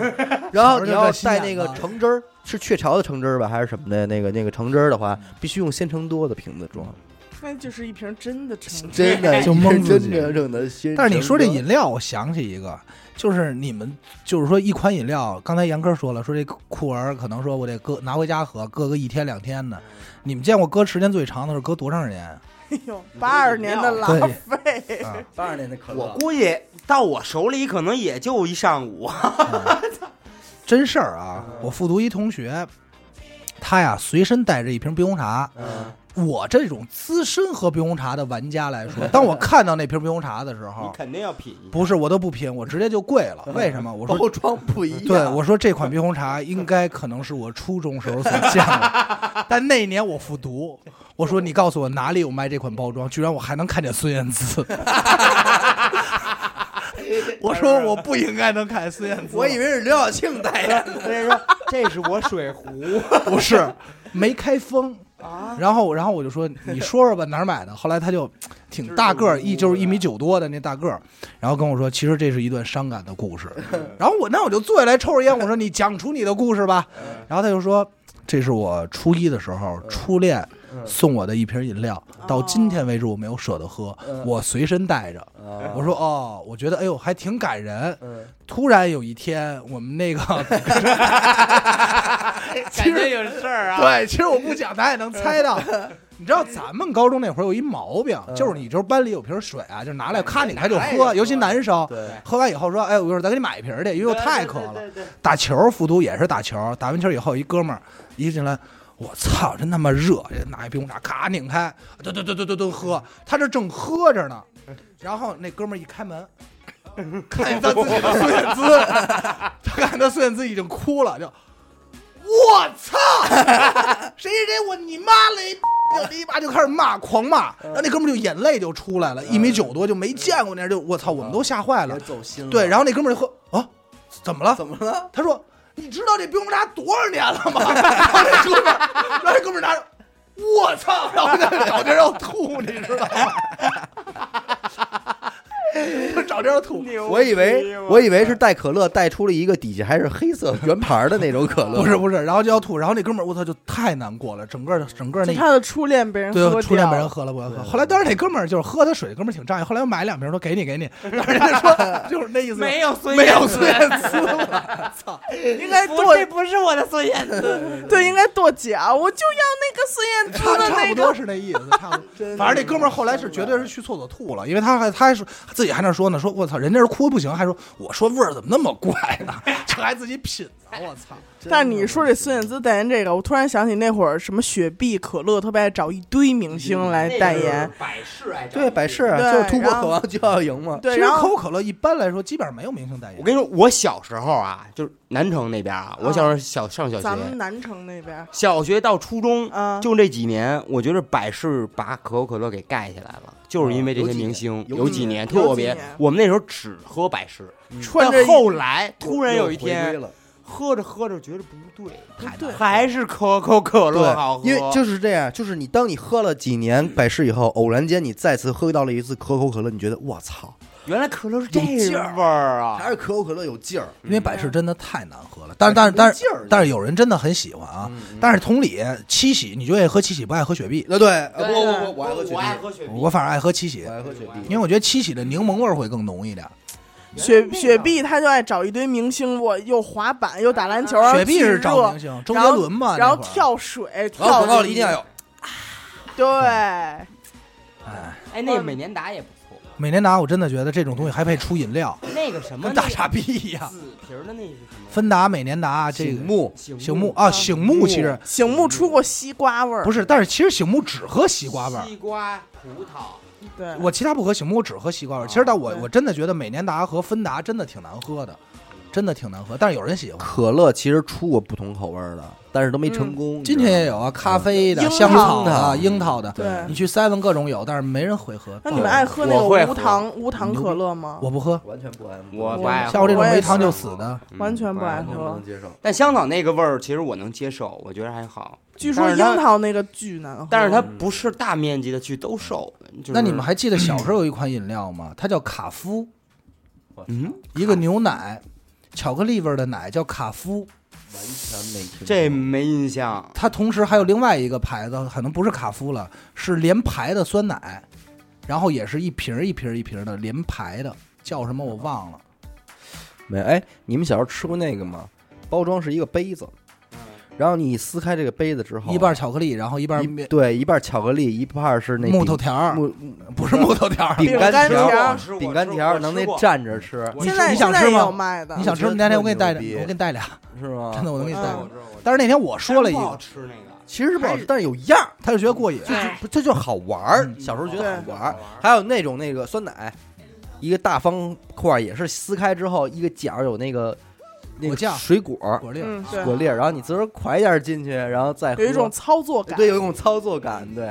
然后你要带那个橙汁儿，是雀巢的橙汁儿吧，还是什么的？那个那个橙汁儿的话，必须用鲜橙多的瓶子装，
那就是一瓶真的橙汁，
真的
就是蒙自己
真正正的鲜。
但是你说这饮，料，我想起一个，就是你们就是说一款饮料，刚才杨哥说了，说这酷儿可能说我得搁拿回家喝，搁个一天两天的。你们见过搁时间最长的是搁多长时间？
哎呦，八二年的拉菲，
啊，
八十年的可
我估计到我手里可能也就一上午。
真事儿啊！我复读一同学，他呀随身带着一瓶冰红茶。我这种资深喝冰红茶的玩家来说，当我看到那瓶冰红茶的时
你
候，
肯定要品一下。
不是我都不拼，我直接就跪了。为什么？我说
包装不一样，
对，我说这款冰红茶应该可能是我初中时候所见的，但那年我复读，我说你告诉我哪里有卖这款包装，居然我还能看见孙燕姿。我说我不应该能看见孙燕姿，
我以为是刘晓庆代言的，
我跟你说，这是我水 壶。
不是没开封然后然后我就说你说说吧哪儿买的？后来他就挺大个儿，一就是一米九多的那大个儿，然后跟我说，其实这是一段伤感的故 事。然后我那我就坐下来抽着烟，我说你讲出你的故事吧。然后他就说。这是我初一的时候初恋送我的一瓶饮料，到今天为止我没有舍得喝，我随身带着。我说哦，我觉得哎呦还挺感人。突然有一天，我们那个
感觉有事儿啊。
对，其实我不讲，大家也能猜到。你知道咱们高中那会儿有一毛病，
嗯
就是你就是班里有瓶水啊，就拿来咔拧开就喝，尤其男生。
对
喝完以后说：“哎，我一会儿再给你买一瓶儿去，因为我太渴了。”打球复读也是打球，打完球以后，一哥们儿一进来，我操，真他妈热！拿一冰红茶咔拧开，嘟嘟嘟嘟嘟嘟喝，他这正喝着呢，然后那哥们儿一开 门，看见他自己的孙燕姿， 他看见他孙燕姿已经哭了，就我操，谁谁谁我你妈嘞！就一巴就开始骂，狂骂，
嗯
然后那哥们儿就眼泪就出来了，一米九多就没见过那样，就我操，我们都吓坏了
别。嗯走心了。
对，然后那哥们儿就喝啊，怎么了？
怎么了？
他说：“你知道这冰红茶多少年了吗？” 然后那哥们儿，然后那哥们儿拿着，我操！然后就 找地儿要吐，你知道吗？找地儿要吐，
我以
哎
为我以为是带可乐带出了一个底下还是黑色圆盘的那种可乐，
不是不是，然后就要吐，然后那哥们儿我操就太难过了，整个整个
就
那
他的初恋被人喝掉
对，初恋 被人喝了，不要喝。后来当时那哥们儿就是喝他水，哥们儿挺仗义，后来我买两瓶说给你 给你，然后人家说就是那意思，
没有孙
没
燕
有
姿
孙燕姿了，操！
应该
不，
跺
这不是我的孙燕姿。
对，应该跺脚，我就要那个孙燕姿
差
的
差
那
不
个
多。是那 意思，差不多。反正那哥们儿后来是绝对是去厕所吐了，因为他还他还说自己还那说呢，说我操，人家是哭不行，还说我说味儿怎么那么怪呢？ 这还自己品呢，我操！
但是你说这孙燕姿代言这个，我突然想起那会儿什么雪碧、可乐特别爱找一堆明
嗯
星来代言，，
百事爱
对百事啊
对
就是突破
然后
渴望就要赢嘛。
其
对，
实
然
可
后
口可乐一般来说基本上没有明星代言
我。跟你说，我小时候啊，就是南城那边啊，我小时候小上小
咱们
学，
南城那边，
小学到初中，
啊，
就这几年，我觉得百事把可口可乐给盖起来了，就是因为这些明星
有几
有几年
有几年
年
特别
有几年，
我们那时候只喝百事，
嗯
穿
但
着一
后来突然有一
又回
天
归了，
喝着喝着觉得不对，
不对，
还是可口可乐好喝，
对，因为就是这样，就是你当你喝了几年百事以后，偶然间你再次喝到了一次可口可乐，你觉得我操，
原来可乐是这味儿啊！
还是可口可乐有劲儿，
因为
嗯
百事真的太难喝了。但是但是但是
劲儿
但是有人真的很喜欢啊。但是同理，七喜你就爱喝七喜，不爱喝雪碧。
那对，呃
对
不
对
不不，我爱喝雪
我爱
碧，
喝雪碧，
我反而爱喝七喜
我，爱喝雪
因
碧
为。我觉得七喜的柠檬味儿会更浓一点。
雪雪碧他就爱找一堆明星，我又滑板又打篮球，
嗯雪碧是
然
找
后
明
巨
星，周杰
然后
伦嘛，
热，然后
那会儿。哦
跳水，
然后
跳
广告里一定要有，
嗯
对。
哎，
哎，那个美年达也不错，
美年达我真的觉得这种东西还配出饮料，
那个什么
跟大
那个
傻逼一样。
紫皮儿的那是什么？
芬达、美年达这
醒
个
目，
醒
醒目啊，醒目其实
醒目出过西瓜味儿，
不
是
是，但是其实醒目只喝西瓜味儿。
西瓜、葡萄，
对，
我其他不喝醒目，我只喝西瓜味儿。其实但我
嗯哦对嗯
我真的觉得美年达和芬达真的挺难喝的，真的挺难喝，但是有人喜欢。
可乐其实出过不同口味儿的，但是都没成功。
今天也有啊，咖啡的、
嗯樱
香草
桃
的、啊樱桃的，
对
你。去 seven 各种有，但是没人会喝。
那你们爱喝那个
我会喝
无糖无糖可乐吗？
我不喝，
完全不爱喝，
我不
我
爱喝，
像我这种
我也
没糖
是
就死的，
嗯
完全不爱
完全不能接受。
但香草那个味儿，其实我能接受，我觉得还好。
据说樱桃那个巨难喝，
但是它不是大面积的去兜售。就是
那你们还记得 小时候有一款饮料吗？它叫卡夫，
嗯，
一个牛奶，巧克力味儿的奶叫卡夫。
完全没听过
这没印象。
它同时还有另外一个牌子，可能不是卡夫了，是连排的酸奶，然后也是一瓶儿一瓶儿一瓶儿的连排的，叫什么我忘了。
没哎，你们小时候吃过那个吗？包装是一个杯子，
嗯
然后你撕开这个杯子之后，
一半巧克力，然后一半
一对一半巧克力，一半是那
木头
饼
条儿，
木
不是木头条儿。
饼
饼干
条
条
儿
我吃过
饼干条
我
儿
吃
能
过
那蘸着吃
我
现在
你想
现在
吃
也
吗
有卖的
你，想吃吗？哪天我给你带，
我觉得特牛逼
我给你带俩，
是吗？
真的我能给你带
嗯
俩。但是那天我说了一
不好
个，
吃那个，
其实是不好吃，但是有样儿，
他就觉得过瘾。
对
不这就是好玩儿。
嗯
小时候觉得好玩儿
对好玩儿，
还有那种那个酸奶，一个大方块儿也是撕开之后，一个角儿有那个那
果
个
酱
水果
果粒儿，
嗯，对，
果粒儿，然后
啊
你自个儿㧟点儿进去，然后再喝
有一种操作感，
对，有一种操作感，对。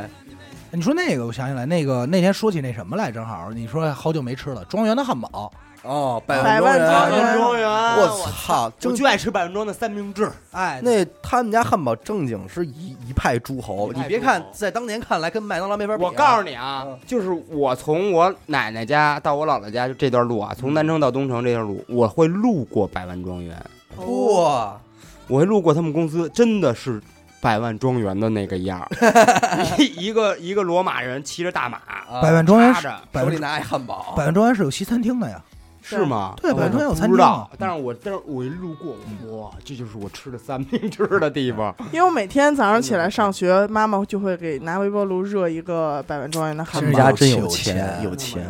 你说那个，我想起来，那个那天说起那什么来，正好你说好久没吃了，庄园的汉堡，
哦，百
百
万
万
庄
庄
园，
园
庄园，
我操，
我
正
就爱吃百万庄的三明治。
哎，
那他们家汉堡正经是一一派诸侯，
一派
你别
诸
看
侯
在当年看来跟麦当劳没法比啊。
我告诉
你，
你啊
嗯，
就是我从我奶奶家到我姥姥家就这段路啊，
嗯
从南城到东城这段路，我会路过百万庄园，
哦，
哇，
我会路过他们公司，真的是百万庄园的那个样儿， 一一个一个罗马人骑着大马，
啊
百万庄园
插
是
着
百
手里
万
拿一汉堡，
百万庄园是有西餐厅的呀，
是吗？
对
哦
百万庄园有餐
不
厅
知
啊
道，但是我但是我一路过，
嗯
哇，这就是我吃的三明治的地方。
因为我每天早上起
嗯
来上学，妈妈就会给拿微波炉热一个百万庄园的汉
真是
堡，
家
家
真
真
有钱
钱，有钱，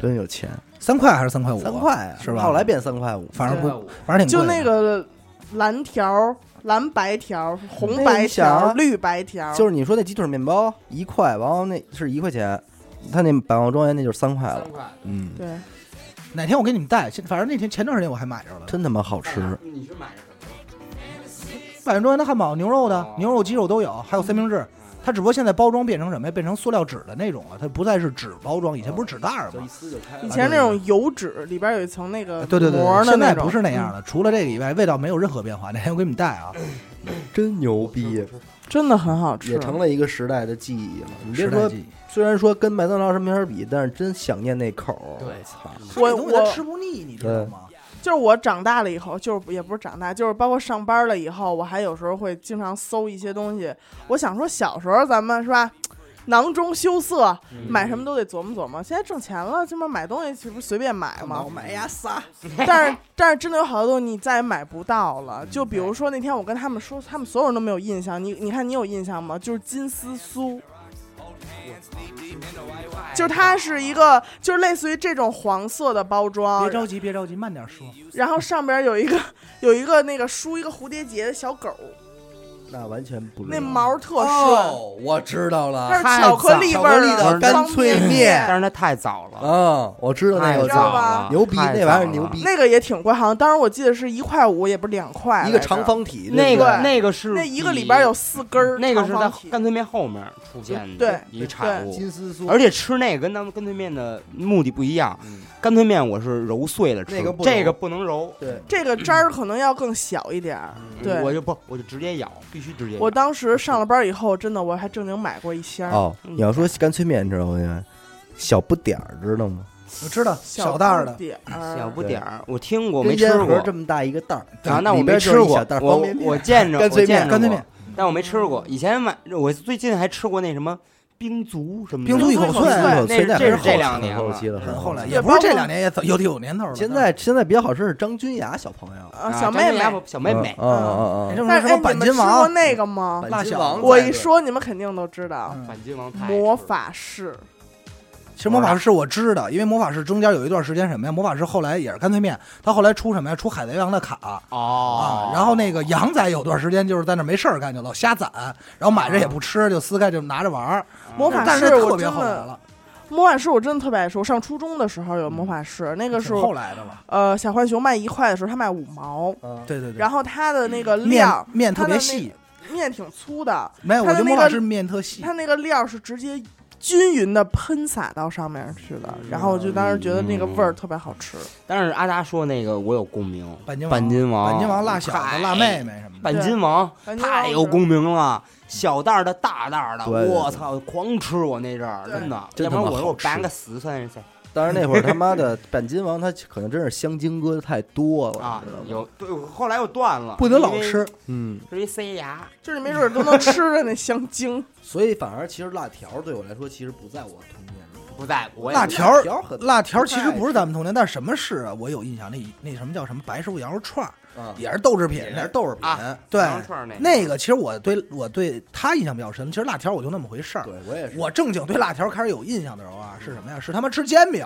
真有钱，
三块还是三块五？
三，块啊
是吧
后来变三块五，
反正不，
对
反正挺
就
贵的啊
那个蓝条、蓝白条、红
那
白
你想
条、
啊
绿白条，
就是你说那鸡腿面包一块，完后那是一块钱，他那百万庄园那就是三块了
三，块。
嗯，
对，
哪天我给你们带，现反正那天前段时间我还买着了。
真他妈好吃。
你是买的什么？
百元庄园的汉堡，牛肉的
哦、
牛肉、鸡肉都有，还有三明治。它只不过现在包装变成什么呀？变成塑料纸的那种啊了，它不再是纸包装，以前不是纸袋儿吗？
撕就开
以
啊
前那种油纸里边有一层那个
对对对对，
膜的
现
那
在
种，
不是那样了。除了这个以外，味道没有任何变化。哪天我给你们带啊？
真牛逼，
真的很好吃，
也成了一个时代的记忆了。你别
时代
说
记忆
虽然说跟麦当劳是没法比，但是真想念那口儿。
对
操！
它这
我
东西它
我
吃不腻，你知道吗？
就是我长大了以后，就是也不是长大，就是包括上班了以后，我还有时候会经常搜一些东西。我想说，小时候咱们是吧，囊中羞涩，买什么都得琢磨琢磨。现在挣钱了，这边买东西岂不是随便买吗？哎
买呀仨，
但是但是真的有好多东西你再也买不到了。就比如说那天我跟他们说，他们所有人都没有印象。你你看你有印象吗？就是金丝酥。就是它是一个，就是类似于这种黄色的包装
别，着急，别着急，慢点说。
然后上边有一个有一个那个梳一个蝴蝶结的小狗，
那完全不知道
那毛儿特顺，
哦，我知道
它
了
是，巧克力
巧
味
克
儿
力的干脆
方便
嗯
面，
但是它太早了，
嗯，我知道那
太
个
知道
早
字，
吧
了，
牛逼，
太
那玩意
早
儿牛逼，
那个也挺贵，好像当时我记得是一块五，也不是两块来
一
着，
个长方体，
那个
对
那个是
那一个
比
里边有四根儿
那个
长
是
方
在
体，
干脆面后面出现的，
对
一产物。
金丝酥，
而且吃那个跟咱们干脆面的目的不一样
嗯，
干脆面我是揉碎了吃
那个，不
这
揉
个不能揉。嗯
对，
这个渣儿可能要更小一点儿。对，
我就不，我就直接咬，必须直接咬。
我当时上了班以后，真的我还正经买过一箱儿。
哦，
嗯
你要说干脆面，你知道吗？小不点儿知道吗？
我知道小
小
袋儿的
不，点儿
小不点儿，我听过
跟
没吃
烟盒
过
这么大一个袋儿
啊，那我
里边
没
就是
吃
一
过
小袋，儿
我
方便面
我见着
干脆
我见
面
着
干脆
过
面，
但我没吃过。以前买，我最近还吃过那什么冰足什么的，
冰足一口
冰足一口
脆，
那是这是这两
很
年
后
了
期了，很
后来
对
也不是
包
这
括
两年也走有有年头了。
现在现在比较好吃是张君雅小朋友，
啊
啊
小妹妹。
张君雅小妹妹，
嗯嗯嗯
你
嗯，
这么
但
什
是
么
哎，你
板
们吃
筋
过
王，
那个吗？
辣小王
我
在
一说你们肯定都知道，
嗯
反金王太
魔
吃
法士
其实魔法师我知道，因为魔法师中间有一段时间什么呀？魔法师后来也是干脆面，他后来出什么呀？出海贼王的卡
哦
啊，，然后那个杨仔有段时间就是在那没事儿干，就老瞎攒，然后买着也不吃，就撕开就拿着玩儿。
魔法
但是
师我
特别
真
后来
的
了，
魔法师我真的特别爱吃。我上初中的时候有魔法师，那个
嗯
时
挺后
候
来的了。
呃小浣熊卖一块的时候，他卖五毛，
嗯，
对对对，
然后它的那个
面
料
面
它
特别
的那
细，
面挺粗的，
没有，我
它
觉
的
得
那
魔法
个
师面特细
它。那个料是直接均匀的喷洒到上面去的。
嗯
然后我就当时觉得那个味儿特别好吃。
但是阿达说那个我有共鸣，
板筋
板筋王
板筋王辣小子、
嗨
辣妹妹什么的。
半斤王
对
太有共鸣了，小袋儿的大袋儿的，
对对对
我操，狂吃我那阵儿，
对
真的，
真
要
他
不然
妈
我说
好
我
吃
搬个十算是
当然那会儿他妈的板筋王他可能真是香精搁的太多了
啊
你知道，吗
有对，我后来又断了，
不得老 吃，
嗯，
因为，是一塞牙，
就是没准儿都能吃着那香 精，
所以反而其实辣条对我来说其实不在我童年里，
不在我也
辣条儿
条很
辣条儿其实不是咱们童年，但是什么是啊？我有印象，那那什么叫什么白师傅羊肉串儿，
啊，
也是豆制品
也
那
是豆制品，
啊
对
羊肉串儿那
那个其实我对我对他印象比较深，其实辣条我就那么回事儿。
对我也是，
我正经对辣条开始有印象的时候啊，是什
嗯
么呀？是他妈吃煎饼，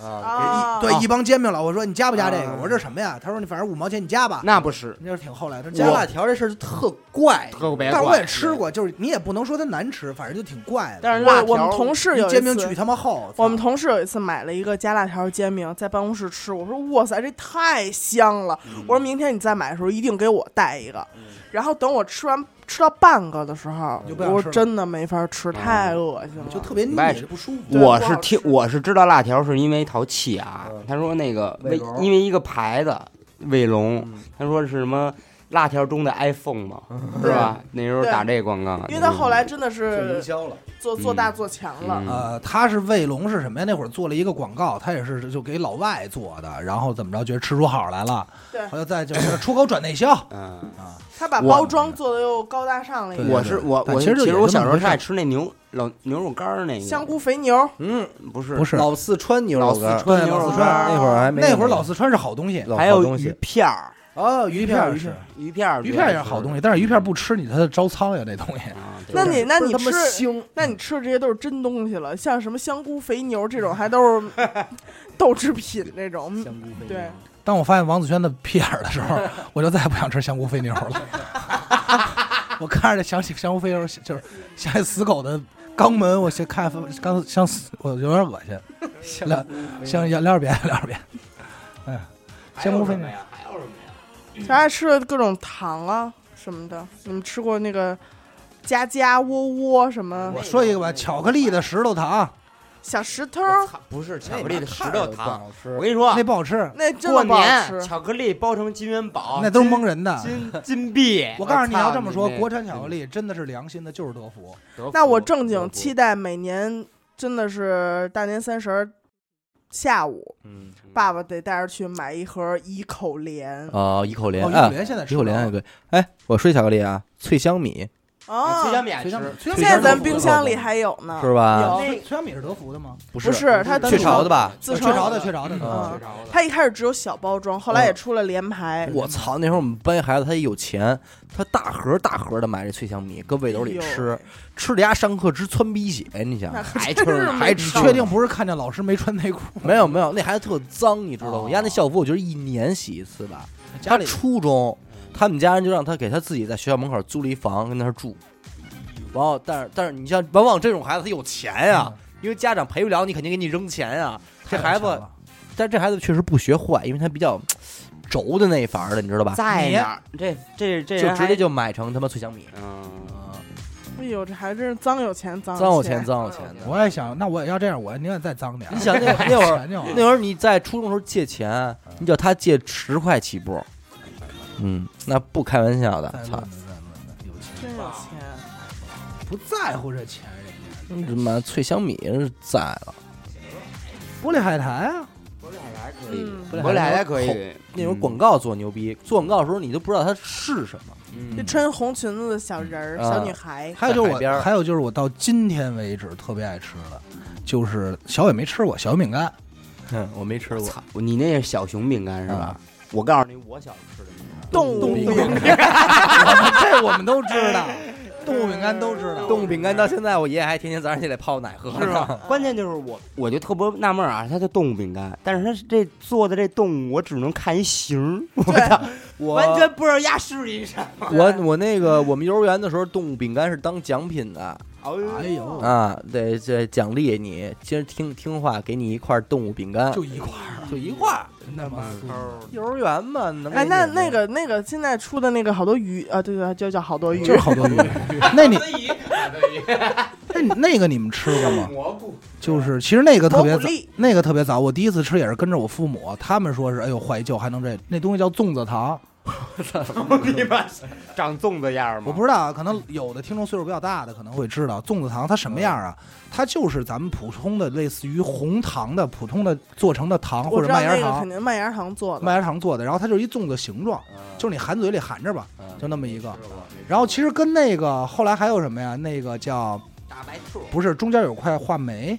啊，
啊
一对
啊
一帮煎饼佬。我说你加不加这个？
啊
我说这什么呀？他说你反正五毛钱你加吧。
那不是
那是挺后来的，
加
加
辣
辣，
条这事儿就特怪，
特别怪，
但我也吃过，就是你也不能说它难吃，反正就挺怪的。
但是辣
我
条
我们同事有
你
一
煎饼
次
巨他妈厚，
我们
操
同事有一次买了一个加辣条煎饼，在办公室吃，我说哇塞，这太香了！我说明天你再买的时候一定给我带一个。然后等我吃完吃到半个的时候
就，不想
我
吃了
真的没法吃，太恶心了。
就特别腻
我也是
不舒服。
对
我
不
是
好
听
吃
我是知道辣条是因为淘气啊
嗯，
他说那个
卫
为
龙
因为一个牌子卫龙
嗯，
他说是什么辣条中的 iPhone 嘛，是
对
吧？那时候
对
打这广告，
因为他后来真的
做营
是
销了，
做做大做强了，
嗯
呃，他是卫龙是什么呀？那会儿做了一个广告，他也是就给老外做的，然后怎么着，觉得吃出好来了，
对
后来再就是出口转内销。
嗯，
他把
我
包装做的又高大上了一
对
点。
我是我
但
我
其实就也
我
就那
小
么
时候
回
是
事
爱
儿
吃那牛老牛肉干儿那个
香菇肥牛，
嗯，
不是
不是
老四川牛
老
肉
四
干儿，
川
对
牛
老
肉
四
干
川
儿，
那会儿还没
那会儿
个
老四川是好东西，
老
还
好
有
东
鱼
西
片儿，
哦，鱼片儿
鱼
是
片儿
鱼片儿
鱼片也是
吃
好东西，但是鱼片不吃你它就招苍蝇那东西。
啊。对
那你那
倍儿
你
他妈
吃
腥，
那你吃的这些都是真东西了，像什么香菇肥牛这种还都是 豆制品那种，
香菇肥
对
牛。
当我发现王子轩的屁眼儿的时候， 我就再也不想吃香菇肥牛了。 我看着想起香菇肥牛，就是想起死狗的肛门，我先看刚像死，我有点恶心。聊像聊聊点别聊点别，哎，香菇肥牛。
小爱吃的各种糖啊什么的。你们吃过那个夹夹窝窝什么
我说一个吧，巧克力的石头糖
小石头？
我操不是巧克力的石头糖，
好
我
吃，
跟你说啊
那，不好吃，
那真
过
的不好
年
吃。
巧克力包成金元宝，
那都是蒙人的。
金金金币。
我告诉你
操
要这么说，
那
国产巧克力真的是良心的，就是德芙。
德芙
那我正
德
经
芙
期待每年真的是大年三十儿下午，
嗯
爸爸得带着去买一盒一口莲
哦，一口莲
哦，
啊
玉，莲现在吃
一口莲还
了
可以。哎，我说一巧克力啊，脆香米
啊
崔。小米爱
崔
吃
小米，崔小
现
米
在
是德
咱
芙
们
的
冰箱里还有呢，
是吧？
有
崔小米是德啊芙的吗？呃
不
啊不是它
雀巢的吧？
自
雀
成
巢的，雀巢的。
嗯
啊
雀巢的
它一开始只有小包装，后来也出了连排。
我操！那会儿我们班一孩子，他一有钱，他大盒大盒的买这脆香米，搁背兜里吃，吃的家上课直窜鼻血，你想
哎
啊
那？
还吃
真是
呢
没
还
你
吃
上
确定不是看见老师没穿内裤？
没有没有，那孩子特脏，你知道吗？
哦
我家那校服，我觉得一年洗一次吧。
家里
初中，他们家人就让他给他自己在学校门口租了一房，跟那儿住。然后，但是但是，你像往往这种孩子，他有钱呀、因为家长赔不了你，肯定给你扔钱呀、这
嗯太有
孩
钱
子
了，
但这孩子确实不学坏，因为他比较轴的那一法儿的，你知道吧？
嗯在
你
哪儿？这这这
就
人
直
还
接就买成他妈脆香米。
嗯，
哦
啊，
哎呦，这还真是脏有钱，脏
脏有
有
钱，。脏有钱的。
我也想，那我也要这样，我宁愿再脏点儿。
你想那那会儿
钱就好
那会儿你在初中的时候借钱，
嗯
你叫他借十块起步，嗯，那不开玩笑的
再，论
操
的，再论的，嗯有钱
真有钱，
不在乎这钱，人家嗯
他妈脆香米是在了，
玻璃海苔啊，
可以
嗯，
回来还可以。
那种广告做牛逼，做广告的时候你都不知道它是什 么，
就
嗯，
穿红裙子的小人儿、
啊
小女孩，
嗯还有就是
在海边
我，
儿
还有就是我到今天为止特别爱吃的，就是小伟没吃过小饼干，
嗯，我没吃过，
操，你那是小熊饼干是吧？啊我告诉你，我小时候吃的饼干
动
动
物
物
饼
饼干，我 们这我们都知道，动物饼干都知道。
动物饼干到现在，我爷爷还天天早上起来泡奶喝，
是？吧？关键就是我，我就特别纳闷啊，它叫动物饼干，但是它这做的这动物，我只能看一形儿， 我操，
我
啊完全不知道鸭是一啥。
我我那个我们幼儿园的时候，动物饼干是当奖品的
哎呦，
啊，得这奖励你，今儿听听话，给你一块动物饼干，
就一块儿，
就一块儿。嗯
那么
幼儿园嘛，能
哎，
给
那
你
那个那个现在出的那个好多鱼啊，对对，就叫好多鱼，
就是好多 鱼。那你那你那个你们吃过 吗？
蘑菇，
就是其实那个特
蘑
别
菇
早，
粒，
那个特别早。我第一次吃也是跟着我父母，他们说是哎呦怀旧还能这那东西叫粽子糖，
你妈长粽子样
嗯
儿吗？
我不知道啊，可能有的听众岁数比较大的可能会知道粽子糖它什么样啊？
嗯
它就是咱们普通的类似于红糖的普通的做成的糖或
我
者
知道
麦芽
那个
糖
肯，定麦芽糖做的，
麦芽糖做的，然后它就是一粽子形状，
嗯
就是你含嘴里含着吧，
啊
就那么一个。然后其实跟那个后来还有什么呀？那个叫
大白兔，
不是中间有块话梅，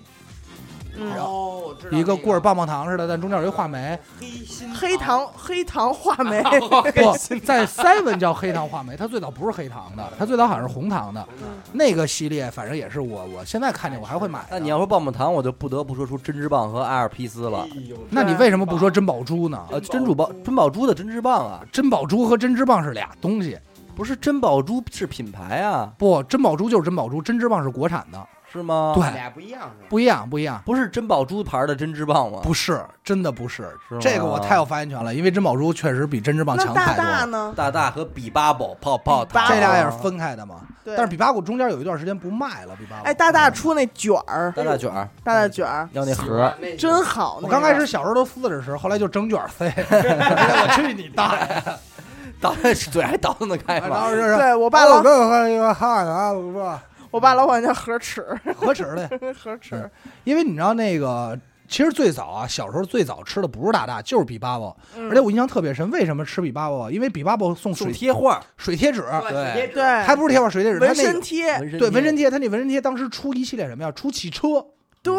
嗯，
哦，我知道
一个棍儿
棒，
棒棒糖似的，但中间有一话梅。
黑心
黑糖
啊
黑糖话梅，
不在 Seven 叫黑糖话梅，它最早不是黑糖的，它最早好像是红糖的。那个系列反正也是我，我现在看见我还会买的。
那你要说棒棒糖，我就不得不说出针织棒和阿尔卑斯了。
那你为什么不说珍宝珠呢？
呃，珍珠宝珍宝珠的针织棒啊，
珍宝珠和针织棒是俩东西，
不是珍宝珠是品牌啊，
不，珍宝珠就是珍宝珠，针织棒是国产的，
是吗？，
对，
俩不一样是吧？
不一样，不一样。
不是珍宝珠牌的针织棒吗？
不是，真的不是
是吗，
这个我太有发言权了，因为珍宝珠确实比针织棒
那
强
大
太多
大
了。
呢？
大大和比巴宝泡泡
比巴
糖，
宝
这俩也是分开的嘛，
对
但是比嗯巴谷中间有一段时间不卖了，比巴谷。
哎，大大出那卷儿，
大大卷儿，
大大卷儿
要那盒，
真好，
嗯我
那
刚
个
开始小时候都撕着吃，后来就整卷塞。 我去你大爷！
倒嘴还倒腾得开
啊然后
吗？
就是哦
对我爸老
这还一个汉啊，不是
我爸老管叫盒尺，
可耻了。
盒
嗯
尺，
因为你知道那个，其实最早啊，小时候最早吃的不是大大，就是比巴卜。
嗯
而且我印象特别深，为什么吃比巴卜？因为比巴卜送
送
水
贴画，
水贴纸，
对，
对，
还不是贴吧，水贴纸，他
纹
那
身
个嗯
贴，
纹身
对纹身
贴
贴，他那纹身贴当时出一系列什么呀？出汽车。
对，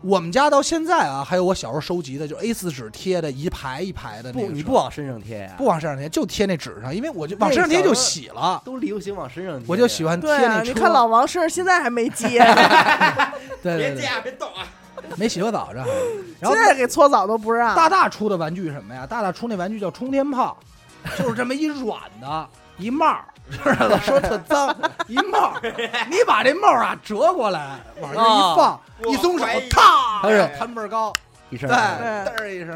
我们家到现在啊，还有我小时候收集的，就 A 4纸贴的一排一排的那个
不，
纸。
你不往身上贴呀？
不，往身上贴，就贴那纸上，因为我就往
那
身上贴
小时
就
候
洗了，
都流行往身上贴。
我就喜欢贴
对啊，
那
你
车。
看老王身上现在还 没接，
对对对，
别动啊！
没洗过澡这还。然
现
后
在给搓澡都不让。
大大出的玩具是什么呀？大大出那玩具叫冲天炮，就是这么一软的，一帽儿，知道吧？说特脏，一帽儿，你把这帽儿啊折过来，往这一放，一松手
我怀疑，
咔，
哎呦
弹倍儿高，
一身
对，
儿
嘚儿一声。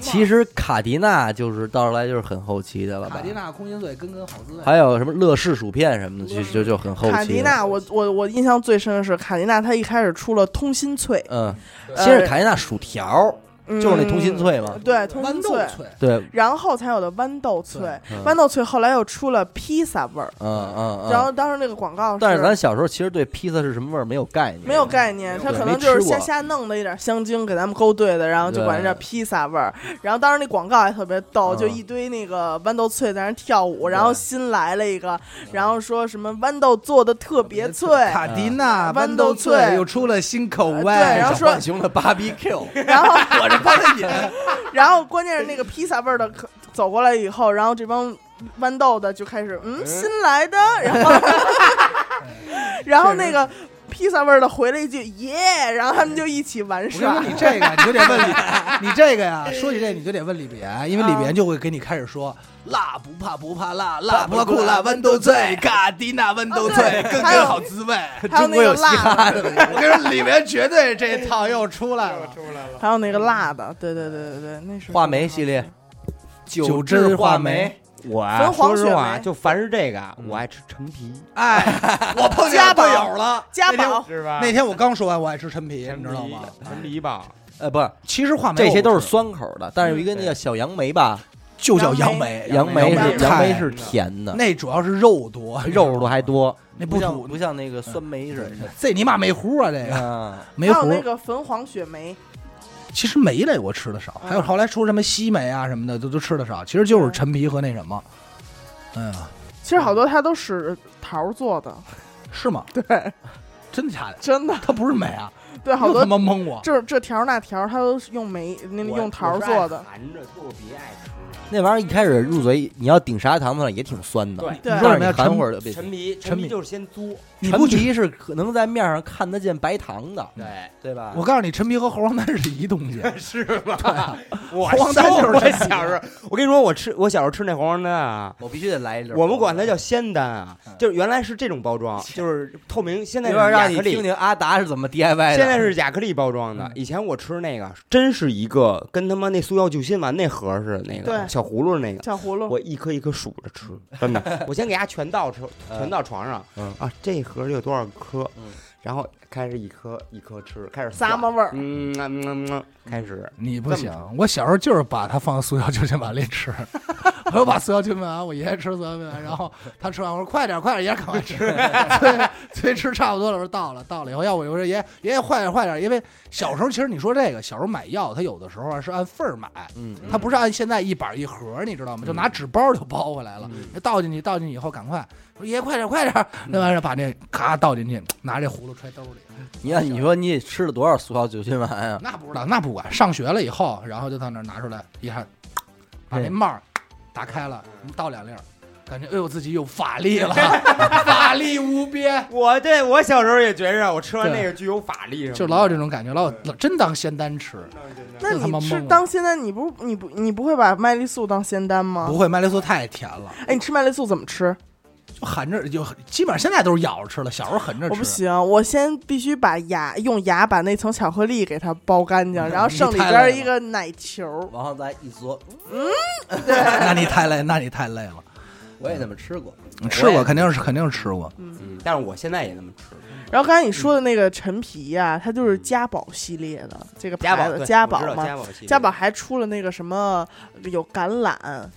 其实卡迪娜就是到后来就是很后期的了吧？
卡迪娜空心碎，根根好滋味。
还有什么乐事薯片什么的，就就就很后期。
卡迪，娜，我我我印象最深的是卡迪娜，她一开始出了通心脆，
嗯，
呃
先是卡迪娜薯条，就是那通心，脆嘛
嗯。对，通
豌
心
豆
脆，
脆，
对，
然后才有的豌豆脆
对嗯，
豌豆脆后来又出了披萨味儿，
嗯嗯嗯。
然后当时那个广告
但是咱小时候其实对披萨是什么味儿没有概念，
没有概念，
对
他可
没
能就是
吃过
瞎瞎弄的一点香精给咱们勾兑的，然后就管这叫
对
披萨味儿。然后当时那广告还特别逗，
嗯
就一堆那个豌豆脆在那跳舞，然后新来了一个，然后说什么豌豆做的特别脆，
卡迪娜豌豆脆
脆
又出了新口味，
对然后说
嗯小浣熊的 BBQ，
然后
我这帮人也
然后关键是那个披萨味儿的可走过来以后，然后这帮豌豆的就开始嗯新来的，然后然后那个披萨味儿的回了一句耶，然后他们就一起玩
我跟你说，
耍。
你这个你就得问李，你这个呀，说起这你就得问李别，因为李别就会给你开始说辣不怕不怕辣，辣不怕苦辣豌豆脆，卡迪娜豌豆脆，更
还有
更好滋味。
还有那个辣的，
我跟你说，李别绝对这套又出来了。
还有那个辣的，对对对对对，那是
话梅系列，
九
制
针
话
话
梅
梅，
我啊
焚黄
说实
雪
话，
梅
就凡是这个，啊
嗯
我爱吃陈皮，
哎，我碰见
家
我
宝
队友了，
家
那天
宝
是吧
那天我刚说完，我爱吃陈皮，
陈
你知道
皮
吗？，
陈皮吧，
呃，不是，
其实话梅
这些都
我
是
不吃
酸口的，但是有一个那叫小杨梅吧，
就叫
杨
杨梅，
杨梅
梅
是
太
杨梅是甜的，
那主要是肉多，
肉多还多，
那
不
不
像
土
不，像那个酸梅似的。
这你妈没糊啊，这个
啊，
没
还有
糊
那。个焚黄雪梅，
其实梅类我吃的少，还有后来出什么西梅啊什么的，都都吃的少，其实就是陈皮和那什么。哎呀，
其实好多它都是桃做的，
是吗？对，真的假的？
真的，
它不是梅啊，
对，好
又他
多
妈蒙我。
这这条那条它都是用梅那个
我
用桃做
我
的
是，爱含着特别爱吃。
那玩意儿一开始入嘴，你要顶砂糖的话也挺酸的。
对，
对
你
但
说
是
什
你
么呀？
含
陈
会儿就别
陈皮，
陈
陈皮
皮
就是先嘬。
你
陈
不觉？
皮是可能在面上看得见白糖的，
对，
对吧？
我告诉你，陈皮和猴王丹是一东西。
是吧？我
黄黄丹就是
我
陈皮
小时候，我跟你说，我吃我小时候吃那黄黄丹啊，
我必须得来一粒儿。
我们管它叫仙丹啊
嗯，
就是原来是这种包 装，就是透明，现在
一
是
会儿
亚
让你
克力
听。听阿达是怎么 DIY 的。
现在是亚克力包装的
嗯，
以前我吃那个真是一个跟他妈那速效救心丸那盒儿似的，那个
对
小葫芦那个，
小葫芦。
我一颗一颗数着吃，真 的，我先给它全倒吃，
嗯
全到床上
嗯
啊，这盒儿有多少颗
嗯？
然后开始一颗一颗吃，开始
撒嘛味儿，
嗯，嗯嗯嗯，开始
你不
这么
行，我小时候就是把它放塑料救心丸里吃，我又把塑料救心丸，我爷爷吃塑料救心丸，然后他吃完我说快点快点，爷爷赶快吃，催催吃差不多了，我说到了到了以后，要我我说爷爷爷爷快点快点，因为小时候其实你说这个，小时候买药它有的时候啊是按份儿买，
嗯，
它不是按现在一板一盒，你知道吗？就拿纸包就包回来了，倒进去倒进去以后赶快，我说爷爷快点快点，那玩意儿把那咔倒进去，拿这葫芦揣兜里。
你看你说你得吃了多少塑料酒精丸啊？
那不知道，那不管。上学了以后，然后就到那儿拿出来一看，把那帽儿打开了，倒两粒儿，感觉哎呦自己有法力了，法力无边。
我对我小时候也觉着，我吃完那个具有法力什么的，
就老有这种感觉，老有老真当仙丹吃，
那
这他妈
你吃
懵了
当仙丹，你不你不你不会把麦丽素当仙丹吗
不？会麦丽素太甜了，
哎，你吃麦丽素怎么吃？
就含着就基本上现在都是咬着吃了，小时候含着
我不
吃。
行，我先必须把牙用牙把那层巧克力给它剥干净，然后剩里边儿一个奶球。
往上再一嘬，
那你太累，那你太累了。
我也那么吃过。
你吃过肯定是肯定是吃过，
嗯，但是我现在也那么吃。
然后刚
嗯
才你说的那个陈皮呀、它就是佳宝系列的这个
家
牌
宝
子，
对
佳
我知
宝
道
嘛
家。宝系列
嘉宝还出了那个什么，有橄榄，
啊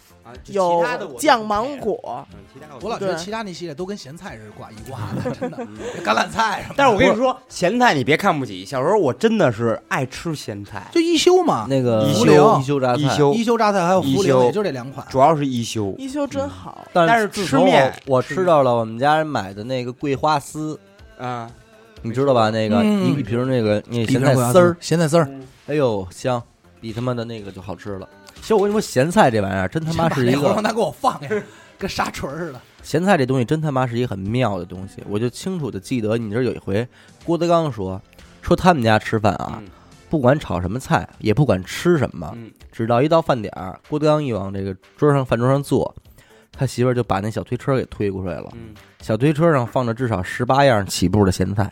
就
有
其他的我都不
酱
配
芒，果，
嗯其他的
我
我
老
都
觉得
对
其他那系列都跟咸菜是挂一挂 的，真的，橄榄菜什么的。
但是我跟你说，咸菜你别看不起，小时候我真的是爱吃咸菜，
就一休嘛，
那个
啊一
一
休
休一休榨菜
一，休
一休榨菜还有
一
茯苓，
休
也就这两款。
主要是一休，
一休真好。
但
但
是
是
自
吃
从我
面
我
吃
吃到了我们家人买的那个桂花丝，
啊，
你知道吧？那个
嗯
一瓶那个那
一
咸菜丝儿，
啊咸菜丝儿，
哎呦香，比他妈的那个就好吃了。其实我跟你说，咸菜这玩意儿真他妈是一
你先把那猴
个
王丹给我放下， 跟沙锤儿似的。
咸菜这东西真他妈是一个很妙的东西。我就清楚的记得，你知道有一回郭德纲说说他们家吃饭啊，
嗯
不管炒什么菜，也不管吃什么，
嗯
只到一到饭点儿，郭德纲一往这个桌上饭桌上坐，他媳妇儿就把那小推车给推过来了。
嗯，
小推车上放着至少十八样起步的咸菜，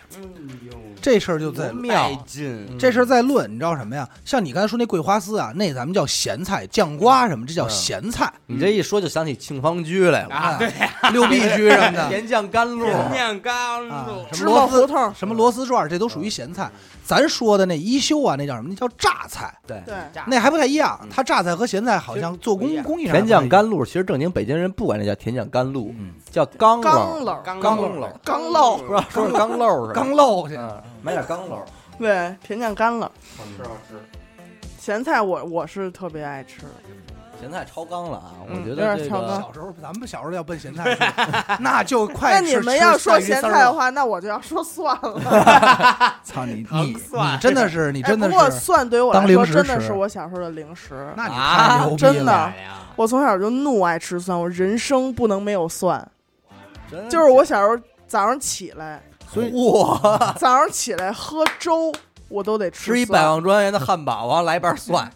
这事儿就在哎
嗯
嗯带劲，
这事儿在论，你知道什么呀？像你刚才说那桂花丝啊，那咱们叫咸菜、酱瓜什么，这叫咸菜
你这一说就想起庆芳居来了，
嗯啊，对， 六必居什么的
甜酱甘露，
面干
啊，什
芝
么
麻
螺
胡
丝、
同，
什么螺丝转儿，这嗯都属于咸菜。咱说的那一休啊，那叫什么？那叫榨菜，
对，
对，
那还不太一样
嗯。
它榨菜和咸菜好像做
不一
工
样
工艺上
甜酱甘
露，
露，其实正经北京人不管这叫甜酱甘露，
嗯
叫缸
钢
漏，
篓，
刚
刚
漏
漏
刚漏
不知道说是缸漏是吧？
刚漏去。
啊
嗯，买点缸漏，
对，甜酱干了。
好吃好吃，
咸菜我我是特别爱吃，
咸菜超纲了啊！我
嗯
觉
有
得
点
这
超纲
个
小时候，咱们小时候要奔咸菜 吃，那就
那
快吃。
你们要
吃
说
鳝鱼
咸
丝儿
菜的
了，
话，那我就要说蒜了。
操 你
糖
你
蒜
你真的是 你
哎，
真
不
的
过
是，
蒜对于我来
当
说
零食
真的
吃
是我小时候的零食。
那你
啊
太牛逼
真
了。
的，
哎呀，
我从小就怒爱吃蒜，我人生不能没有蒜。
嗯
真
就是我小时候早上起 来，
所以哇，
早上起来喝粥，我都得
吃
吃
一
蒜
百万庄园的汉堡，完了来一瓣蒜，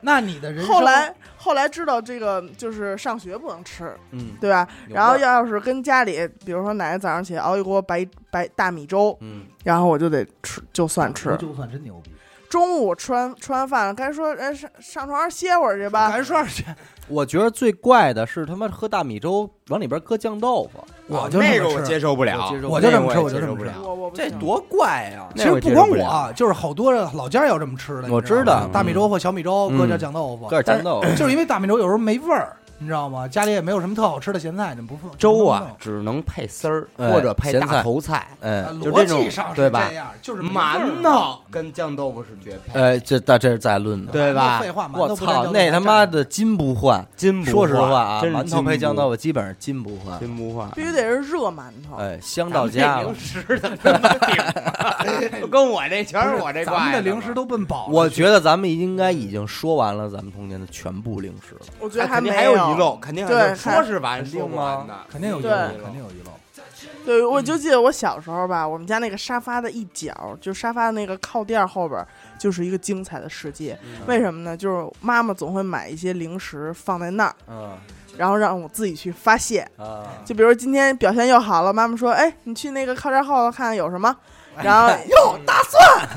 那你的人生
后来后来知道这个就是上学不能吃，
嗯，
对吧？
有味儿
然后要是跟家里，比如说奶奶早上起来熬一锅白白大米粥，
嗯，
然后我就得吃，就蒜吃。
就算真牛逼。
中午吃完吃完饭，该说哎上上床歇会儿去吧。
咱说去，
我觉得最怪的是他妈喝大米粥往里边搁酱豆腐，
啊我就
那
这
个
么
我接
吃。
受不了，
我就这么吃
那个
我就这
接
么吃
受不了。
我我不
这
行
多 怪呀！
其实不光我啊，就是好多人老家儿也有这么吃的。
我
你知
知道
吗大米粥或小米粥
嗯
搁点酱豆腐
搁，点酱豆腐，
就是因为大米粥有时候没味儿，你知道吗？家里也没有什么特好吃的咸菜，你们不不
粥啊，，只能配丝儿
哎
或者配
咸
大
菜
头菜，
不
嗯，
能
就
弄啊
这
逻
种
辑上是
对吧
这样，就是没味儿啊
馒头跟酱豆腐是绝配，
呃，这但这是在论的。
对吧
废话，馒
我
头不蘸
操，
酱
那
豆
他
腐
妈
蘸
的金不换。
金不
说实
换
话啊，
真是
馒头配
金
酱
不
豆腐基本上金不换
金。不 换
必。须得是热馒头。
哎，香
咱
到
们这
家了
零。食怎么那 么顶啊跟我这全是我这
咱们的
挂的
零食都奔饱了去，
我觉得咱们应该已经说完了咱们童年的全部零食了。
我觉
哎
得
肯定
没
还有遗漏，肯定还
对
有
还
说是完说不完的，
肯定有遗
对
漏，肯定有遗漏。
对，
嗯
我就记得我小时候吧，我们家那个沙发的一角，就沙发的那个靠垫儿后边儿，就是一个精彩的世界。
嗯
为什么呢？就是妈妈总会买一些零食放在那儿，
嗯
然后让我自己去发泄。
啊，
就比如今天表现又好了，妈妈说：“哎，你去那个靠垫儿后头看看有什么。”
哎
然后又大蒜，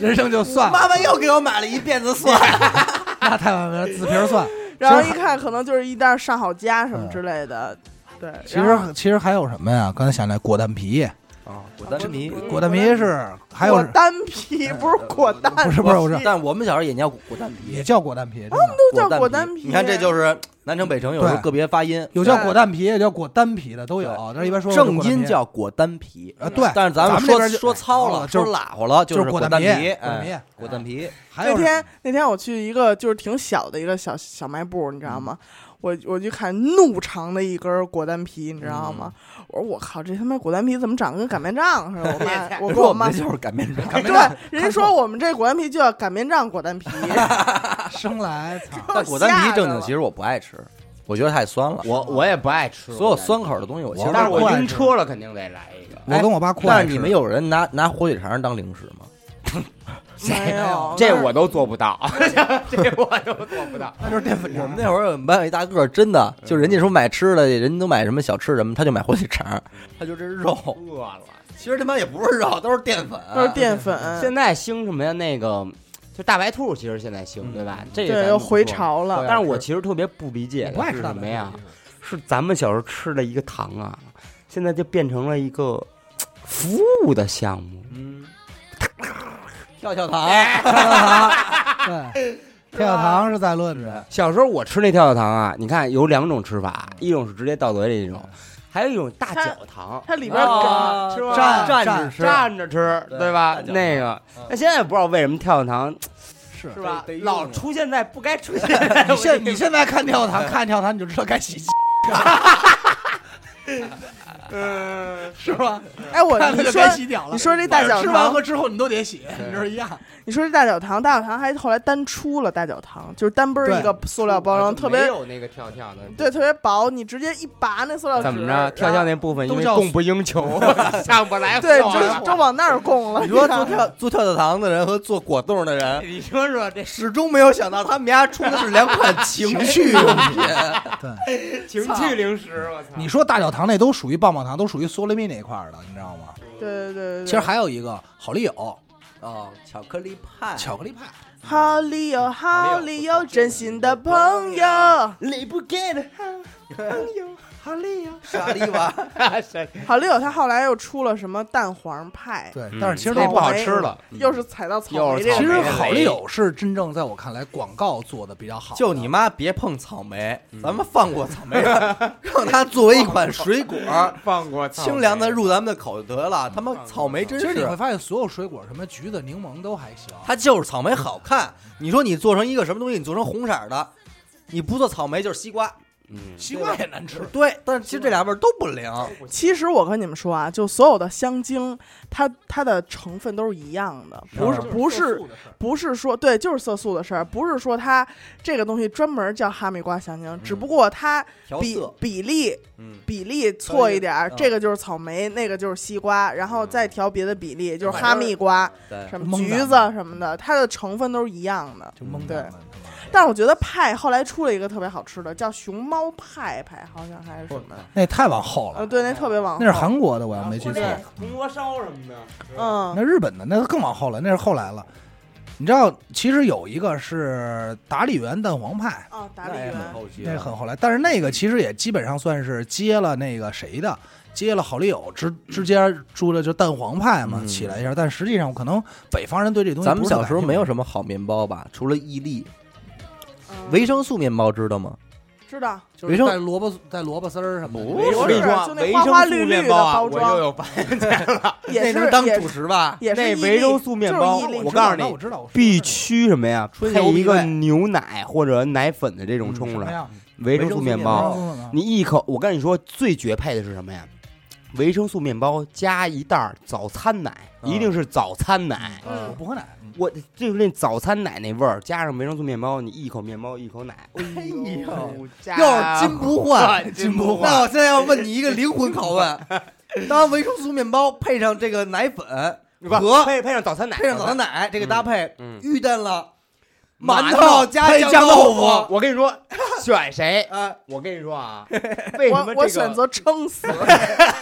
人生就算了，
妈又给我买了一辫子蒜。
那太完美 了，紫皮蒜。
然后一看可能就是一袋儿上好佳什么
嗯
之类的。对，
其
然后
实其实还有什么呀？刚才想来果断皮，
啊，果丹皮
嗯
果断皮是还有
果丹皮
哎
不
呃
是果丹，
不是不是不是
但我们小时候也叫果丹皮
也，叫果断皮，真的
都叫果丹
皮。
皮。
你看，这就是南城北城有时候
对
个别发音，
有叫果断皮，也叫果单皮的都有，但是一般说
正音
音
叫果丹皮。
啊对，
但是咱
咱们
们
那
说
边就
说糙
哦
了，
就是
说拉呼了，
就是
是
果
丹
皮，果
哎
断皮，
果丹皮，
还
那
有
天那天我去一个就是挺小的一个小小卖部，你知道吗？我我就看怒长的一根果丹皮，你知道吗？我说我靠，这他妈果丹皮怎么长得跟擀面杖似的？我妈，我跟
说我
妈
们。就是擀面杖。
对，
哎
人家说我们这果丹皮就叫擀面杖果丹皮，
生来，操
哎
但果丹
吓
皮
着
正经，
了
其实我不爱吃，我觉得太酸了。
我我也不爱吃
所有酸口的东西我其实
但是我
不爱
晕
吃
车了，肯定得来一个。
我跟我爸酷爱
但
吃，
是你们有人拿拿火腿肠当零食吗？
没有，
这我都做不到，这我都做不到。
那就是淀粉
我们
肠。
那会儿我们班有一大个儿，真的就人家说买吃的，人家都买什么小吃什么，他就买火腿肠，
嗯
他就这是肉，
饿了。
其实他妈也不是肉，都是淀粉，
都是淀粉，
嗯现在兴什么呀？那个就大白兔，其实现在兴，对吧？这个
对
咱
又
们不
回
说。
潮了。
但是嗯我其实特别不理解
我
的
不爱
是
吃大
什么
白
呀
兔？
是咱们小时候吃的一个糖啊，现在就变成了一个嘖服务的项目。
嗯，跳跳糖，
哎
对，跳跳糖是在论的，
小时候我吃那跳跳糖啊，你看有两种吃法，一种是直接倒嘴里那种，还有一种大
它
脚糖，
它里边儿
啊
梗
是吧
蘸
站
蘸
着吃，
站着吃，
对
对吧
大？脚
那个
嗯，
那现在也不知道为什么跳跳糖
是
是吧
得？用
老
啊
出现在不该出现的
哎
你现你现在看跳
嗯
糖，看跳糖你就知道该 洗，
嗯
是吧？
哎，我
看
你
了就
说
该洗脚了。
你说这大脚
吃完
糖
和，之后你都得洗，你这是一样。
你说这大脚糖，大脚糖还后来单出了大脚糖，就是单杯儿一个塑料包 装，特别
没有那个跳跳的，
对，特别薄，你直接一拔那塑料纸，
怎么着？跳跳那部分因
都
为
叫
供不应求， 上不来
然后对，
货了
就就往那儿供了。
你说做跳做跳跳糖的人和做果冻的人，
你说说这
始终没有想到他们家出的是两款情趣用 品，
对，
情趣零食，我操！
你说大脚糖那都属于棒棒糖，都属于苏雷米那一块儿的，你知道吗？
对对对对对，
其实还有一个好丽友
哦，巧克力派，
巧克力派，
好理由，好理由，真心的朋友，
你不 get
好丽友。
沙利娃，
好理由，他后来又出了什么蛋黄派，
对，
嗯
但是其实
那
都
不好
莓
吃了。
又是踩到草莓
又是
这
草
其
莓
实
个，
好丽友是真正在我看来广告做的比较好的，
就你妈别碰草莓，
嗯
咱们放过草莓， 让它作为一款水果，
放过草莓嗯
清凉的，入咱们的口就得了。他妈草莓真
其实你会
是，
发现，所有水果，什么橘子、柠檬都还行。
它就是草莓好看。你说你做成一个什么东西，你做成红色儿的，你不做草莓就是西瓜，
嗯，
西瓜也难吃，
对，但是其实这俩味儿都不灵。
其实我跟你们说啊，就所有的香精，它它的成分都是一样的，不是不是不是说对，就是色素的事儿，不是说它这个东西专门叫哈密瓜香精，只不过它
嗯调
比
色，
比例
嗯，
比例错一点儿，
嗯
这个就是草莓，那个就是西瓜，然后再调别的比例，就是
反
哈
正
密瓜、
对，
什么
蒙
橘
的
子什么的，它的成分都是一样的。
就蒙
对
咱们。
但是我觉得派后来出了一个特别好吃的，叫熊猫派派，好像还是什么，
那也太往后
哦
呃，
了，
对，那特别往
那是啊韩国的，我要没记错。
对
铜锣烧什么的，
嗯
那日本的那更往后了，那是后来了。你知道，其实有一个是达利园蛋黄派，
哦，打理
那也
员
很啊后期
那是
了。
很后来，但是那个其实也基本上算是接了那个谁的，接了好丽友之之间出了就蛋黄派嘛，
嗯
起来一下。但实际上，可能北方人对这东西
咱们
不是特
小时候
感兴趣
没有什么好面包吧，除了伊利，
嗯
维生素面包知道吗？
知道
就是
维生
带萝卜带萝卜丝儿什么的。
是
我跟你说，
就那
维
花花
生素
绿绿的
面包啊，
包
我
装
又有发现了，那
也是
能当
也
主食吧？
也是
那
伊
维
利
生素面包
就是伊利，
我告诉
那我
你，
知道，我知道
必须什么呀？
春游
配一
必
个
备
牛奶或者奶粉的这种
什
冲
么
着，
哎呀？
维生素面包。
维生素面包
你一口，我跟你说，最绝配的是什么呀？维生素面包加一袋儿早餐奶，
嗯
一定是早餐奶。
嗯
我不喝奶，
我就是那早餐奶那味儿，加上维生素面包，你一口面包一口奶，哎
呦，
家
要是啊金不换，
金不
那
换，
我现在要问你一个灵魂拷问： 当维生素面包配上这个奶粉，
不配配上早餐奶，
配上早餐奶这个搭配，
嗯，
遇见了
馒
头加
酱
豆
腐。。我跟你说，选谁？
啊，
我跟你说啊，为什么
我我选 择撑死，
这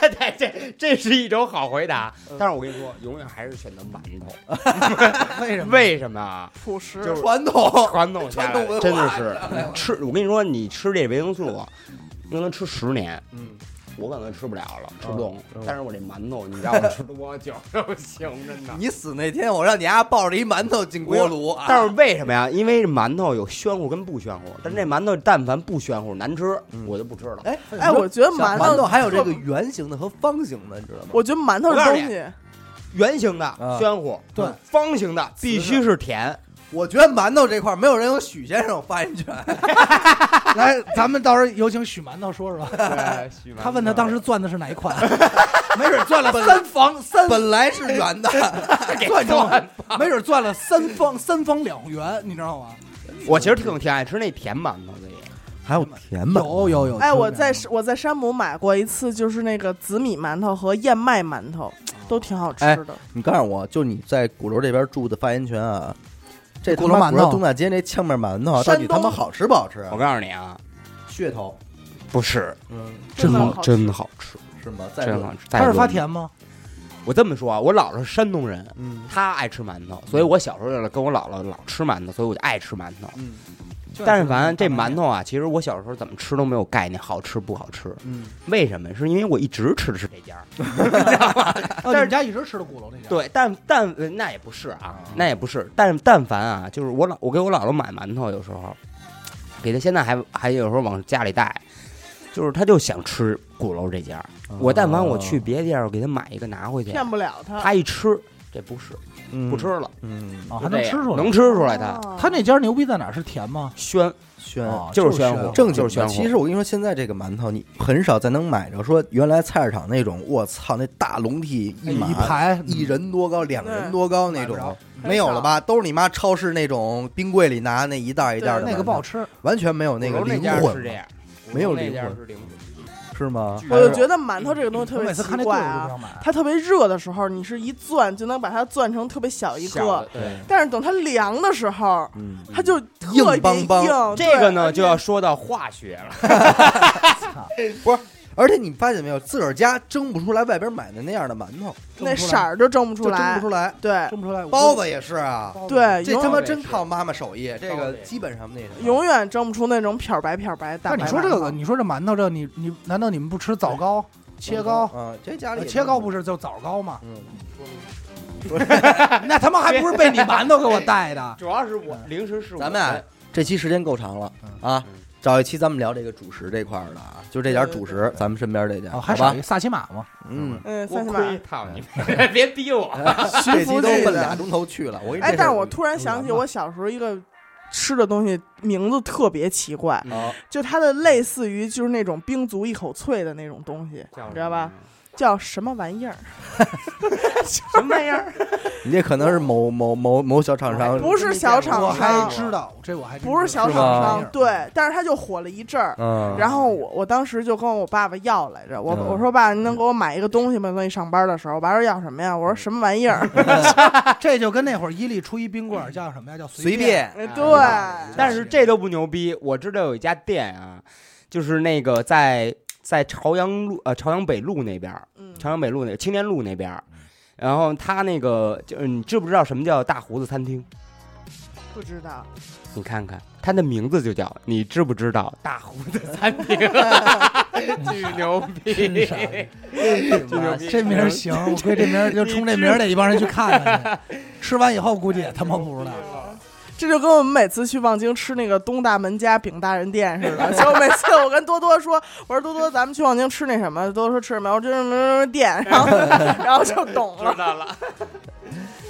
个对这这是一种好回答，但是我跟你说，永远还是选择馒头。
为什么？
为什么啊？
朴实
就是
传统
传统下
传
来
统文化
真的是 吃。我跟你说，你吃这维生素啊，你能吃十年。
嗯，
我可能吃不了了，吃不动
嗯。。
但是我这馒头，你让我吃多久都行着呢
你死那天，我让你丫抱着一馒头进锅炉啊！
但是为什么呀？因为馒头有暄乎跟不暄乎，但是这馒头但凡不暄乎难吃，
嗯
我就不吃了。
哎
哎，我觉得
小
馒
馒头
头
还有这
特
个，圆形的和方形的，你知道吗？
我觉得馒头
我
这
告诉
东
你
西，
圆形的
啊
暄乎，嗯
对
方形的必须是甜。
我觉得馒头这块儿没有人有许先生有发言权。
来，咱们到时候有请许馒头说说，
对
他问他当时攥的是哪一款，没准攥了三方三
本来是圆的，
攥成，没准攥了 三方三方两元，你知道吗？
我其实挺挺爱吃那甜馒头的也，
还有甜
有有有。
哎，
吃过
我在我在山姆买过一次，就是那个紫米馒头和燕麦馒头，都挺好吃
哎
的。
你告诉我，就你在鼓楼这边住的发言权啊，这
鼓楼馒头
东大街那炝面馒头啊到
山
底
东
他妈好吃不好吃啊？
我告诉你啊，
噱头，
不是，
嗯，
真的好吃
真好吃，
是吗？再
真
说
好，吃。
他是发甜吗？
我这么说啊，我姥姥是山东人，
嗯
她爱吃馒头，所以我小时候就跟我姥姥老吃馒头，所以我就爱吃馒头。
嗯
但凡这馒头啊，其实我小时候怎么吃都没有概念，好吃不好吃。
嗯，
为什么？是因为我一直吃的是这家儿。
哦，但是家一直吃的鼓楼这家，
对，但但呃那也不是啊，那也不是。但但凡啊，就是我老我给我姥姥买馒头，有时候给她，现在还还有时候往家里带，就是她就想吃鼓楼这家儿。我但
哦
凡我去别的地儿，我给她买一个拿回去，
骗不了他，
她一吃这不是不
不
吃，了，
嗯，
啊，还
就这
能
样
吃出来。
能吃出来它
哦
他那家牛逼在哪儿？是甜吗？
宣
宣
哦
啊就是
就是
宣
宣
乎，
乎
正
就
经
是宣
的，
乎。
其实我跟你说，现在这个馒头你很少再能买着，说原来菜市场那种，我操，那大笼屉哎一
一
满
排嗯
一人多高、两人多高那
买不
种
着，
没有了吧？都是你妈超市那种冰柜里拿那一袋儿一袋儿的馒头，
那个不好吃，
完全没有
鼓
那个
楼那
灵
家
魂，
是这样，
没有
鼓楼那
灵
家
魂
是灵魂。
是吗？
我就觉得馒头这个东西特
我每
别
次看那
奇怪
队我都不
啊。
想买。
它特别热的时候，你是一攥就能把它攥成特别小一
小
个
的，对。
但是等它凉的时候，
嗯，
它就特别
硬邦邦
硬
这个呢，
对
就要说到化学 了。
而且你发现没有，自个儿家蒸不出来外边买的那样的馒头，
那色儿就蒸不
就
出
蒸不
来
出。来。
对
蒸不出来
包，子也是啊，
我
对，
这
永
他妈
包子也
真
是
靠妈妈手艺，这
包
个
子也是
基本上那什么嗯
永远蒸不出那种漂白漂白大
但
白
你
馒头。
说这个，你说这馒头这，你你难道你们不吃枣糕、切糕？
嗯，这家里
呃切糕不
是，
是就枣糕吗？
嗯，
哎
那他妈还不是被你馒头给我带的？
主要是我零食是我
咱们
哎
啊这期时间够长了啊
嗯，
找一期咱们聊这个主食这块儿的啊，就这点儿主
对对
食
对，
咱们身边这点儿，
哦，
好
还少
吧
一？萨琪玛吗？
嗯，
嗯，
我
三十
亏
码。
操你， 别逼我。
这期
服
都
气
奔
的
俩钟头去了，我跟你
哎，
这
但是
事儿
我突然想起
有缘吧
我小时候一个吃的东西名字特别奇怪，
好
就它的类似于就是那种冰足一口脆的那种东西，你知道吧？？叫什么玩意儿？
什么玩意儿？
你这可能是某某某某小厂商
不是小厂
我还
商，
知道，这我还真
不是小
是
厂
吗
商，对，但是它就火了一阵儿。
嗯，
然后我我当时就跟我爸爸要来着，我
嗯嗯
我说爸，您能给我买一个东西吗？那一上班的时候，我爸说要什么呀？我说什么玩意 儿？
这就跟那会儿伊利出一冰棍儿叫什么呀？叫
随
便。
便，
对，
但是这都不牛逼。我知道有一家店啊，就是那个在在朝阳路呃朝阳北路那边儿，
嗯
朝阳北路那个青年路那边儿。然后他那个就是嗯你知不知道什么叫大胡子餐厅？
不知道，
你看看，它的名字就叫你知不知道大胡子餐厅？巨牛逼！
啊
哎嗯
这名儿行，我 估计这名儿就冲这名儿得一帮人去看看去，吃完以后估计也他妈不知道。
这就跟我们每次去望京吃那个东大门家饼大人店似的。就每次我跟多多说，我说多多，咱们去望京吃那什么，多多说吃什么，我说这是什么什么店，然后然后就懂了
知。道了，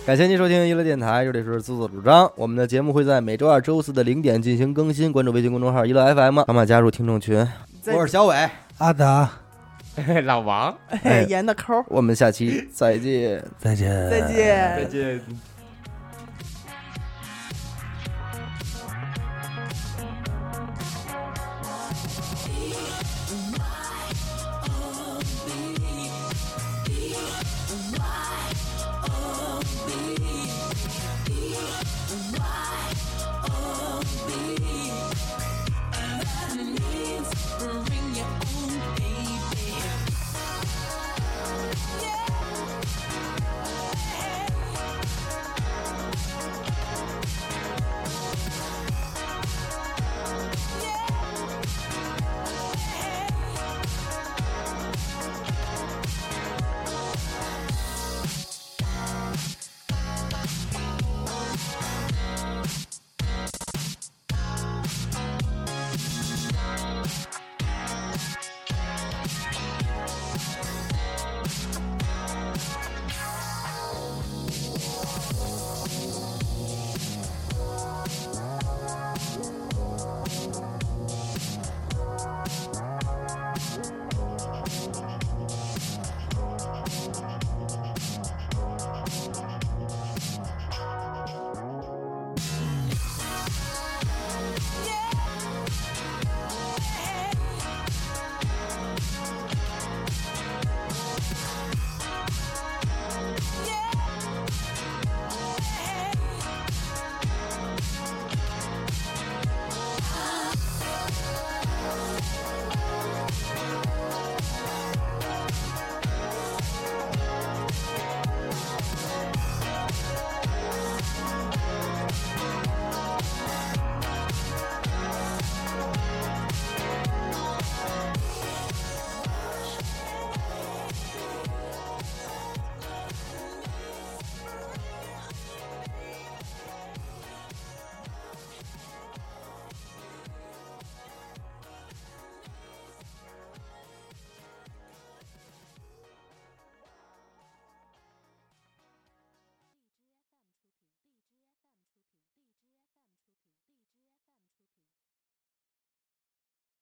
感谢您收听娱乐电台，这里是自作主张。我们的节目会在每周二、周四的零点进行更新，关注微信公众号“娱乐 FM”，扫码加入听众群。
再
我是小伟，
阿达，
老王，
哎嘿，严的抠儿，
我们下期再见。
再见，
哎
再见。
见。